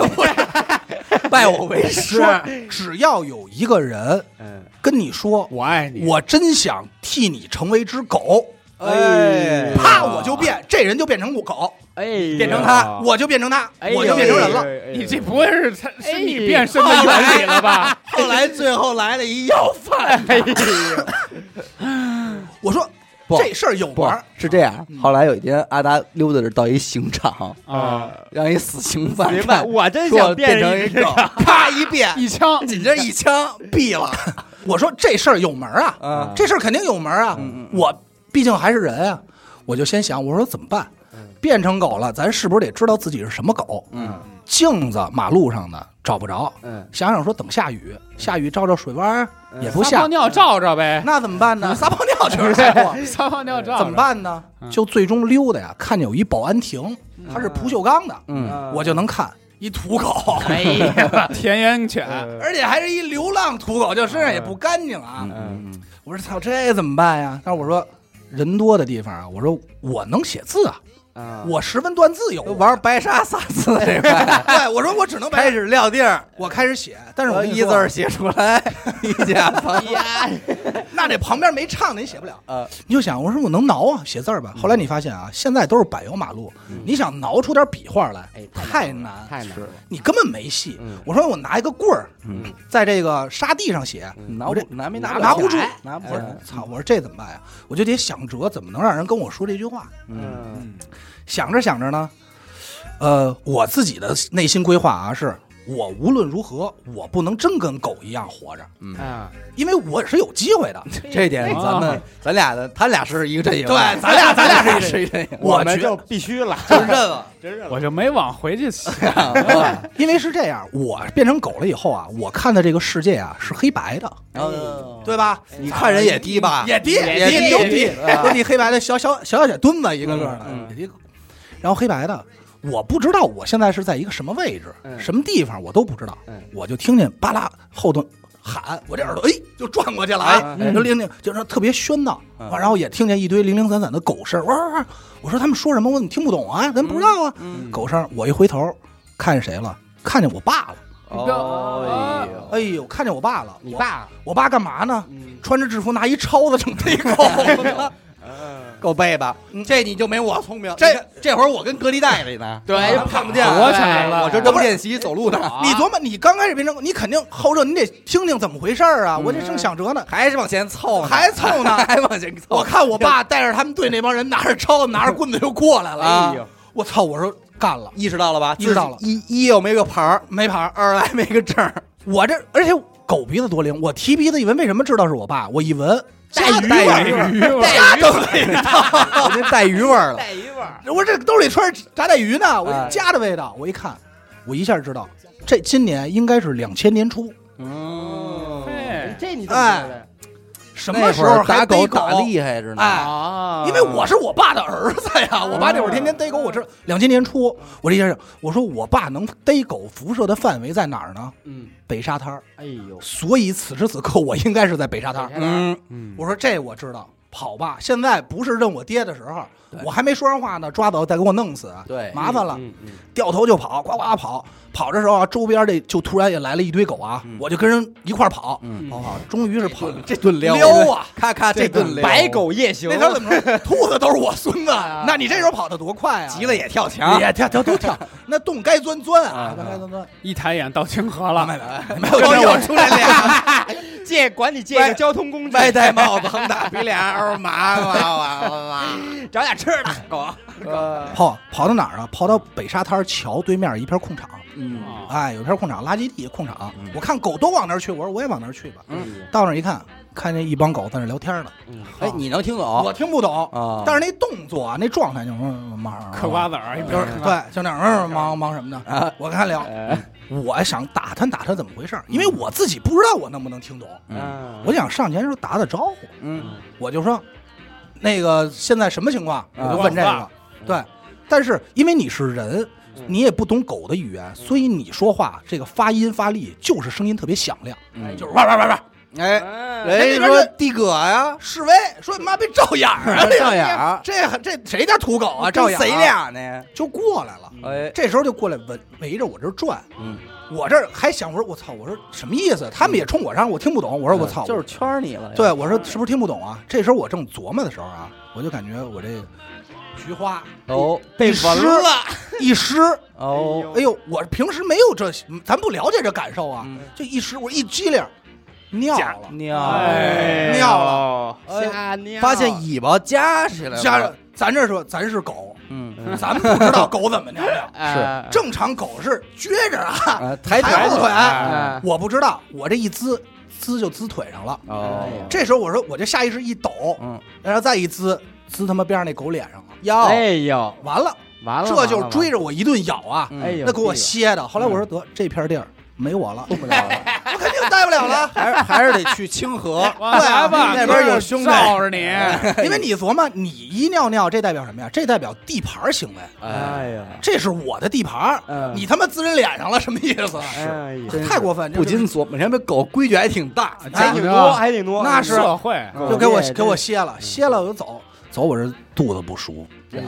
[SPEAKER 1] 拜我为师
[SPEAKER 4] 说。只要有一个人
[SPEAKER 3] 嗯，
[SPEAKER 4] 跟你说，
[SPEAKER 2] 我爱你，
[SPEAKER 4] 我真想替你成为只狗，
[SPEAKER 3] 哎
[SPEAKER 4] 啪我就变，这人就变成狗，
[SPEAKER 3] 哎，
[SPEAKER 4] 变成
[SPEAKER 2] 哎
[SPEAKER 4] 他，
[SPEAKER 2] 呀
[SPEAKER 4] 我就变成他
[SPEAKER 3] 哎，
[SPEAKER 4] 我就变成人了。
[SPEAKER 3] 了
[SPEAKER 2] 你这不会是他是你变身
[SPEAKER 3] 哎
[SPEAKER 2] 的原理了吧？
[SPEAKER 1] 后来最后来了一要饭，
[SPEAKER 4] 我说
[SPEAKER 1] 不
[SPEAKER 4] 这事儿有
[SPEAKER 1] 不
[SPEAKER 4] 玩儿，
[SPEAKER 1] 是这样。后来有一天，阿达溜达着到一刑场，
[SPEAKER 2] 啊，
[SPEAKER 1] 让一死刑犯
[SPEAKER 3] 明白，
[SPEAKER 1] 看，
[SPEAKER 3] 我真
[SPEAKER 1] 说
[SPEAKER 3] 想
[SPEAKER 1] 变成
[SPEAKER 3] 成
[SPEAKER 1] 一
[SPEAKER 3] 只
[SPEAKER 1] 狗，
[SPEAKER 4] 啪一变，
[SPEAKER 2] 一枪
[SPEAKER 4] 紧接着一枪毙了。我说这事儿有门儿啊，
[SPEAKER 1] 啊，
[SPEAKER 4] 这事儿肯定有门儿啊。我毕竟还是人啊，我就先想，我说怎么办？变成狗了，咱是不是得知道自己是什么狗？
[SPEAKER 1] 嗯，
[SPEAKER 4] 镜子马路上的找不着，
[SPEAKER 3] 嗯，
[SPEAKER 4] 想想说等下雨，下雨照照水湾儿
[SPEAKER 3] 嗯
[SPEAKER 4] 也不
[SPEAKER 2] 不
[SPEAKER 4] 下
[SPEAKER 2] 泡，尿照照呗，
[SPEAKER 4] 那怎么办呢？撒泡尿确实太过，
[SPEAKER 2] 撒泡尿照照
[SPEAKER 4] 怎么？办呢？
[SPEAKER 1] 嗯
[SPEAKER 4] 就最终溜达呀，看见有一保安亭，它是不锈钢的，
[SPEAKER 1] 嗯，
[SPEAKER 4] 我就能看一土狗，
[SPEAKER 3] 哎
[SPEAKER 4] 啊
[SPEAKER 3] 呀，
[SPEAKER 2] 田园犬，
[SPEAKER 4] 而且还是一流浪土狗，就身上也不干净啊。
[SPEAKER 1] 嗯嗯
[SPEAKER 4] 我说操，这怎么办呀？但是我说人多的地方啊，我说我能写字啊，
[SPEAKER 3] 啊，
[SPEAKER 4] 我十分断自由，
[SPEAKER 1] 嗯玩白沙撒字这块，
[SPEAKER 4] 对，我说我只能
[SPEAKER 1] 开
[SPEAKER 4] 白，
[SPEAKER 1] 始撂地儿，
[SPEAKER 4] 我开始写，但是
[SPEAKER 1] 我
[SPEAKER 4] 我
[SPEAKER 1] 一字儿写出来，一家房
[SPEAKER 3] 哎呀，
[SPEAKER 4] 那这旁边没唱的你写不了。
[SPEAKER 1] 呃，
[SPEAKER 4] 你就想，我说我能挠啊，写字儿吧。后来你发现啊，现在都是柏油马路，你想挠出点笔画来
[SPEAKER 3] 哎，，
[SPEAKER 4] 太
[SPEAKER 3] 难
[SPEAKER 4] 难
[SPEAKER 3] 了，，太难了，
[SPEAKER 4] 你根本没戏
[SPEAKER 3] 嗯。
[SPEAKER 4] 我说我拿一个棍儿，在这个沙地上写，
[SPEAKER 1] 嗯拿
[SPEAKER 4] 我这
[SPEAKER 1] 不拿没
[SPEAKER 3] 拿
[SPEAKER 1] 拿
[SPEAKER 4] 拿
[SPEAKER 1] 不嗯
[SPEAKER 4] 不住
[SPEAKER 1] 来，哎拿不
[SPEAKER 4] 我说
[SPEAKER 1] 来，
[SPEAKER 4] 操，我说这怎么办呀？我就得想辙，怎么能让人跟我说这句话？
[SPEAKER 3] 嗯
[SPEAKER 2] 嗯
[SPEAKER 4] 想着想着呢，呃，我自己的内心规划啊，是我无论如何，我不能真跟狗一样活着，
[SPEAKER 3] 啊，
[SPEAKER 4] 因为我是有机会的。
[SPEAKER 1] 这点
[SPEAKER 2] 啊
[SPEAKER 1] 咱们咱俩的，他俩是一个阵营，啊
[SPEAKER 4] 对咱俩咱俩是一个
[SPEAKER 1] 是一阵营，
[SPEAKER 4] 我
[SPEAKER 3] 我们
[SPEAKER 4] 觉
[SPEAKER 3] 就必须了，
[SPEAKER 1] 就认了，
[SPEAKER 3] 真认
[SPEAKER 2] 我就没往回去想。
[SPEAKER 4] 因为是这样，我变成狗了以后啊，我看的这个世界啊是黑白的，
[SPEAKER 1] 嗯
[SPEAKER 4] 对吧？
[SPEAKER 1] 你看人也低吧，
[SPEAKER 4] 也低
[SPEAKER 1] 也
[SPEAKER 4] 低
[SPEAKER 1] 低
[SPEAKER 4] 牛
[SPEAKER 1] 也低
[SPEAKER 4] 逼，
[SPEAKER 3] 啊
[SPEAKER 4] 我你黑白的小小小小小墩子一个个的，
[SPEAKER 3] 嗯
[SPEAKER 4] 也低然后黑白的。我不知道我现在是在一个什么位置、
[SPEAKER 3] 嗯
[SPEAKER 4] 什么地方，我都不知道。
[SPEAKER 3] 嗯
[SPEAKER 4] 我就听见巴拉后头喊，我这耳朵哎就转过去了啊，
[SPEAKER 3] 哎哎嗯
[SPEAKER 4] 就铃铃就是特别喧闹、啊然后也听见一堆零零散散的狗声，哇哇哇！我说他们说什么，我怎么听不懂啊？咱不知道啊。
[SPEAKER 3] 嗯
[SPEAKER 4] 狗声，我一回头看见谁了？看见我爸了。
[SPEAKER 1] 哦哎呦
[SPEAKER 4] 哎呦，看见我爸了！
[SPEAKER 3] 你
[SPEAKER 4] 我
[SPEAKER 3] 爸，
[SPEAKER 4] 我爸干嘛呢？
[SPEAKER 3] 嗯
[SPEAKER 4] 穿着制服拿一抄子整背 口子呢。
[SPEAKER 1] 够背吧？这你就没我聪明。
[SPEAKER 4] 这
[SPEAKER 1] 你看嗯这啊会儿我跟隔离带里呢，
[SPEAKER 3] 对
[SPEAKER 1] 我看不见，哎
[SPEAKER 2] 躲起来了
[SPEAKER 1] 我这正练习走路呢，
[SPEAKER 4] 你琢磨，你刚开始变成，你肯定后热，你得听听怎么回事儿
[SPEAKER 1] 嗯
[SPEAKER 4] 啊！我这正想着呢，
[SPEAKER 1] 还是往前凑呢，
[SPEAKER 4] 还凑呢
[SPEAKER 1] 还往前凑。
[SPEAKER 4] 我看我爸带着他们队那帮人拿着抄子拿着棍子就过 来了。
[SPEAKER 1] 啊
[SPEAKER 4] 哎呦我操！我说干了，
[SPEAKER 1] 意识到了吧？
[SPEAKER 4] 意识到了
[SPEAKER 1] 自己一一又没个牌儿，
[SPEAKER 4] 没牌儿。
[SPEAKER 1] 二来没个证儿，
[SPEAKER 4] 我这而且狗鼻子多灵，我提鼻子一闻，为什么知道是我爸？我一闻，
[SPEAKER 1] 带
[SPEAKER 4] 家
[SPEAKER 1] 鱼
[SPEAKER 4] 带
[SPEAKER 1] 味
[SPEAKER 2] 带
[SPEAKER 1] 儿
[SPEAKER 4] 鱼味
[SPEAKER 2] 啊
[SPEAKER 4] 儿
[SPEAKER 2] 鱼吧，
[SPEAKER 4] 家都味 道。
[SPEAKER 1] 我这带鱼味儿了。
[SPEAKER 3] 带一味儿，
[SPEAKER 4] 我这兜里揣着炸带鱼呢，我
[SPEAKER 1] 哎
[SPEAKER 4] 这家的味道。我一看，我一下知道，这今年应该是两千年初，
[SPEAKER 1] 嗯
[SPEAKER 2] 嘿
[SPEAKER 3] 哎这你怎么知道的
[SPEAKER 4] 什
[SPEAKER 1] 那
[SPEAKER 4] 么时
[SPEAKER 1] 会儿
[SPEAKER 4] 候
[SPEAKER 1] 打
[SPEAKER 4] 还
[SPEAKER 1] 狗
[SPEAKER 4] 逮
[SPEAKER 1] 打厉害着呢？
[SPEAKER 4] 哎
[SPEAKER 2] 啊
[SPEAKER 4] 因为我是我爸的儿子呀，我爸那会儿天天逮狗，我这两千年初，我这先生我说我爸能逮狗辐射的范围在哪儿呢？
[SPEAKER 3] 嗯，
[SPEAKER 4] 北沙滩儿，
[SPEAKER 3] 哎呦，
[SPEAKER 4] 所以此时此刻我应该是在北沙滩儿。
[SPEAKER 1] 嗯，
[SPEAKER 4] 我说这我知道，跑吧，现在不是认我爹的时候，我还没说上话呢，抓走再给我弄死，啊
[SPEAKER 1] 对
[SPEAKER 4] 麻烦了，
[SPEAKER 3] 嗯嗯
[SPEAKER 4] 掉头就跑，呱呱跑，跑的时候啊，周边这就突然也来了一堆狗啊，我就跟人一块儿跑，跑跑，终于是跑，
[SPEAKER 1] 这顿撩
[SPEAKER 4] 撩啊，
[SPEAKER 1] 咔咔，这顿撩，
[SPEAKER 3] 白狗夜行，
[SPEAKER 4] 那他怎么说？ 兔子都是我孙子啊，那你这时候跑得多快啊！
[SPEAKER 1] 急了也跳 墙，
[SPEAKER 4] 也跳跳都跳， 那洞该钻钻啊，该钻哎钻。
[SPEAKER 2] 一抬眼到清河了，
[SPEAKER 4] 没没没
[SPEAKER 1] 刚
[SPEAKER 4] 有
[SPEAKER 1] 又出来俩，
[SPEAKER 3] 借管你借个交通工具，
[SPEAKER 1] 歪戴 帽子，横打鼻梁，儿麻哇哇哇哇！
[SPEAKER 3] 找点吃的，狗，
[SPEAKER 4] 跑跑到哪儿啊？跑到北沙滩桥对面一片空场，
[SPEAKER 1] 嗯，
[SPEAKER 2] 啊
[SPEAKER 4] 哎，有片空场，垃圾地空场。我看狗都往那儿去，我说我也往那儿去吧。
[SPEAKER 1] 嗯
[SPEAKER 4] 到那儿一看，看见一帮狗在那聊天呢，
[SPEAKER 1] 哎，你能听
[SPEAKER 4] 我
[SPEAKER 1] 懂？
[SPEAKER 4] 听不懂，
[SPEAKER 1] 啊
[SPEAKER 4] 但是那动作啊，那状态就是嗯忙
[SPEAKER 2] 嗑瓜子儿一边
[SPEAKER 4] 就是
[SPEAKER 2] 儿嗑瓜
[SPEAKER 4] 对，就那样嗯忙忙什么
[SPEAKER 1] 啊
[SPEAKER 4] 的。我跟他聊，
[SPEAKER 1] 哎
[SPEAKER 4] 我想打探打探怎么回事儿，因为我自己不知道我能不能听懂。
[SPEAKER 3] 嗯
[SPEAKER 4] 我想上前说打打招呼，
[SPEAKER 1] 嗯，
[SPEAKER 4] 我就说，那个现在什么情况？我
[SPEAKER 1] 啊
[SPEAKER 4] 就问这
[SPEAKER 2] 忘
[SPEAKER 4] 个。对，但是因为你是人，
[SPEAKER 1] 嗯
[SPEAKER 4] 你也不懂狗的语言，所以你说话这个发音发力就是声音特别响亮，
[SPEAKER 1] 嗯
[SPEAKER 4] 就是哇哇哇哇，
[SPEAKER 1] 哎，
[SPEAKER 3] 哎，
[SPEAKER 1] 人家说地哥呀，
[SPEAKER 4] 示威说妈被照眼儿啊，
[SPEAKER 1] 照眼儿
[SPEAKER 4] 这个这这谁家土狗啊？
[SPEAKER 1] 跟
[SPEAKER 4] 照眼儿
[SPEAKER 1] 谁俩呢？
[SPEAKER 4] 就过来了。
[SPEAKER 1] 哎，
[SPEAKER 4] 这时候就过来围围着我这儿转，
[SPEAKER 1] 嗯，
[SPEAKER 4] 我这儿还想我说我操，我说什么意思？他们也冲我上，我听不懂。我说我操，
[SPEAKER 1] 嗯就是圈你了。
[SPEAKER 4] 对，我说是不是听不懂啊？这时候我正琢磨的时候啊，我就感觉我这菊花
[SPEAKER 1] 哦
[SPEAKER 4] 被
[SPEAKER 3] 闻了，
[SPEAKER 4] 一湿，
[SPEAKER 1] 哦，
[SPEAKER 4] 哎呦，我平时没有这，咱不了解这感受啊，
[SPEAKER 1] 嗯
[SPEAKER 4] 就一湿，我一激灵，尿了，
[SPEAKER 1] 尿
[SPEAKER 2] 哎呦
[SPEAKER 4] 尿
[SPEAKER 3] 吓尿，，
[SPEAKER 1] 发现尾巴夹起来了，
[SPEAKER 4] 加上咱这说咱是狗，
[SPEAKER 1] 嗯，
[SPEAKER 4] 咱们不知道狗怎么尿尿
[SPEAKER 3] 哎
[SPEAKER 4] 正常狗是撅着啊，
[SPEAKER 1] 啊，抬
[SPEAKER 4] 抬
[SPEAKER 1] 腿
[SPEAKER 4] 后腿，
[SPEAKER 3] 哎
[SPEAKER 4] 我不知道，我这一滋滋就滋腿上了，
[SPEAKER 3] 哎呀
[SPEAKER 1] 哦，
[SPEAKER 4] 这时候我说我就下意识一抖，
[SPEAKER 1] 嗯，
[SPEAKER 4] 然后再一滋，滋他妈边上那狗脸上了，
[SPEAKER 1] 要
[SPEAKER 3] 哎呦，
[SPEAKER 4] 完了，
[SPEAKER 3] 完了，
[SPEAKER 4] 这就追
[SPEAKER 3] 着，
[SPEAKER 4] 着我一顿咬啊，
[SPEAKER 1] 嗯
[SPEAKER 3] 哎呦，嗯
[SPEAKER 4] 那给我歇的。后来我说得这片地儿没我了，
[SPEAKER 1] 不了了，
[SPEAKER 4] 我肯定待不了 了。
[SPEAKER 1] 还是还是得去清河啊
[SPEAKER 2] 往
[SPEAKER 4] 啊
[SPEAKER 2] 来吧，
[SPEAKER 1] 那边有兄弟
[SPEAKER 2] 罩着你，
[SPEAKER 3] 哎
[SPEAKER 4] 因为你琢磨，你一尿尿，这代表什么呀？这代表地盘儿行为，
[SPEAKER 1] 哎，
[SPEAKER 3] 呀，
[SPEAKER 4] 这是我的地盘儿，
[SPEAKER 3] 啊嗯
[SPEAKER 4] 你他妈滋人脸上了，什么意思？啊
[SPEAKER 3] 哎呀，
[SPEAKER 4] 太过分，
[SPEAKER 1] 不
[SPEAKER 4] 这
[SPEAKER 1] 禁琢磨，人家狗规矩还挺大，
[SPEAKER 3] 还挺多，还挺多，
[SPEAKER 4] 那是
[SPEAKER 2] 社会
[SPEAKER 3] 嗯
[SPEAKER 4] 就给我给我歇了，歇了我就走。走我这肚子不舒服，
[SPEAKER 3] 哎呦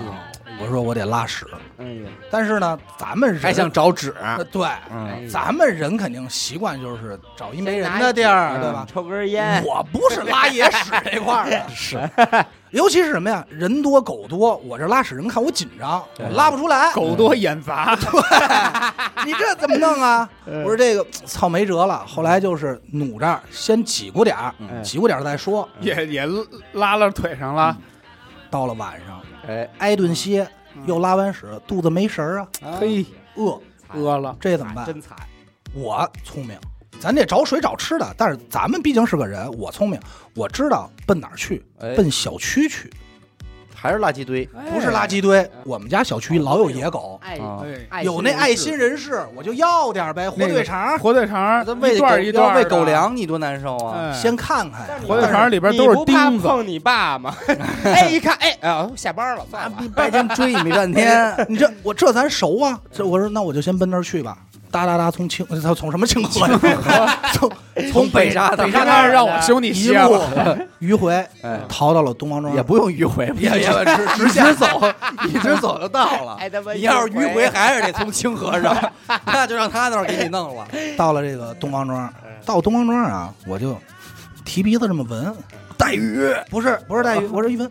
[SPEAKER 4] 我说我得拉屎。
[SPEAKER 3] 哎呦，
[SPEAKER 4] 但是呢，咱们人
[SPEAKER 1] 还想找纸，
[SPEAKER 4] 呃对，
[SPEAKER 1] 嗯，
[SPEAKER 4] 咱们人肯定习惯就是找
[SPEAKER 3] 哎
[SPEAKER 4] 一没人的地儿，对吧？
[SPEAKER 3] 抽根烟，
[SPEAKER 4] 我不是拉野屎这块儿的，是，尤其是什么呀？人多狗多，我这拉屎人看我紧张，我拉不出来。
[SPEAKER 2] 狗多眼杂，
[SPEAKER 4] 你这怎么弄啊？我说这个操没辙了。后来就是努这儿，先挤过点儿，
[SPEAKER 3] 嗯
[SPEAKER 4] 挤过点儿再说。
[SPEAKER 2] 也也拉了腿上了，
[SPEAKER 4] 到了晚上，
[SPEAKER 3] 哎，
[SPEAKER 4] 挨顿歇，又拉完屎，肚子没神儿啊，
[SPEAKER 2] 嘿，
[SPEAKER 4] 饿，
[SPEAKER 2] 饿了，
[SPEAKER 4] 这怎么办？
[SPEAKER 3] 惨，
[SPEAKER 4] 我聪明，咱得找水找吃的，但是咱们毕竟是个人，我聪明，我知道奔哪儿去，
[SPEAKER 1] 哎
[SPEAKER 4] 奔小区去，
[SPEAKER 1] 还是垃圾堆，
[SPEAKER 4] 不是垃圾堆。我们家小区老有野狗，
[SPEAKER 3] 爱
[SPEAKER 1] 啊
[SPEAKER 2] 哎，
[SPEAKER 3] 爱
[SPEAKER 4] 有那爱心人士，我就要点儿呗，火
[SPEAKER 2] 那个
[SPEAKER 4] 腿肠儿，
[SPEAKER 2] 火腿肠
[SPEAKER 1] 咱喂
[SPEAKER 2] 一段
[SPEAKER 1] 狗
[SPEAKER 2] 儿一
[SPEAKER 1] 要
[SPEAKER 2] 段儿
[SPEAKER 1] 喂
[SPEAKER 2] 的
[SPEAKER 1] 狗，粮，你多难受啊！
[SPEAKER 2] 哎
[SPEAKER 4] 先看看呀。
[SPEAKER 2] 火腿肠里边都是钉子，
[SPEAKER 3] 碰你爸吗？ 哎，一看，哎，啊，下班了，算 了，
[SPEAKER 1] 拜天追你没半 天，
[SPEAKER 4] 天，你这我这咱熟啊，这我说那我就先奔那儿去吧。哒哒哒，从清从从什么清河呀， 从从北
[SPEAKER 1] 沙滩
[SPEAKER 2] 你看他让我修你
[SPEAKER 4] 哎一
[SPEAKER 2] 鞋
[SPEAKER 4] 路
[SPEAKER 2] 了，
[SPEAKER 4] 迂回
[SPEAKER 1] 哎
[SPEAKER 4] 逃到了东方庄，
[SPEAKER 1] 也不用迂回，
[SPEAKER 4] 也也
[SPEAKER 1] 直直 直走，一直走就到了。
[SPEAKER 3] 哎他妈
[SPEAKER 1] 你要是
[SPEAKER 3] 迂回
[SPEAKER 1] 迂回，还是得从清河 上，那就让他那儿给你弄了。
[SPEAKER 4] 到了这个东方庄，到东方庄啊，我就提鼻子这么闻，带鱼不是不是带鱼，我这一闻，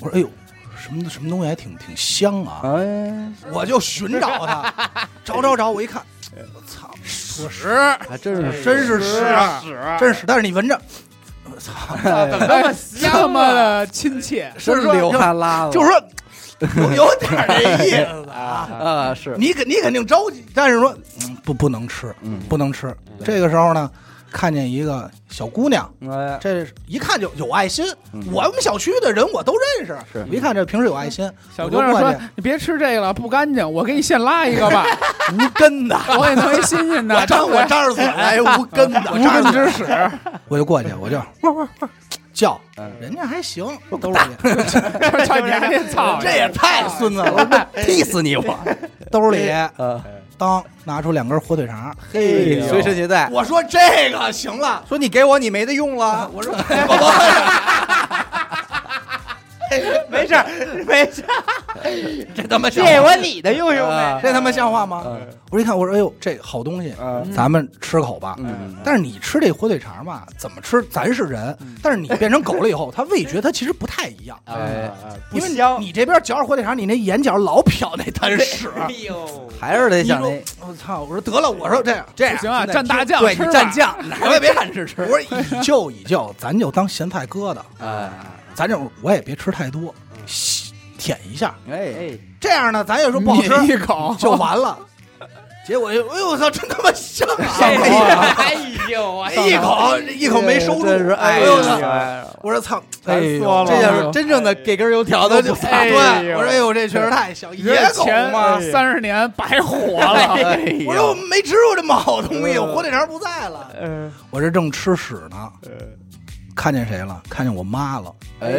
[SPEAKER 4] 我说哎呦，什么什么东西还挺挺香啊，
[SPEAKER 1] 哎，
[SPEAKER 4] 我就寻 找它，找找找，我一看，我操，屎，
[SPEAKER 1] 还真是
[SPEAKER 4] 真是屎，啊
[SPEAKER 2] 屎，
[SPEAKER 4] 真是屎，但是你闻着，我操，
[SPEAKER 3] 怎么那
[SPEAKER 2] 这
[SPEAKER 3] 么香
[SPEAKER 2] 么
[SPEAKER 3] 啊？
[SPEAKER 2] 的亲切，
[SPEAKER 1] 真
[SPEAKER 4] 说
[SPEAKER 1] 流汗拉了，
[SPEAKER 4] 就是说有有点儿这意 思啊。
[SPEAKER 1] 啊，是
[SPEAKER 4] 你肯你肯定着急，但是说、嗯、不不能吃，
[SPEAKER 1] 嗯
[SPEAKER 4] 不能吃。这个时候呢，看见一个小姑娘，
[SPEAKER 1] 哎，
[SPEAKER 4] 这一看就有爱心。
[SPEAKER 1] 嗯
[SPEAKER 4] 我们小区的人我都认识，
[SPEAKER 1] 是
[SPEAKER 4] 我一看这平时有爱心，
[SPEAKER 2] 小
[SPEAKER 4] 我
[SPEAKER 2] 姑
[SPEAKER 4] 就
[SPEAKER 2] 娘
[SPEAKER 4] 过
[SPEAKER 2] 说
[SPEAKER 4] 去，：“
[SPEAKER 2] 你别吃这个了，不干净，我给你现拉一 个吧，
[SPEAKER 1] 无根的，
[SPEAKER 2] 我给弄一新鲜的。”
[SPEAKER 4] 我张我张着 嘴，
[SPEAKER 1] 哎，无根的，
[SPEAKER 2] 无根之屎，
[SPEAKER 4] 我就过去， 我就汪汪汪 叫
[SPEAKER 1] 嗯，
[SPEAKER 4] 人家还行，兜里
[SPEAKER 2] 操你还得操，
[SPEAKER 4] 这也太孙 子了，
[SPEAKER 1] 踢死你我！
[SPEAKER 4] 兜里
[SPEAKER 1] 啊，
[SPEAKER 4] 当拿出两根火腿肠，
[SPEAKER 1] 嘿，随身携带。
[SPEAKER 4] 我说这个行了，
[SPEAKER 1] 说你给我，你没得用了。
[SPEAKER 4] 我说
[SPEAKER 3] 没事儿，没事儿，
[SPEAKER 1] 这他妈
[SPEAKER 3] 借我你的用用呗
[SPEAKER 1] 啊。
[SPEAKER 4] 这他妈像话吗？
[SPEAKER 1] 嗯
[SPEAKER 4] 我一看，我说哎呦，这好东西，咱们吃口吧。
[SPEAKER 1] 嗯
[SPEAKER 4] 但是你吃这火腿肠吧，怎么吃？咱是人，但是你变成狗了以后，它味觉它其实不太 一样，
[SPEAKER 1] 哎，
[SPEAKER 4] 因为
[SPEAKER 3] 香
[SPEAKER 4] 你这边嚼着火腿肠，你那眼角老瞟那滩屎。
[SPEAKER 3] 哎呦，
[SPEAKER 1] 还是得
[SPEAKER 4] 你
[SPEAKER 1] 想
[SPEAKER 4] 说
[SPEAKER 1] 那
[SPEAKER 4] 我操！我说得了，我说这样这
[SPEAKER 1] 这
[SPEAKER 2] 不行啊，
[SPEAKER 1] 现在
[SPEAKER 2] 蘸大酱，
[SPEAKER 1] 对
[SPEAKER 2] 吃
[SPEAKER 1] 你
[SPEAKER 2] 吧
[SPEAKER 1] 蘸，酱，哪位别喊着吃
[SPEAKER 4] 我。说以旧以旧，咱就当咸菜疙瘩，
[SPEAKER 1] 哎
[SPEAKER 4] 咱这我也别吃太多，吸舔一下。
[SPEAKER 1] 哎，
[SPEAKER 4] 这样呢，咱也说不好吃
[SPEAKER 2] 抿一口
[SPEAKER 4] 就完 了。结果就哎呦我操，真他妈 香
[SPEAKER 3] 哎
[SPEAKER 4] 啊！
[SPEAKER 3] 呦，哎呦，哎
[SPEAKER 4] 一口一口没收住，
[SPEAKER 1] 真是哎
[SPEAKER 4] 哎
[SPEAKER 1] 呦
[SPEAKER 4] 呦我
[SPEAKER 1] 哎
[SPEAKER 4] 操！
[SPEAKER 1] 呀
[SPEAKER 4] 我说操，
[SPEAKER 2] 哎
[SPEAKER 4] 呦
[SPEAKER 2] 呦
[SPEAKER 1] 这
[SPEAKER 2] 叫
[SPEAKER 1] 要是真正的给根油条
[SPEAKER 4] 我
[SPEAKER 1] 的
[SPEAKER 4] 就
[SPEAKER 1] 就
[SPEAKER 4] 啊
[SPEAKER 1] 惨
[SPEAKER 3] 哎
[SPEAKER 4] 对，
[SPEAKER 3] 呦
[SPEAKER 4] 我说哎呦，这确实太香，
[SPEAKER 2] 你这
[SPEAKER 4] 野狗
[SPEAKER 2] 钱
[SPEAKER 4] 嘛。
[SPEAKER 2] 三十年白活了，
[SPEAKER 1] 哎呀
[SPEAKER 4] 我说我没吃过这么好东西，我火腿肠不在了。
[SPEAKER 3] 嗯，
[SPEAKER 4] 我这正吃屎呢，看见谁了？看见我妈了。
[SPEAKER 1] 哎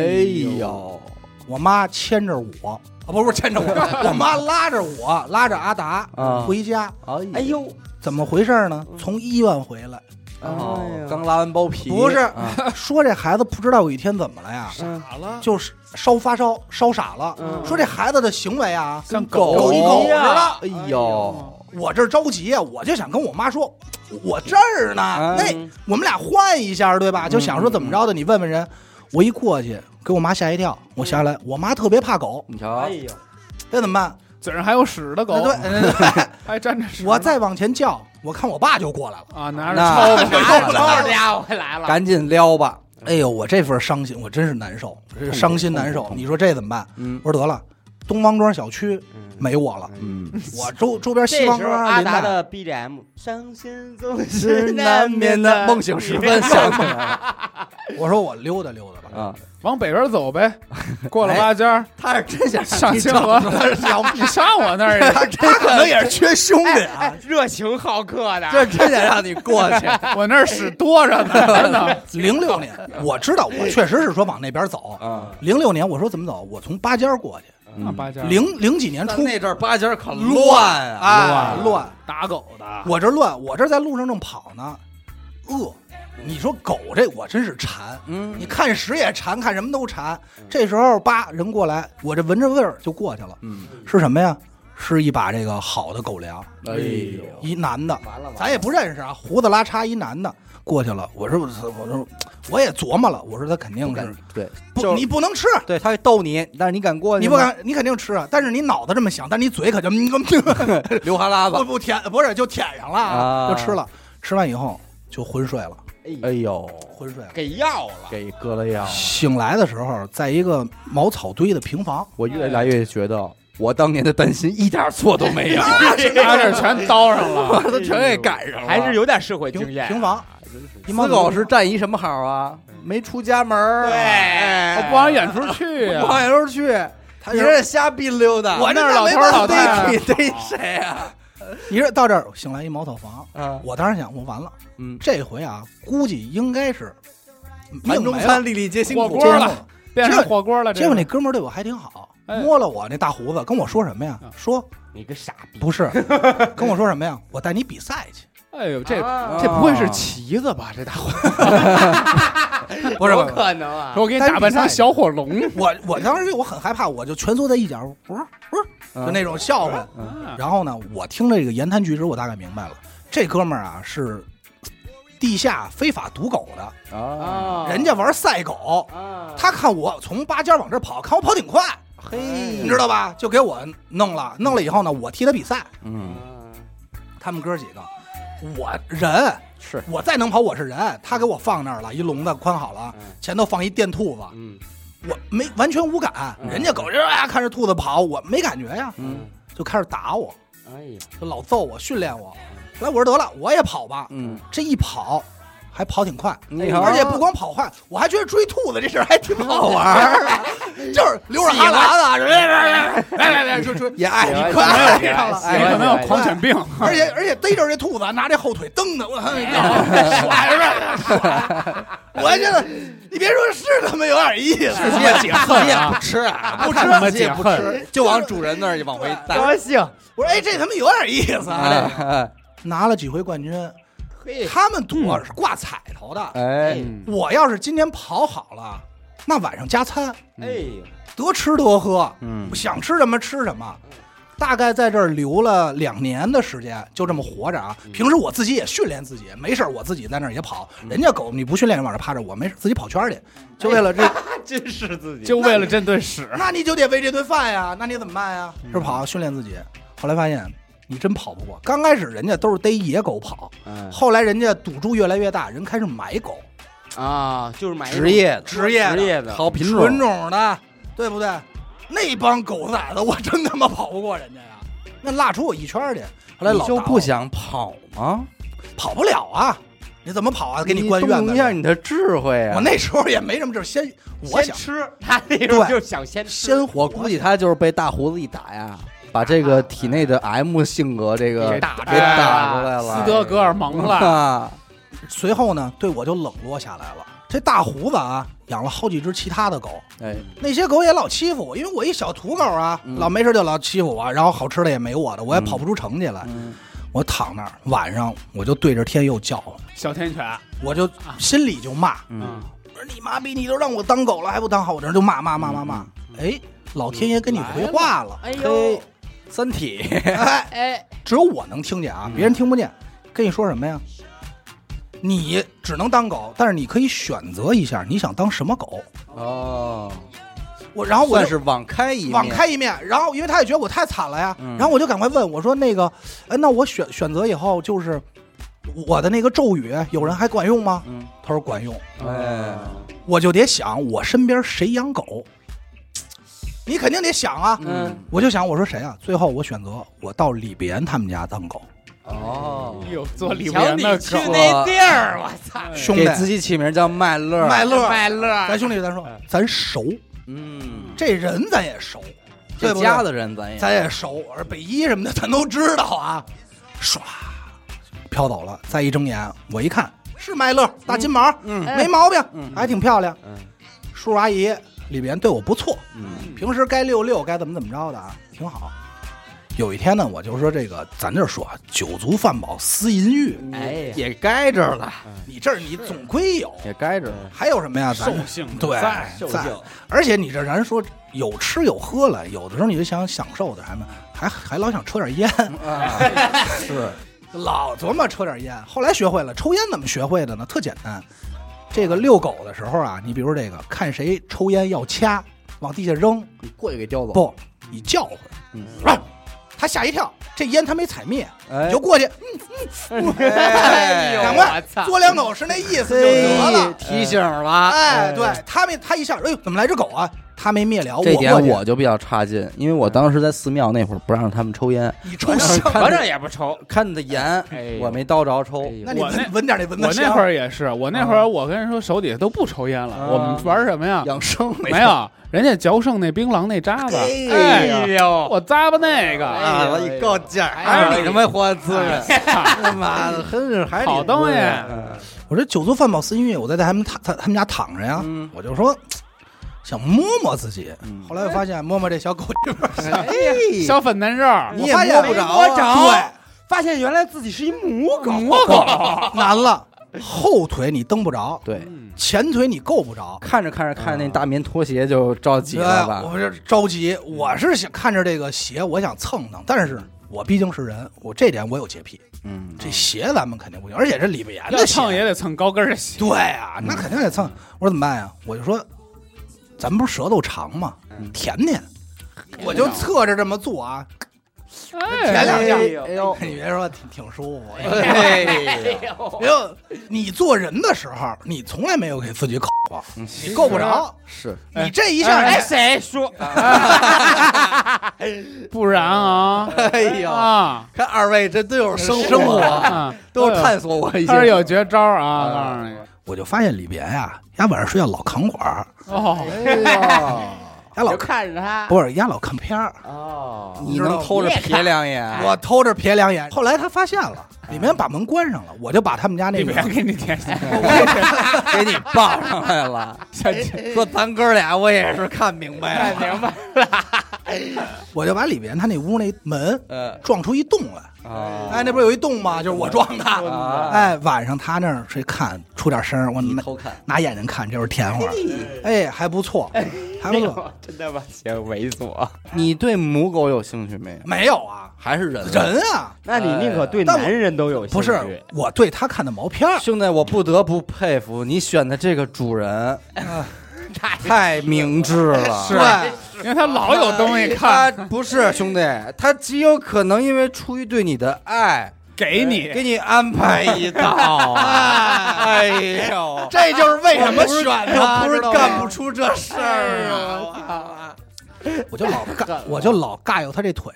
[SPEAKER 1] 呦，
[SPEAKER 4] 我妈牵着我啊，不是牵着 我，我妈拉着我，拉着阿达
[SPEAKER 1] 啊
[SPEAKER 4] 回家。
[SPEAKER 1] 哎
[SPEAKER 3] 哎
[SPEAKER 1] 呦，
[SPEAKER 3] 呦，
[SPEAKER 4] 怎么回事呢？从医院回来，
[SPEAKER 3] 哎
[SPEAKER 1] 哦刚拉完包皮，
[SPEAKER 4] 不是
[SPEAKER 1] 啊
[SPEAKER 4] 说这孩子不知道有一天怎么了呀？
[SPEAKER 3] 嗯
[SPEAKER 2] 咋了？
[SPEAKER 4] 就是烧发烧烧傻了。
[SPEAKER 3] 嗯
[SPEAKER 4] 说这孩子的行为啊，
[SPEAKER 2] 像
[SPEAKER 1] 狗
[SPEAKER 4] 狗一狗
[SPEAKER 1] 一
[SPEAKER 4] 似
[SPEAKER 1] 样
[SPEAKER 4] 的。
[SPEAKER 1] 哎呦，
[SPEAKER 4] 我这儿着急啊，我就想跟我妈说，我这儿呢，
[SPEAKER 1] 哎
[SPEAKER 4] 那我们俩换一下，对吧？就想说怎
[SPEAKER 1] 嗯
[SPEAKER 4] 么着的，你问问人。我一过去，给我妈吓一跳。我下来，我妈特别怕狗，
[SPEAKER 1] 你瞧啊
[SPEAKER 3] 哎，呦，
[SPEAKER 4] 那怎么办？
[SPEAKER 2] 嘴上还有屎的狗
[SPEAKER 4] 那，对，
[SPEAKER 2] 还沾着屎呢。
[SPEAKER 4] 我再往前叫，我看我爸就过来了。
[SPEAKER 2] 啊，拿着
[SPEAKER 1] 那
[SPEAKER 2] 抄吧，
[SPEAKER 3] 拿着抄家伙来了，
[SPEAKER 1] 赶紧撩吧。
[SPEAKER 4] 哎呦，我这份伤心，我真是难受，这个伤心难受。你说这怎么办？
[SPEAKER 1] 嗯
[SPEAKER 4] 我说得了，东方庄小区没我了，
[SPEAKER 1] 嗯，
[SPEAKER 4] 我周周边
[SPEAKER 3] 这
[SPEAKER 4] 西
[SPEAKER 3] 时
[SPEAKER 4] 方
[SPEAKER 3] 候
[SPEAKER 4] 庄啊
[SPEAKER 3] 阿
[SPEAKER 4] 林
[SPEAKER 3] 达
[SPEAKER 4] 带
[SPEAKER 3] 的 BGM，伤心总
[SPEAKER 1] 是
[SPEAKER 3] 是
[SPEAKER 1] 难
[SPEAKER 3] 难
[SPEAKER 1] 免
[SPEAKER 3] 免
[SPEAKER 1] 的
[SPEAKER 3] 的啊
[SPEAKER 1] 梦醒时分想起来了
[SPEAKER 4] 我说我溜达溜达吧。
[SPEAKER 1] 啊，
[SPEAKER 2] 往北边走呗，过了八家，
[SPEAKER 1] 他是真想
[SPEAKER 2] 上清河，你上我那儿 去，
[SPEAKER 4] 他他可能也是缺兄弟啊
[SPEAKER 3] 哎，，热情好客的，
[SPEAKER 1] 这真想让你过 去，
[SPEAKER 2] 我那儿屎多 着呢。
[SPEAKER 4] 零六年，我知道我确实是说往那边走。
[SPEAKER 1] 啊，
[SPEAKER 4] 零六年我说怎么走？我从八尖儿过去。
[SPEAKER 2] 那八家
[SPEAKER 4] 零零几年
[SPEAKER 1] 但
[SPEAKER 4] 出
[SPEAKER 1] 那阵儿八家 可乱啊，
[SPEAKER 4] 哎乱，
[SPEAKER 2] 打狗的，
[SPEAKER 4] 我这乱，我这在路上正跑呢，饿，你说狗这我真是馋，
[SPEAKER 1] 嗯
[SPEAKER 4] 你看屎也馋，看什么都馋。这时候叭人过来，我这闻着味儿就过去了，
[SPEAKER 1] 嗯，
[SPEAKER 4] 是什么呀？是一把这个好的狗粮，
[SPEAKER 1] 哎呦，
[SPEAKER 4] 一男的，
[SPEAKER 3] 完了完了
[SPEAKER 4] 咱也不认识啊，胡子拉碴一男的过去了。我说我说我说我也琢磨了，我说他肯定是
[SPEAKER 1] 对，
[SPEAKER 4] 不
[SPEAKER 1] 就
[SPEAKER 4] 你不能吃，
[SPEAKER 1] 对他会逗你，但是你敢过去，
[SPEAKER 4] 你不，敢，你肯定吃啊。但是你脑子这么想，但你嘴可就
[SPEAKER 1] 流哈喇
[SPEAKER 4] 不
[SPEAKER 1] 子，
[SPEAKER 4] 不舔，不是就舔上了，
[SPEAKER 1] 啊
[SPEAKER 4] 就吃了。吃完以后就昏睡了，
[SPEAKER 1] 哎呦，
[SPEAKER 4] 昏睡了。
[SPEAKER 3] 给药了，
[SPEAKER 1] 给割了药，
[SPEAKER 4] 醒来的时候，在一个茅草堆的平房，
[SPEAKER 1] 我越来越觉得我当年的担心 一点错都没有，
[SPEAKER 2] 差点全刀上
[SPEAKER 1] 我
[SPEAKER 2] 了。
[SPEAKER 1] 都全给赶上了，
[SPEAKER 3] 还是有点社会
[SPEAKER 4] 平
[SPEAKER 3] 经验啊。
[SPEAKER 4] 平房
[SPEAKER 3] 真是
[SPEAKER 4] 一
[SPEAKER 1] 死
[SPEAKER 4] 茅
[SPEAKER 1] 狗
[SPEAKER 4] 草
[SPEAKER 1] 是占一什么好啊？没出家门儿，
[SPEAKER 2] 我
[SPEAKER 1] 哎
[SPEAKER 2] 啊哦不往远处去啊
[SPEAKER 1] 不往
[SPEAKER 2] 呀，
[SPEAKER 1] 远处去，
[SPEAKER 4] 他
[SPEAKER 1] 你
[SPEAKER 4] 是
[SPEAKER 1] 这瞎逼溜达，
[SPEAKER 4] 我
[SPEAKER 2] 那
[SPEAKER 4] 这
[SPEAKER 2] 是老头
[SPEAKER 4] 没
[SPEAKER 2] 儿
[SPEAKER 4] 法
[SPEAKER 2] 老
[SPEAKER 4] 逮
[SPEAKER 2] 太太
[SPEAKER 1] 你逮谁啊？
[SPEAKER 4] 你这到这儿醒来一茅草房，
[SPEAKER 1] 嗯
[SPEAKER 4] 我当时想，我完了，
[SPEAKER 1] 嗯，
[SPEAKER 4] 这回啊，估计应该是
[SPEAKER 1] 盘
[SPEAKER 4] 命
[SPEAKER 1] 中
[SPEAKER 4] 没了
[SPEAKER 1] 餐，粒粒皆辛
[SPEAKER 2] 火
[SPEAKER 1] 苦，
[SPEAKER 2] 锅了，变成火锅了。
[SPEAKER 4] 结果那
[SPEAKER 2] 你
[SPEAKER 4] 哥们儿对我还挺好，
[SPEAKER 2] 哎
[SPEAKER 4] 摸了我那大胡子，跟我说什么呀？说
[SPEAKER 3] 你个傻逼，
[SPEAKER 4] 不是，跟我说什么呀？我带你比赛去。
[SPEAKER 2] 哎呦，这
[SPEAKER 3] 啊
[SPEAKER 2] 这不会是旗子吧？这大伙，
[SPEAKER 4] 不是
[SPEAKER 3] 有
[SPEAKER 4] 不是
[SPEAKER 3] 可能啊，
[SPEAKER 2] 我给你
[SPEAKER 4] 单
[SPEAKER 2] 打扮
[SPEAKER 4] 比赛
[SPEAKER 2] 成小火 龙。
[SPEAKER 4] 我我当时我很害怕，我就蜷缩在一角，不是不是，就那种笑话。
[SPEAKER 2] 啊
[SPEAKER 4] 然后呢，我听这个言谈举止，我大概明白了，这哥们儿啊是地下非法赌狗的，
[SPEAKER 1] 啊，
[SPEAKER 3] 啊，
[SPEAKER 4] 人家玩赛狗，
[SPEAKER 3] 啊，
[SPEAKER 4] 他看我从八尖往这跑，看我跑挺快，
[SPEAKER 3] 哎
[SPEAKER 1] 嘿，
[SPEAKER 4] 你知道吧？就给我弄了，弄了以后呢，我替他比赛，
[SPEAKER 1] 嗯，
[SPEAKER 4] 他们哥几个，我人
[SPEAKER 1] 是
[SPEAKER 4] 我再能跑我是人，他给我放那儿了，一笼子宽好了
[SPEAKER 3] 嗯，
[SPEAKER 4] 前头放一电兔子，
[SPEAKER 3] 嗯
[SPEAKER 4] 我没完全无感，
[SPEAKER 3] 嗯
[SPEAKER 4] 人家狗就啊看着兔子跑，我没感觉呀，
[SPEAKER 1] 嗯
[SPEAKER 4] 就开始打我，
[SPEAKER 3] 哎呀，
[SPEAKER 4] 就老揍我，训练我。后来我说得了，我也跑吧，
[SPEAKER 1] 嗯，
[SPEAKER 4] 这一跑还跑挺快，
[SPEAKER 1] 你
[SPEAKER 4] 而且不光跑快，我还觉得追兔子这事儿还挺好玩儿的，就是溜着哈喇子，来来来，就追，
[SPEAKER 1] 也爱
[SPEAKER 4] 你
[SPEAKER 1] 你
[SPEAKER 4] 快
[SPEAKER 1] 快，
[SPEAKER 4] 爱上了
[SPEAKER 1] 哎
[SPEAKER 2] 哎你可能有狂犬病，
[SPEAKER 4] 而
[SPEAKER 1] 嗯
[SPEAKER 4] 且而且逮着这兔子，拿这后腿蹬的，我操， 甩着甩，我还觉得你别说是他妈有点意思，
[SPEAKER 1] 自己也解恨，自己也不吃啊，
[SPEAKER 4] 不吃
[SPEAKER 2] 他妈
[SPEAKER 1] 自己也
[SPEAKER 2] 解
[SPEAKER 1] 不
[SPEAKER 2] 恨。
[SPEAKER 1] 吃，就往主人那儿往回带。
[SPEAKER 3] 高兴，
[SPEAKER 4] 啊我说哎，这他妈有点意思啊！
[SPEAKER 1] 哎
[SPEAKER 4] 这拿了几回冠军，
[SPEAKER 3] 嘿，
[SPEAKER 4] 他们赌啊是挂彩头的。
[SPEAKER 1] 嗯哎，
[SPEAKER 4] 我要是今天跑好了，那晚上加餐，
[SPEAKER 3] 哎呦，
[SPEAKER 4] 得吃得喝，
[SPEAKER 1] 嗯
[SPEAKER 4] 我想吃什么吃什么。大概在这儿留了两年的时间，就这么活着啊。平时我自己也训练自己，没事儿我自己在那儿也跑。人家狗你不训练，往这趴着，我没事自己跑圈儿去，就为了这，
[SPEAKER 3] 真是自己，
[SPEAKER 2] 就为了这顿屎，
[SPEAKER 4] 那你就得为这顿饭呀，那你怎么办呀？是跑训练自己。后来发现你真跑不过，刚开始人家都是逮野狗跑，
[SPEAKER 3] 嗯
[SPEAKER 4] 后来人家赌注越来越大，人开始买狗，
[SPEAKER 3] 啊，就是买一种
[SPEAKER 1] 职业的
[SPEAKER 4] 职业
[SPEAKER 3] 职业的，
[SPEAKER 1] 好品
[SPEAKER 4] 纯种的，对不对？那帮狗崽子，我真他妈跑不过人家呀！那蜡出我一圈儿去，后来
[SPEAKER 1] 你
[SPEAKER 4] 老
[SPEAKER 1] 就
[SPEAKER 4] 打我
[SPEAKER 1] 不想跑吗？
[SPEAKER 4] 跑不了啊？你怎么跑啊？给
[SPEAKER 1] 你
[SPEAKER 4] 关院
[SPEAKER 1] 动
[SPEAKER 4] 子
[SPEAKER 1] 一下你的智慧
[SPEAKER 4] 我
[SPEAKER 1] 啊！
[SPEAKER 4] 那时候也没什么，就是先我
[SPEAKER 3] 先
[SPEAKER 4] 想
[SPEAKER 3] 吃，他那时候就想先吃，
[SPEAKER 4] 先
[SPEAKER 1] 我估计他就是被大胡子一打呀，把这个体内的 M 性格这个
[SPEAKER 3] 给打出来
[SPEAKER 1] 给打出来了，
[SPEAKER 2] 哎
[SPEAKER 1] 哎
[SPEAKER 2] 斯德哥尔摩了。
[SPEAKER 1] 啊，
[SPEAKER 4] 随后呢，对我就冷落下来了。这大胡子啊，养了好几只其他的狗，
[SPEAKER 1] 哎，
[SPEAKER 4] 那些狗也老欺负我，因为我一小土狗啊，
[SPEAKER 1] 嗯
[SPEAKER 4] 老没事就老欺负我，然后好吃的也没我的，我也跑不出成绩来。
[SPEAKER 1] 嗯
[SPEAKER 4] 我躺那儿，晚上我就对着天又叫唤，
[SPEAKER 2] 小天犬，
[SPEAKER 4] 我就心里就骂，
[SPEAKER 1] 嗯，
[SPEAKER 4] 我说你妈逼，你都让我当狗了，还不当好人，就骂骂骂骂骂。
[SPEAKER 1] 嗯
[SPEAKER 4] 哎，老天爷跟你回话了，
[SPEAKER 3] 哎呦
[SPEAKER 1] 嘿，，三体，
[SPEAKER 4] 哎，
[SPEAKER 3] 哎，
[SPEAKER 4] 只有我能听见
[SPEAKER 1] 嗯
[SPEAKER 4] 啊，别人听不见。跟你说什么呀？你只能当狗，但是你可以选择一下你想当什么狗。
[SPEAKER 1] 哦，
[SPEAKER 4] 我然后我
[SPEAKER 1] 算
[SPEAKER 4] 就是
[SPEAKER 1] 网开一面
[SPEAKER 4] 网，开一面，然后因为他也觉得我太惨了呀，
[SPEAKER 1] 嗯
[SPEAKER 4] 然后我就赶快问我说那个，哎，那我选选择以后就是我的那个咒语，有人还管用吗？
[SPEAKER 1] 嗯，
[SPEAKER 4] 他说管用，
[SPEAKER 1] 哎，
[SPEAKER 4] 我就得想我身边谁养狗，你肯定得想啊，
[SPEAKER 1] 嗯，
[SPEAKER 4] 我就想我说谁啊？最后我选择我到李别人他们家当狗，
[SPEAKER 1] 哦，
[SPEAKER 2] 哎呦，做李
[SPEAKER 3] 瞧
[SPEAKER 2] 连
[SPEAKER 3] 你
[SPEAKER 2] 的
[SPEAKER 3] 去
[SPEAKER 2] 狗，
[SPEAKER 3] 那地儿，我操，
[SPEAKER 4] 兄
[SPEAKER 1] 哎给
[SPEAKER 4] 弟，
[SPEAKER 1] 自己起名叫麦乐，
[SPEAKER 4] 麦乐，哎
[SPEAKER 3] 麦乐，
[SPEAKER 4] 咱兄弟咱说咱熟，
[SPEAKER 1] 嗯，
[SPEAKER 4] 这人咱也熟，对
[SPEAKER 1] 这
[SPEAKER 4] 不对？
[SPEAKER 1] 家的人咱也
[SPEAKER 4] 咱也熟，而北一什么的咱都知道啊。唰，飘走了。再一睁眼，我一看是麦乐，大金毛，嗯，没毛病，还挺漂亮。
[SPEAKER 3] 嗯，
[SPEAKER 4] 叔叔阿姨里边对我不错，
[SPEAKER 1] 嗯，
[SPEAKER 4] 平时该遛遛，该怎么怎么着的啊，挺好。有一天呢，我就说这个，咱这说啊酒足饭饱思淫欲，
[SPEAKER 3] 哎呀，
[SPEAKER 1] 也该着了，
[SPEAKER 4] 你这儿你总归有，
[SPEAKER 1] 也该着了。
[SPEAKER 4] 还有什么呀？咱
[SPEAKER 2] 兽性不
[SPEAKER 4] 对
[SPEAKER 2] 在
[SPEAKER 3] 兽
[SPEAKER 4] 在
[SPEAKER 3] 性，
[SPEAKER 4] 而且你这咱说有吃有喝了，有的时候你就想享受的什么，还还老想抽点烟，
[SPEAKER 1] 是
[SPEAKER 4] 老琢磨抽点烟。后来学会了抽烟，怎么学会的呢？特简单，这个遛狗的时候啊，你比如这个看谁抽烟要掐，往地下扔，
[SPEAKER 1] 你过去给叼走，
[SPEAKER 4] 不，你叫唤，
[SPEAKER 1] 嗯
[SPEAKER 4] 啊他吓一跳，这烟他没踩灭，
[SPEAKER 1] 哎
[SPEAKER 4] 你就过去，嗯嗯，
[SPEAKER 1] 哎
[SPEAKER 4] 赶快嘬两口是那意思就得
[SPEAKER 1] 嘿
[SPEAKER 4] 了。
[SPEAKER 1] 提醒了。
[SPEAKER 4] 哎，对他没他一下，哎呦，怎么来只狗啊？他没灭了，
[SPEAKER 1] 这点
[SPEAKER 4] 过去
[SPEAKER 1] 我就比较差劲，因为我当时在寺庙那会儿不让他们抽烟，
[SPEAKER 4] 你抽香，
[SPEAKER 1] 和尚
[SPEAKER 2] 也不抽。
[SPEAKER 1] 哦看的严
[SPEAKER 2] 哎，呦
[SPEAKER 1] 我没叨着抽。
[SPEAKER 4] 那你
[SPEAKER 2] 我那
[SPEAKER 4] 闻闻点那蚊
[SPEAKER 2] 我
[SPEAKER 4] 子香。
[SPEAKER 2] 那会儿也是，我那会儿我跟人说手底下都不抽烟了，
[SPEAKER 1] 啊
[SPEAKER 2] 我们玩什么呀？
[SPEAKER 1] 养生
[SPEAKER 2] 没有，人家嚼剩那槟榔那渣子，
[SPEAKER 1] 哎
[SPEAKER 2] 哎，
[SPEAKER 1] 呦，
[SPEAKER 2] 我咂巴那个，
[SPEAKER 1] 啊，我一够劲儿，
[SPEAKER 2] 哎
[SPEAKER 1] 哎，你他妈活得滋 润，
[SPEAKER 2] 操
[SPEAKER 1] 他妈的，真是
[SPEAKER 4] 哎
[SPEAKER 1] 还得
[SPEAKER 2] 好东西啊
[SPEAKER 1] 嗯
[SPEAKER 4] 我这酒足饭饱思淫欲，我在他们他他他们家躺着呀，
[SPEAKER 1] 嗯
[SPEAKER 4] 我就说嘖想摸摸自己。
[SPEAKER 1] 嗯
[SPEAKER 4] 后来我发现摸摸这小狗这边儿，
[SPEAKER 1] 哎呀，
[SPEAKER 2] 小粉嫩肉，
[SPEAKER 1] 你也
[SPEAKER 4] 我发现
[SPEAKER 1] 摸不着啊
[SPEAKER 3] 摸着，发现原来自己是一母狗，母狗，
[SPEAKER 4] 对，难了，后腿你蹬不着，
[SPEAKER 1] 对，
[SPEAKER 4] 前腿你够不着。
[SPEAKER 1] 看着看着看着那大棉拖鞋就着急了
[SPEAKER 4] 对
[SPEAKER 1] 吧？嗯
[SPEAKER 4] 我这着急，我是想看着这个鞋，我想蹭蹭，但是我毕竟是人，我这点我有洁癖，
[SPEAKER 1] 嗯，
[SPEAKER 4] 这鞋咱们肯定不行，而且这里边严
[SPEAKER 2] 要
[SPEAKER 4] 的
[SPEAKER 2] 蹭
[SPEAKER 4] 鞋
[SPEAKER 2] 也，得蹭高跟儿的鞋。
[SPEAKER 4] 对啊，那肯定得
[SPEAKER 1] 嗯
[SPEAKER 4] 蹭。我说怎么办呀？我就说，咱们不是舌头长吗？
[SPEAKER 1] 嗯
[SPEAKER 4] 舔舔，我就侧着这么做啊，
[SPEAKER 2] 哎
[SPEAKER 4] 前两下
[SPEAKER 1] 哎哎呦，
[SPEAKER 4] 你别说挺挺舒服。
[SPEAKER 1] 哎呀，
[SPEAKER 4] 没有，你做人的时候，你从来没有给自己口过，你够不着。
[SPEAKER 1] 是
[SPEAKER 4] 你这一下，
[SPEAKER 3] 哎，谁说？
[SPEAKER 2] 不然啊，
[SPEAKER 1] 哎呦哎
[SPEAKER 2] 啊，
[SPEAKER 1] 看二位这都有生
[SPEAKER 2] 生活
[SPEAKER 1] 活，
[SPEAKER 2] 啊
[SPEAKER 1] 都探索我一
[SPEAKER 2] 他是
[SPEAKER 1] 些。
[SPEAKER 2] 有绝招啊，
[SPEAKER 4] 我就发现里边呀，丫晚上睡觉老扛管儿，
[SPEAKER 2] 告诉你。哦，
[SPEAKER 1] 哎呀，
[SPEAKER 4] 丫老
[SPEAKER 3] 看着他，
[SPEAKER 4] 不是丫老看片儿，
[SPEAKER 3] 哦，
[SPEAKER 1] 你能偷着瞥两眼？
[SPEAKER 4] 我偷着瞥两眼。后来他发现了，里面把门关上了，我就把他们家那
[SPEAKER 2] 你
[SPEAKER 4] 个
[SPEAKER 2] 别给你添
[SPEAKER 1] 给你报上来 了。
[SPEAKER 2] 小姐，
[SPEAKER 1] 说咱哥俩，我也是看明白了。
[SPEAKER 2] 哎明白？
[SPEAKER 4] 我就把里边他那屋那门
[SPEAKER 1] 呃
[SPEAKER 4] 撞出一洞来。
[SPEAKER 1] 啊，
[SPEAKER 4] 哎，那不是有一洞吗？就是我撞的。
[SPEAKER 1] 啊
[SPEAKER 4] 哎，晚上他那儿睡看出点声儿，我拿
[SPEAKER 1] 偷看，
[SPEAKER 4] 拿眼睛看，这会儿甜会儿，哎，还不错，还不错。
[SPEAKER 3] 哎真的把鞋猥琐。
[SPEAKER 1] 你对母狗有兴趣没有？
[SPEAKER 4] 没有啊，
[SPEAKER 1] 还是人类
[SPEAKER 4] 人啊，
[SPEAKER 3] 那你宁可对
[SPEAKER 4] 但我
[SPEAKER 3] 男人都有兴趣
[SPEAKER 4] 不是我对他看的毛片儿，
[SPEAKER 1] 兄弟，我不得不佩服你选的这个主 人，太明智了。
[SPEAKER 2] 哎是因为他老有东
[SPEAKER 1] 哎
[SPEAKER 2] 西看，
[SPEAKER 1] 他不是兄弟，他极有可能因为出于对你的爱，
[SPEAKER 2] 给
[SPEAKER 4] 哎
[SPEAKER 2] 你
[SPEAKER 1] 给你安排一道啊。 哎呦，
[SPEAKER 4] 这就是为什么
[SPEAKER 1] 不是
[SPEAKER 4] 选他，
[SPEAKER 1] 不是
[SPEAKER 4] 知道吗哎
[SPEAKER 1] 干不出这事儿啊！
[SPEAKER 4] 我就老尬，我就老尬悠他这腿。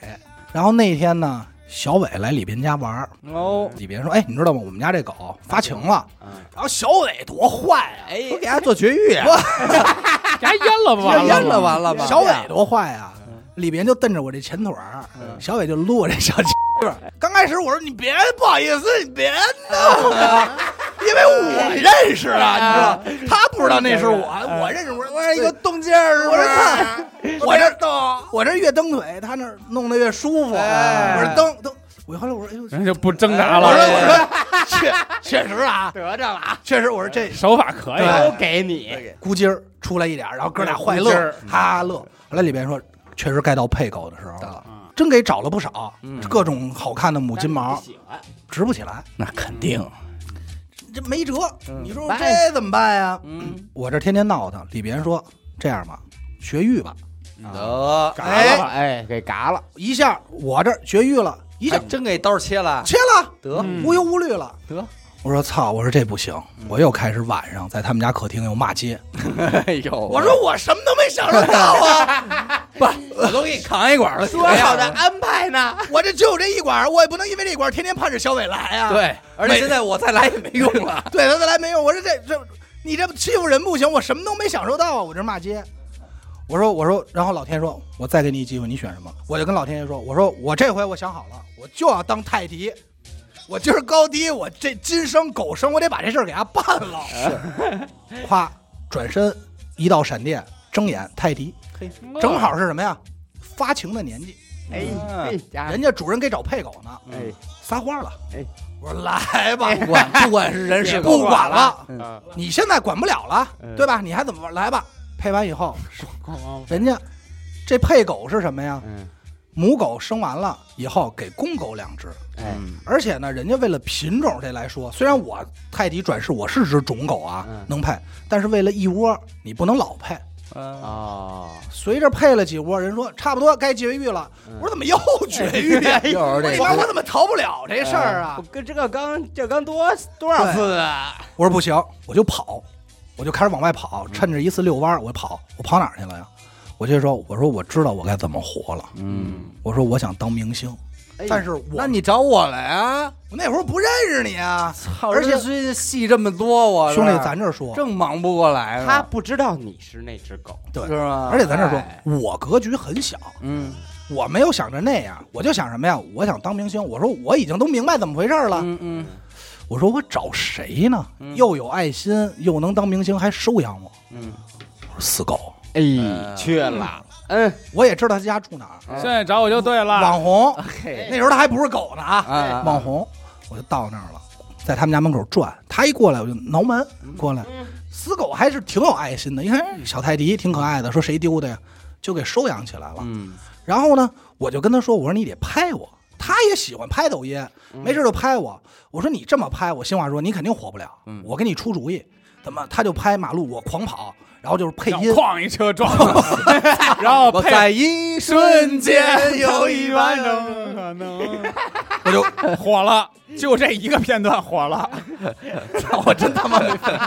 [SPEAKER 4] 然后那天呢，小伟来李斌家玩儿，
[SPEAKER 1] 哦，
[SPEAKER 4] 李斌说：“哎，你知道吗？我们家这狗发情了。”
[SPEAKER 2] 嗯
[SPEAKER 4] 然后小伟多坏啊呀、
[SPEAKER 1] 我给他做绝育啊，
[SPEAKER 2] 哎 给他淹了吧，嗯完
[SPEAKER 1] 扔
[SPEAKER 2] 了
[SPEAKER 1] 了完了吧？
[SPEAKER 4] 小伟多坏呀、李斌就瞪着我这前腿儿，
[SPEAKER 2] 嗯
[SPEAKER 4] 小伟就撸我这小鸡儿。刚开始我说：“你别不好意思，你别 弄啊。”因为我认识啊，你
[SPEAKER 2] 嗯
[SPEAKER 4] 知道，他不知道那是我，我认识我，我说一个
[SPEAKER 1] 动静儿
[SPEAKER 4] 我这看，我这蹬，我这越蹬腿，他那儿弄得越舒服。
[SPEAKER 1] 哎
[SPEAKER 4] 我这蹬蹬，我后来我说，哎呦，
[SPEAKER 2] 人就不挣扎
[SPEAKER 4] 我说
[SPEAKER 2] 了，
[SPEAKER 4] 我说，确确实啊，
[SPEAKER 3] 得着了啊，
[SPEAKER 4] 确实我说这
[SPEAKER 2] 手法可以，
[SPEAKER 4] 对
[SPEAKER 3] 哎都给你，
[SPEAKER 4] 咕叽儿出来一点儿，然后哥俩坏乐
[SPEAKER 2] 咕叽儿，
[SPEAKER 4] 哈哈乐。后来里边说，确实该到配狗的时候了，真给找了不少，
[SPEAKER 3] 嗯
[SPEAKER 4] 各种好看的母金毛，
[SPEAKER 3] 喜欢
[SPEAKER 4] 直不起来，嗯
[SPEAKER 1] 那肯定，
[SPEAKER 4] 这没辙。你说
[SPEAKER 3] 办
[SPEAKER 4] 这怎么办呀？
[SPEAKER 1] 嗯，
[SPEAKER 4] 我这天天闹腾，里边说这样吧，绝育吧，
[SPEAKER 1] 得，
[SPEAKER 2] 嘎了吧
[SPEAKER 3] 哎，给嘎了，
[SPEAKER 4] 一下我这绝育了，一下
[SPEAKER 1] 还真给刀切了，
[SPEAKER 4] 切了。
[SPEAKER 1] 得
[SPEAKER 2] 嗯
[SPEAKER 4] 无忧无虑了。
[SPEAKER 1] 得，
[SPEAKER 4] 我说操，我说这不行，我又开始晚上在他们家客厅又骂街。
[SPEAKER 1] 哎呦，
[SPEAKER 4] 我说我什么都没享受到啊，
[SPEAKER 1] 我都给你扛一管了，
[SPEAKER 3] 多好的安排呢？
[SPEAKER 4] 我这就有这一管儿，我也不能因为这一管儿天天盼着小伟来啊。
[SPEAKER 1] 对，而且
[SPEAKER 4] 每
[SPEAKER 1] 现在我再来也没用了。
[SPEAKER 4] 对，他再来没用。我说这这，你这欺负人不行，我什么都没享受到啊，我这骂街。我说我说，然后老天说，我再给你一机会，你选什么？我就跟老天爷说，我说我这回我想好了，我就要当泰迪。我今儿高低，我这今生狗生，我得把这事儿给他办了。是，夸转身一道闪电，睁眼泰迪，正好是什么呀？发情的年纪，
[SPEAKER 3] 哎哎家伙
[SPEAKER 4] 人家主人给找配狗
[SPEAKER 1] 嗯
[SPEAKER 4] 呢，
[SPEAKER 3] 哎
[SPEAKER 4] 撒花了。
[SPEAKER 3] 哎，
[SPEAKER 4] 我说来吧，
[SPEAKER 1] 不管不管是人是
[SPEAKER 4] 不
[SPEAKER 1] 狗，
[SPEAKER 4] 管了，
[SPEAKER 1] 嗯
[SPEAKER 2] 啊
[SPEAKER 4] 你现在管不了了，
[SPEAKER 3] 嗯
[SPEAKER 4] 对吧？你还怎么玩？来吧，配完以后，
[SPEAKER 2] 咣
[SPEAKER 1] 啊
[SPEAKER 2] 咣
[SPEAKER 4] 人家这配狗是什么呀？
[SPEAKER 3] 嗯
[SPEAKER 4] 母狗生完了以后给公狗两只，
[SPEAKER 3] 哎
[SPEAKER 1] 嗯
[SPEAKER 4] 而且呢，人家为了品种这来说，虽然我泰迪转世我是只种狗啊，
[SPEAKER 3] 嗯
[SPEAKER 4] 能配，但是为了一窝，你不能老配。
[SPEAKER 1] 啊，
[SPEAKER 3] 哦，
[SPEAKER 4] 随着配了几窝，人说差不多该绝育了。
[SPEAKER 3] 嗯
[SPEAKER 4] 我说怎么又绝育呀？
[SPEAKER 1] 哎又是
[SPEAKER 4] 我
[SPEAKER 1] 这
[SPEAKER 4] 说你妈我
[SPEAKER 1] 个，
[SPEAKER 4] 怎么逃不了这事儿啊
[SPEAKER 3] 我？跟这个刚这刚多多少次啊？
[SPEAKER 4] 我说不行，我就跑，我就开始往外跑，趁着一次遛弯儿我跑，我跑哪儿去了呀？我就说，我说我知道我该怎么活了。
[SPEAKER 1] 嗯，
[SPEAKER 4] 我说我想当明星，
[SPEAKER 3] 哎
[SPEAKER 4] 但是我
[SPEAKER 1] 那你找我来啊！
[SPEAKER 4] 我那会儿不认识你啊，
[SPEAKER 1] 操，
[SPEAKER 4] 而且
[SPEAKER 1] 最近戏这么多，我
[SPEAKER 4] 兄弟
[SPEAKER 1] 这，
[SPEAKER 4] 咱这儿说，
[SPEAKER 1] 正忙不过来呢，
[SPEAKER 3] 他不知道你是那只狗，
[SPEAKER 4] 对
[SPEAKER 1] 是吗？
[SPEAKER 4] 而且咱这儿
[SPEAKER 1] 哎
[SPEAKER 4] 说，我格局很小，
[SPEAKER 1] 嗯
[SPEAKER 4] 我没有想着那样，我就想什么呀？我想当明星。我说我已经都明白怎么回事儿了。
[SPEAKER 1] 嗯嗯，
[SPEAKER 4] 我说我找谁呢？
[SPEAKER 1] 嗯
[SPEAKER 4] 又有爱心，又能当明星，还收养我。
[SPEAKER 1] 嗯，
[SPEAKER 4] 我说死狗，
[SPEAKER 3] 哎，缺了，嗯，
[SPEAKER 4] 我也知道他家住哪儿，
[SPEAKER 2] 现在找我就对了。
[SPEAKER 4] 网红。
[SPEAKER 1] 嘿，
[SPEAKER 4] 那时候他还不是狗呢啊，
[SPEAKER 1] 啊，
[SPEAKER 4] 网红，我就到那儿了，在他们家门口转，他一过来我就挠门
[SPEAKER 1] 嗯
[SPEAKER 4] 过来，死狗还是挺有爱心的，一看哎小泰迪挺可爱的，说谁丢的呀，就给收养起来了。
[SPEAKER 1] 嗯
[SPEAKER 4] 然后呢，我就跟他说，我说你得拍我，他也喜欢拍抖音，
[SPEAKER 1] 嗯
[SPEAKER 4] 没事就拍我。我说你这么拍，我心话说你肯定火不了
[SPEAKER 1] 嗯，
[SPEAKER 4] 我给你出主意，怎么他就拍马路，我狂跑，然后就是配 音，
[SPEAKER 2] 哐一车撞了，然后
[SPEAKER 1] 我
[SPEAKER 2] 配
[SPEAKER 1] 在一瞬间有一万种。
[SPEAKER 2] 种可能
[SPEAKER 4] 我就
[SPEAKER 2] 火了，就这一个片段火 了。
[SPEAKER 4] 我真他妈没分，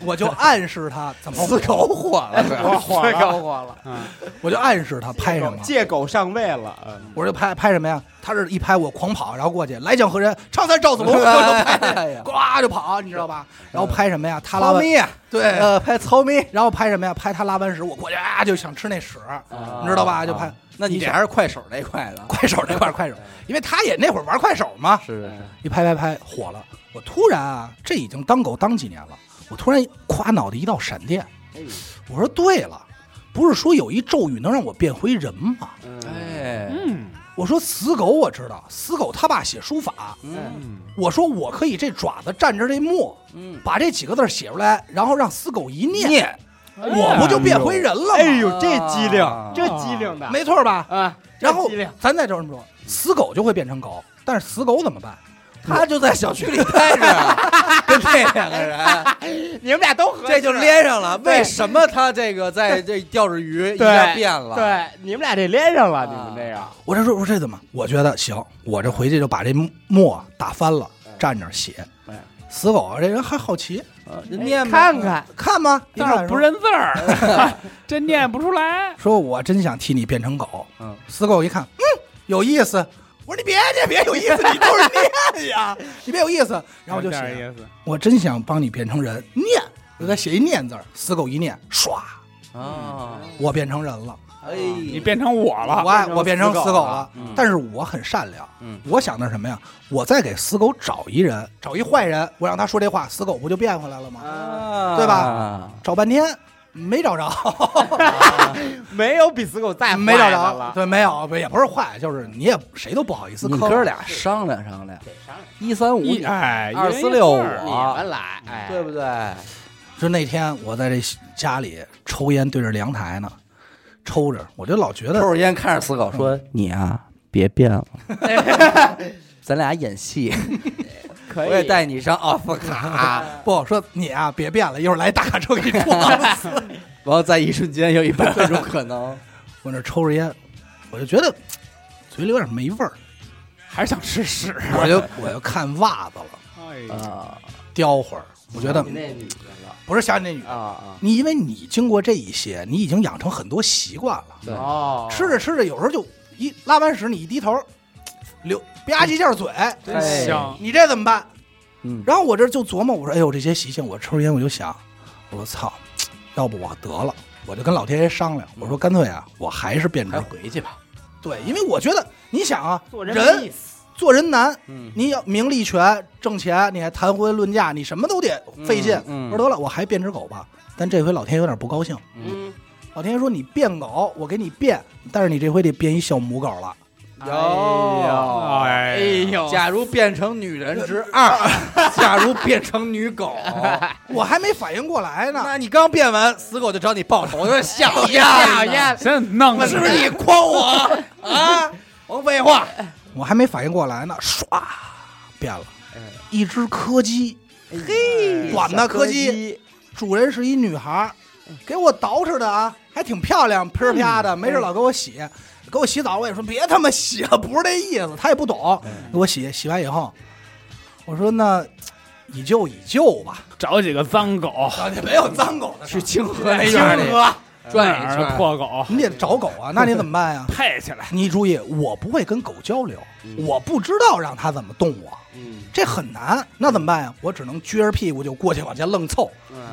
[SPEAKER 4] 我就暗示他怎么
[SPEAKER 1] 死狗火了，
[SPEAKER 2] 我火了
[SPEAKER 1] 死狗火了，
[SPEAKER 4] 我就暗示他 拍什么，
[SPEAKER 3] 借狗上位了，嗯
[SPEAKER 4] 我就拍拍什么呀？他这一拍我狂跑，然后过去来讲和人唱三赵子龙，我 就
[SPEAKER 1] 哎
[SPEAKER 4] 拍
[SPEAKER 1] 呀，
[SPEAKER 4] 呱就跑，你知道吧？然后拍什么呀？他拉
[SPEAKER 1] 糙
[SPEAKER 4] 完
[SPEAKER 1] 咪，
[SPEAKER 4] 对，
[SPEAKER 1] 呃，拍糙咪，
[SPEAKER 4] 然后拍什么呀？拍他拉完屎，我过去啊就想吃那屎，你知道吧？就拍
[SPEAKER 1] 啊那你还是快手那块的，
[SPEAKER 4] 快手 那块儿快手，因为他也那会儿玩快手嘛，
[SPEAKER 1] 是是是，
[SPEAKER 4] 一拍拍拍火了。我突然啊，这已经当狗当几年了，我突然夸脑袋一道闪电，
[SPEAKER 1] 哎
[SPEAKER 4] 我说对了，不是说有一咒语能让我变回人吗？
[SPEAKER 1] 哎，
[SPEAKER 2] 嗯
[SPEAKER 4] 我说死狗我知道，死狗他爸写书法，
[SPEAKER 1] 嗯
[SPEAKER 4] 我说我可以这爪子蘸着这墨，
[SPEAKER 1] 嗯，
[SPEAKER 4] 把这几个字儿写出来，然后让死狗一念，我
[SPEAKER 2] 呀
[SPEAKER 4] 不就变回人了吗？
[SPEAKER 3] 哎呦，这机灵
[SPEAKER 1] 啊，
[SPEAKER 3] 这机灵的，
[SPEAKER 4] 没错吧？
[SPEAKER 3] 啊，这
[SPEAKER 4] 然后
[SPEAKER 3] 机灵，
[SPEAKER 4] 咱再这么说，死狗就会变成狗，但是死狗怎么办？
[SPEAKER 1] 他就在小区里待着， 跟这两个 人，
[SPEAKER 3] 你们俩都合
[SPEAKER 1] 这就
[SPEAKER 3] 适
[SPEAKER 1] 连上了。
[SPEAKER 3] 对
[SPEAKER 1] 为什么他这个在这钓着鱼一下
[SPEAKER 3] 对
[SPEAKER 1] 变了？，
[SPEAKER 3] 对，你们俩这连上了，
[SPEAKER 1] 啊
[SPEAKER 3] 你们这个，
[SPEAKER 4] 我这说，我说这怎么？我觉得行，我这回去就把这墨打翻了，站着写
[SPEAKER 1] 哎。
[SPEAKER 4] 死狗啊这人还好奇，
[SPEAKER 1] 就念吧
[SPEAKER 3] 看，看，
[SPEAKER 4] 看吧，一
[SPEAKER 2] 但
[SPEAKER 4] 看
[SPEAKER 2] 是不
[SPEAKER 4] 说
[SPEAKER 2] 认字儿，真念不出来。
[SPEAKER 4] 说我真想替你变成狗。
[SPEAKER 1] 嗯，
[SPEAKER 4] 死狗一看，嗯，有意思。我说你别去，别有意思，你都是念 呀，你别有意思。然后我就
[SPEAKER 2] 有
[SPEAKER 4] 写，
[SPEAKER 2] 点意思，
[SPEAKER 4] 我真想帮你变成人，念，我给他写一念字儿。死狗一念，唰，
[SPEAKER 1] 啊，
[SPEAKER 4] 我变成人了，
[SPEAKER 1] 哎，
[SPEAKER 2] 你
[SPEAKER 1] 你
[SPEAKER 2] 变成我了，
[SPEAKER 4] 我爱我嗯变成死狗了
[SPEAKER 1] 嗯。
[SPEAKER 4] 但是我很善良
[SPEAKER 1] 嗯，
[SPEAKER 4] 我想的是什么呀？我再给死狗找一人，找一坏人，我让他说这话，死狗不就变回来了吗？
[SPEAKER 1] 啊
[SPEAKER 4] 对吧？找半天没找 着，
[SPEAKER 3] 没有比死狗再坏的
[SPEAKER 4] 没找着，
[SPEAKER 3] 了，
[SPEAKER 4] 对，没有，不也不是坏，就是你也谁都不好意思
[SPEAKER 1] 你
[SPEAKER 4] 磕。
[SPEAKER 1] 哥俩商量商量，一三五
[SPEAKER 2] 一
[SPEAKER 1] 你，
[SPEAKER 2] 哎，
[SPEAKER 1] 二
[SPEAKER 2] 一人
[SPEAKER 1] 四
[SPEAKER 2] 一
[SPEAKER 1] 六
[SPEAKER 2] 份儿
[SPEAKER 1] 五啊
[SPEAKER 3] 你们来，哎，
[SPEAKER 1] 对不 对？
[SPEAKER 4] 就那天我在这家里抽烟，对着阳台呢，抽着，我就老觉
[SPEAKER 1] 抽
[SPEAKER 4] 得
[SPEAKER 1] 着烟看着死狗说：“
[SPEAKER 4] 嗯
[SPEAKER 1] 你啊，别变了，咱俩演戏，
[SPEAKER 3] 可
[SPEAKER 1] 我
[SPEAKER 3] 以，
[SPEAKER 1] 也带你上奥斯 卡。
[SPEAKER 4] 啊，不说你啊，别变了，一会儿来大卡车给你撞死。
[SPEAKER 1] 然后在一瞬间有一百万种可能。
[SPEAKER 4] 我那抽着烟，我就觉得嘴里有点没味儿，
[SPEAKER 2] 还是想吃屎。
[SPEAKER 4] 我就我就看袜子了，
[SPEAKER 2] 哎，
[SPEAKER 1] 啊，
[SPEAKER 4] 叼会儿，我觉得
[SPEAKER 3] 你那女的了
[SPEAKER 4] 不是想起那女的，
[SPEAKER 3] 啊啊，
[SPEAKER 4] 你因为你经过这一些，你已经养成很多习惯了。
[SPEAKER 1] 对
[SPEAKER 3] 哦，
[SPEAKER 4] 吃着吃着，有时候就一拉完屎，你一低头，流吧唧一下嘴，
[SPEAKER 1] 哎
[SPEAKER 2] 真香！
[SPEAKER 4] 你这怎么办？
[SPEAKER 1] 嗯，
[SPEAKER 4] 然后我这就琢磨，我说，哎呦，这些习性，我抽烟我就想，我说操，要不我得了，我就跟老天爷商量，我说干脆啊，我还是变
[SPEAKER 1] 嗯还
[SPEAKER 4] 成
[SPEAKER 1] 回去吧。
[SPEAKER 4] 对，因为我觉得你想啊，
[SPEAKER 3] 做人没
[SPEAKER 4] 人
[SPEAKER 3] 意思
[SPEAKER 4] 做人难，
[SPEAKER 1] 嗯，
[SPEAKER 4] 你要名利权、挣钱，你还谈婚论嫁，你什么都得费劲。
[SPEAKER 1] 嗯嗯
[SPEAKER 4] 我说得了，我还变只狗吧，但这回老天有点不高兴，
[SPEAKER 1] 嗯
[SPEAKER 3] 嗯，
[SPEAKER 4] 老天爷说你变狗，我给你变，但是你这回得变一小母狗了。
[SPEAKER 1] 哟，
[SPEAKER 2] 哎呀，
[SPEAKER 3] 呦
[SPEAKER 1] 假如变成女人之二，假如变成女狗，
[SPEAKER 4] 我还没反应过来呢，
[SPEAKER 1] 那你刚变完，死狗就找你报仇，我说小样，
[SPEAKER 5] 呀，
[SPEAKER 2] 真弄的
[SPEAKER 1] 是不是你诓我啊？甭废话，
[SPEAKER 4] 我还没反应过来呢，唰变了，一只柯基，
[SPEAKER 5] 嘿，
[SPEAKER 4] 短的哎柯基，嗯
[SPEAKER 1] 基，
[SPEAKER 4] 主人是一女孩儿，给我捯饬的啊，还挺漂亮，噼儿啪的，没事老给我洗，给我洗澡，我也说别他妈洗了，不是这意思，他也不懂，给我洗，洗完以后，我说那以旧以旧吧，
[SPEAKER 2] 找几个脏狗，
[SPEAKER 4] 也啊没有脏狗的事
[SPEAKER 1] 去
[SPEAKER 4] 儿，
[SPEAKER 1] 清
[SPEAKER 4] 哎
[SPEAKER 1] 河那
[SPEAKER 2] 清
[SPEAKER 1] 院里
[SPEAKER 2] 河
[SPEAKER 1] 转一
[SPEAKER 2] 哪儿的
[SPEAKER 1] 圈，
[SPEAKER 2] 破狗？
[SPEAKER 4] 你得找狗啊，那你怎么办 呀
[SPEAKER 2] 配起来，
[SPEAKER 4] 你注意，我不会跟狗交流，我不知道让它怎么动我，
[SPEAKER 3] 嗯
[SPEAKER 4] 这很难，那怎么办呀？我只能撅着屁股就过去往前愣凑。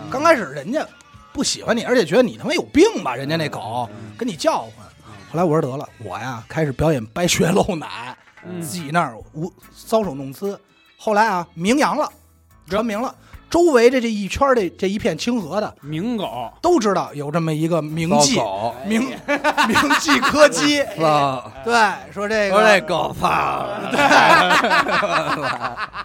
[SPEAKER 4] 刚开始人家不喜欢你，而且觉得你他妈有病吧？人家那狗跟你叫唤。后来我说得了，我呀开始表演掰血露奶，
[SPEAKER 2] 嗯
[SPEAKER 4] 自己那儿无搔首弄姿。后来啊，名扬了，传名了，周围的这一圈儿这这一片清河的
[SPEAKER 2] 名狗，
[SPEAKER 4] 都知道有这么一个名
[SPEAKER 1] 骚
[SPEAKER 4] 妓，
[SPEAKER 1] 狗，
[SPEAKER 4] 名名 妓 柯基。
[SPEAKER 1] 操，
[SPEAKER 4] 对，说这
[SPEAKER 1] 说这
[SPEAKER 4] 个，
[SPEAKER 1] 狗操，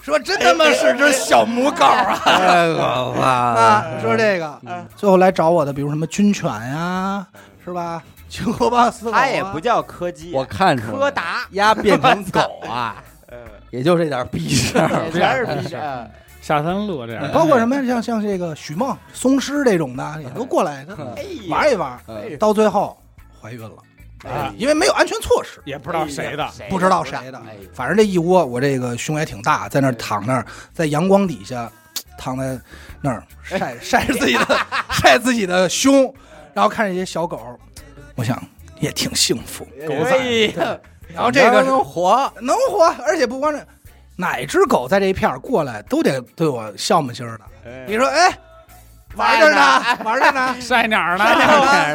[SPEAKER 4] 说真他妈是只小母狗啊！
[SPEAKER 1] 这狗操，
[SPEAKER 4] 啊，说这个，
[SPEAKER 3] 嗯
[SPEAKER 4] 最后来找我的，比如什么军犬呀，是吧？青河巴斯狗啊，
[SPEAKER 3] 它也不叫柯基，啊
[SPEAKER 1] 我看出
[SPEAKER 5] 柯
[SPEAKER 1] 来，
[SPEAKER 5] 达，
[SPEAKER 1] 鸭变成狗 啊，
[SPEAKER 3] 嗯
[SPEAKER 1] 也就这点逼事
[SPEAKER 3] 哎
[SPEAKER 1] 儿。
[SPEAKER 5] 全是逼事，
[SPEAKER 2] 下三路这样的，
[SPEAKER 4] 包括什么呀像像这个许梦、松狮这种的，也都过来
[SPEAKER 3] 哎呀，
[SPEAKER 4] 玩一玩
[SPEAKER 1] 嗯，
[SPEAKER 4] 到最后怀孕了，
[SPEAKER 2] 哎
[SPEAKER 4] 因为没有安全措施，
[SPEAKER 2] 也不知道谁的，
[SPEAKER 4] 不知道谁
[SPEAKER 3] 哎
[SPEAKER 4] 的。反正这一窝，我这个胸也挺大，在那儿躺那儿，在阳光底下躺在那儿 晒晒自己的晒自己的胸，然后看这些小狗，我想也挺幸福。
[SPEAKER 3] 哎
[SPEAKER 2] 狗仔，，
[SPEAKER 5] 呀，
[SPEAKER 4] 然后这个是
[SPEAKER 1] 能活，
[SPEAKER 4] 能活，而且不光是哪只狗在这一片儿过来都得对我笑么心儿的。你说，哎，玩着呢，玩着 呢
[SPEAKER 2] 晒哪 儿
[SPEAKER 4] 哎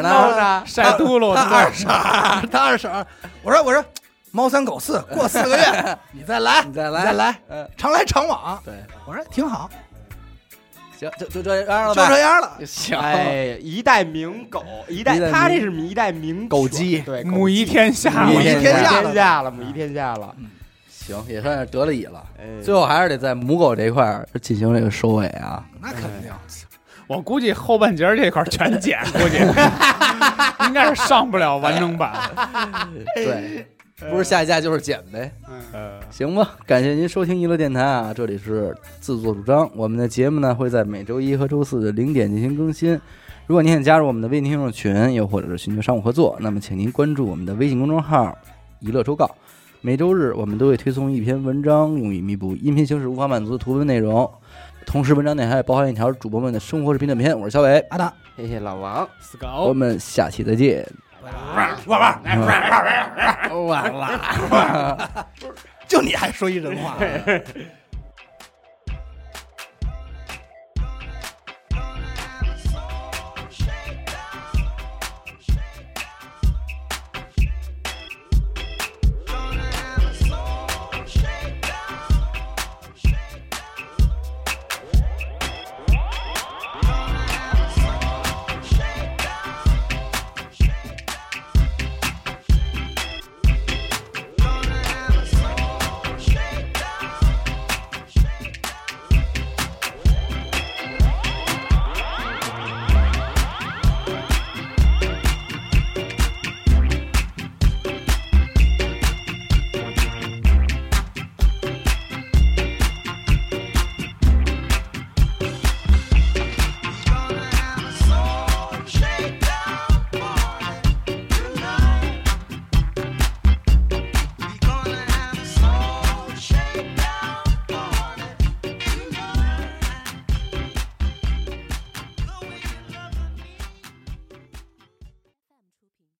[SPEAKER 1] 哪
[SPEAKER 2] 呢？
[SPEAKER 1] 儿
[SPEAKER 5] 弄
[SPEAKER 1] 呢？
[SPEAKER 5] 的，
[SPEAKER 2] 晒秃噜
[SPEAKER 4] 他二
[SPEAKER 2] 的，
[SPEAKER 4] 傻， 他二傻。我说，我说，猫三狗四，过四个 月你再来，
[SPEAKER 1] 你再
[SPEAKER 4] 你再
[SPEAKER 1] 来，
[SPEAKER 4] 来，
[SPEAKER 1] 嗯，
[SPEAKER 4] 常来常往。
[SPEAKER 1] 对，
[SPEAKER 4] 我说挺好，
[SPEAKER 1] 行，就就这样
[SPEAKER 4] 就
[SPEAKER 1] 了吧。
[SPEAKER 4] 这样了。
[SPEAKER 1] 行
[SPEAKER 3] 哎，一代名狗，一代
[SPEAKER 1] 一代名
[SPEAKER 3] 它这是一代名
[SPEAKER 1] 狗
[SPEAKER 3] 犬
[SPEAKER 1] 鸡
[SPEAKER 3] 对，
[SPEAKER 2] 母仪
[SPEAKER 3] 狗
[SPEAKER 2] 天下
[SPEAKER 1] 母
[SPEAKER 3] 鸡
[SPEAKER 1] 仪
[SPEAKER 2] 了，
[SPEAKER 3] 母
[SPEAKER 1] 天
[SPEAKER 3] 仪天
[SPEAKER 4] 下
[SPEAKER 3] 下了，母仪天下了。
[SPEAKER 1] 行，也算是得了乙了。
[SPEAKER 3] 哎
[SPEAKER 1] 最后还是得在母狗这块儿进行这个收尾啊。
[SPEAKER 4] 那肯定，
[SPEAKER 2] 我估计后半截儿这块儿全剪，估 计应该是上不了完整版。
[SPEAKER 1] 对， 不是下架就是减呗。
[SPEAKER 3] 嗯
[SPEAKER 2] 呃，
[SPEAKER 1] 行吧，感谢您收听娱乐电台啊，这里是自作主张。我们的节目呢会在每周一和周四的零点进行更新。如果您想加入我们的微信听众群，又或者是寻求商务合作，那么请您关注我们的微信公众号“娱乐周告”。每周日我们都会推送一篇文章，用以弥补音频形式无法满足的图文内容。同时，文章内还包含一条主播们的生活视频短片。我是小伟，
[SPEAKER 4] 阿达，
[SPEAKER 3] 谢谢老王，
[SPEAKER 2] 死
[SPEAKER 1] 我
[SPEAKER 2] 狗，
[SPEAKER 1] 们下期再见。
[SPEAKER 4] 玩玩，
[SPEAKER 2] 嗯
[SPEAKER 1] 完了。
[SPEAKER 4] 就你还说一人话。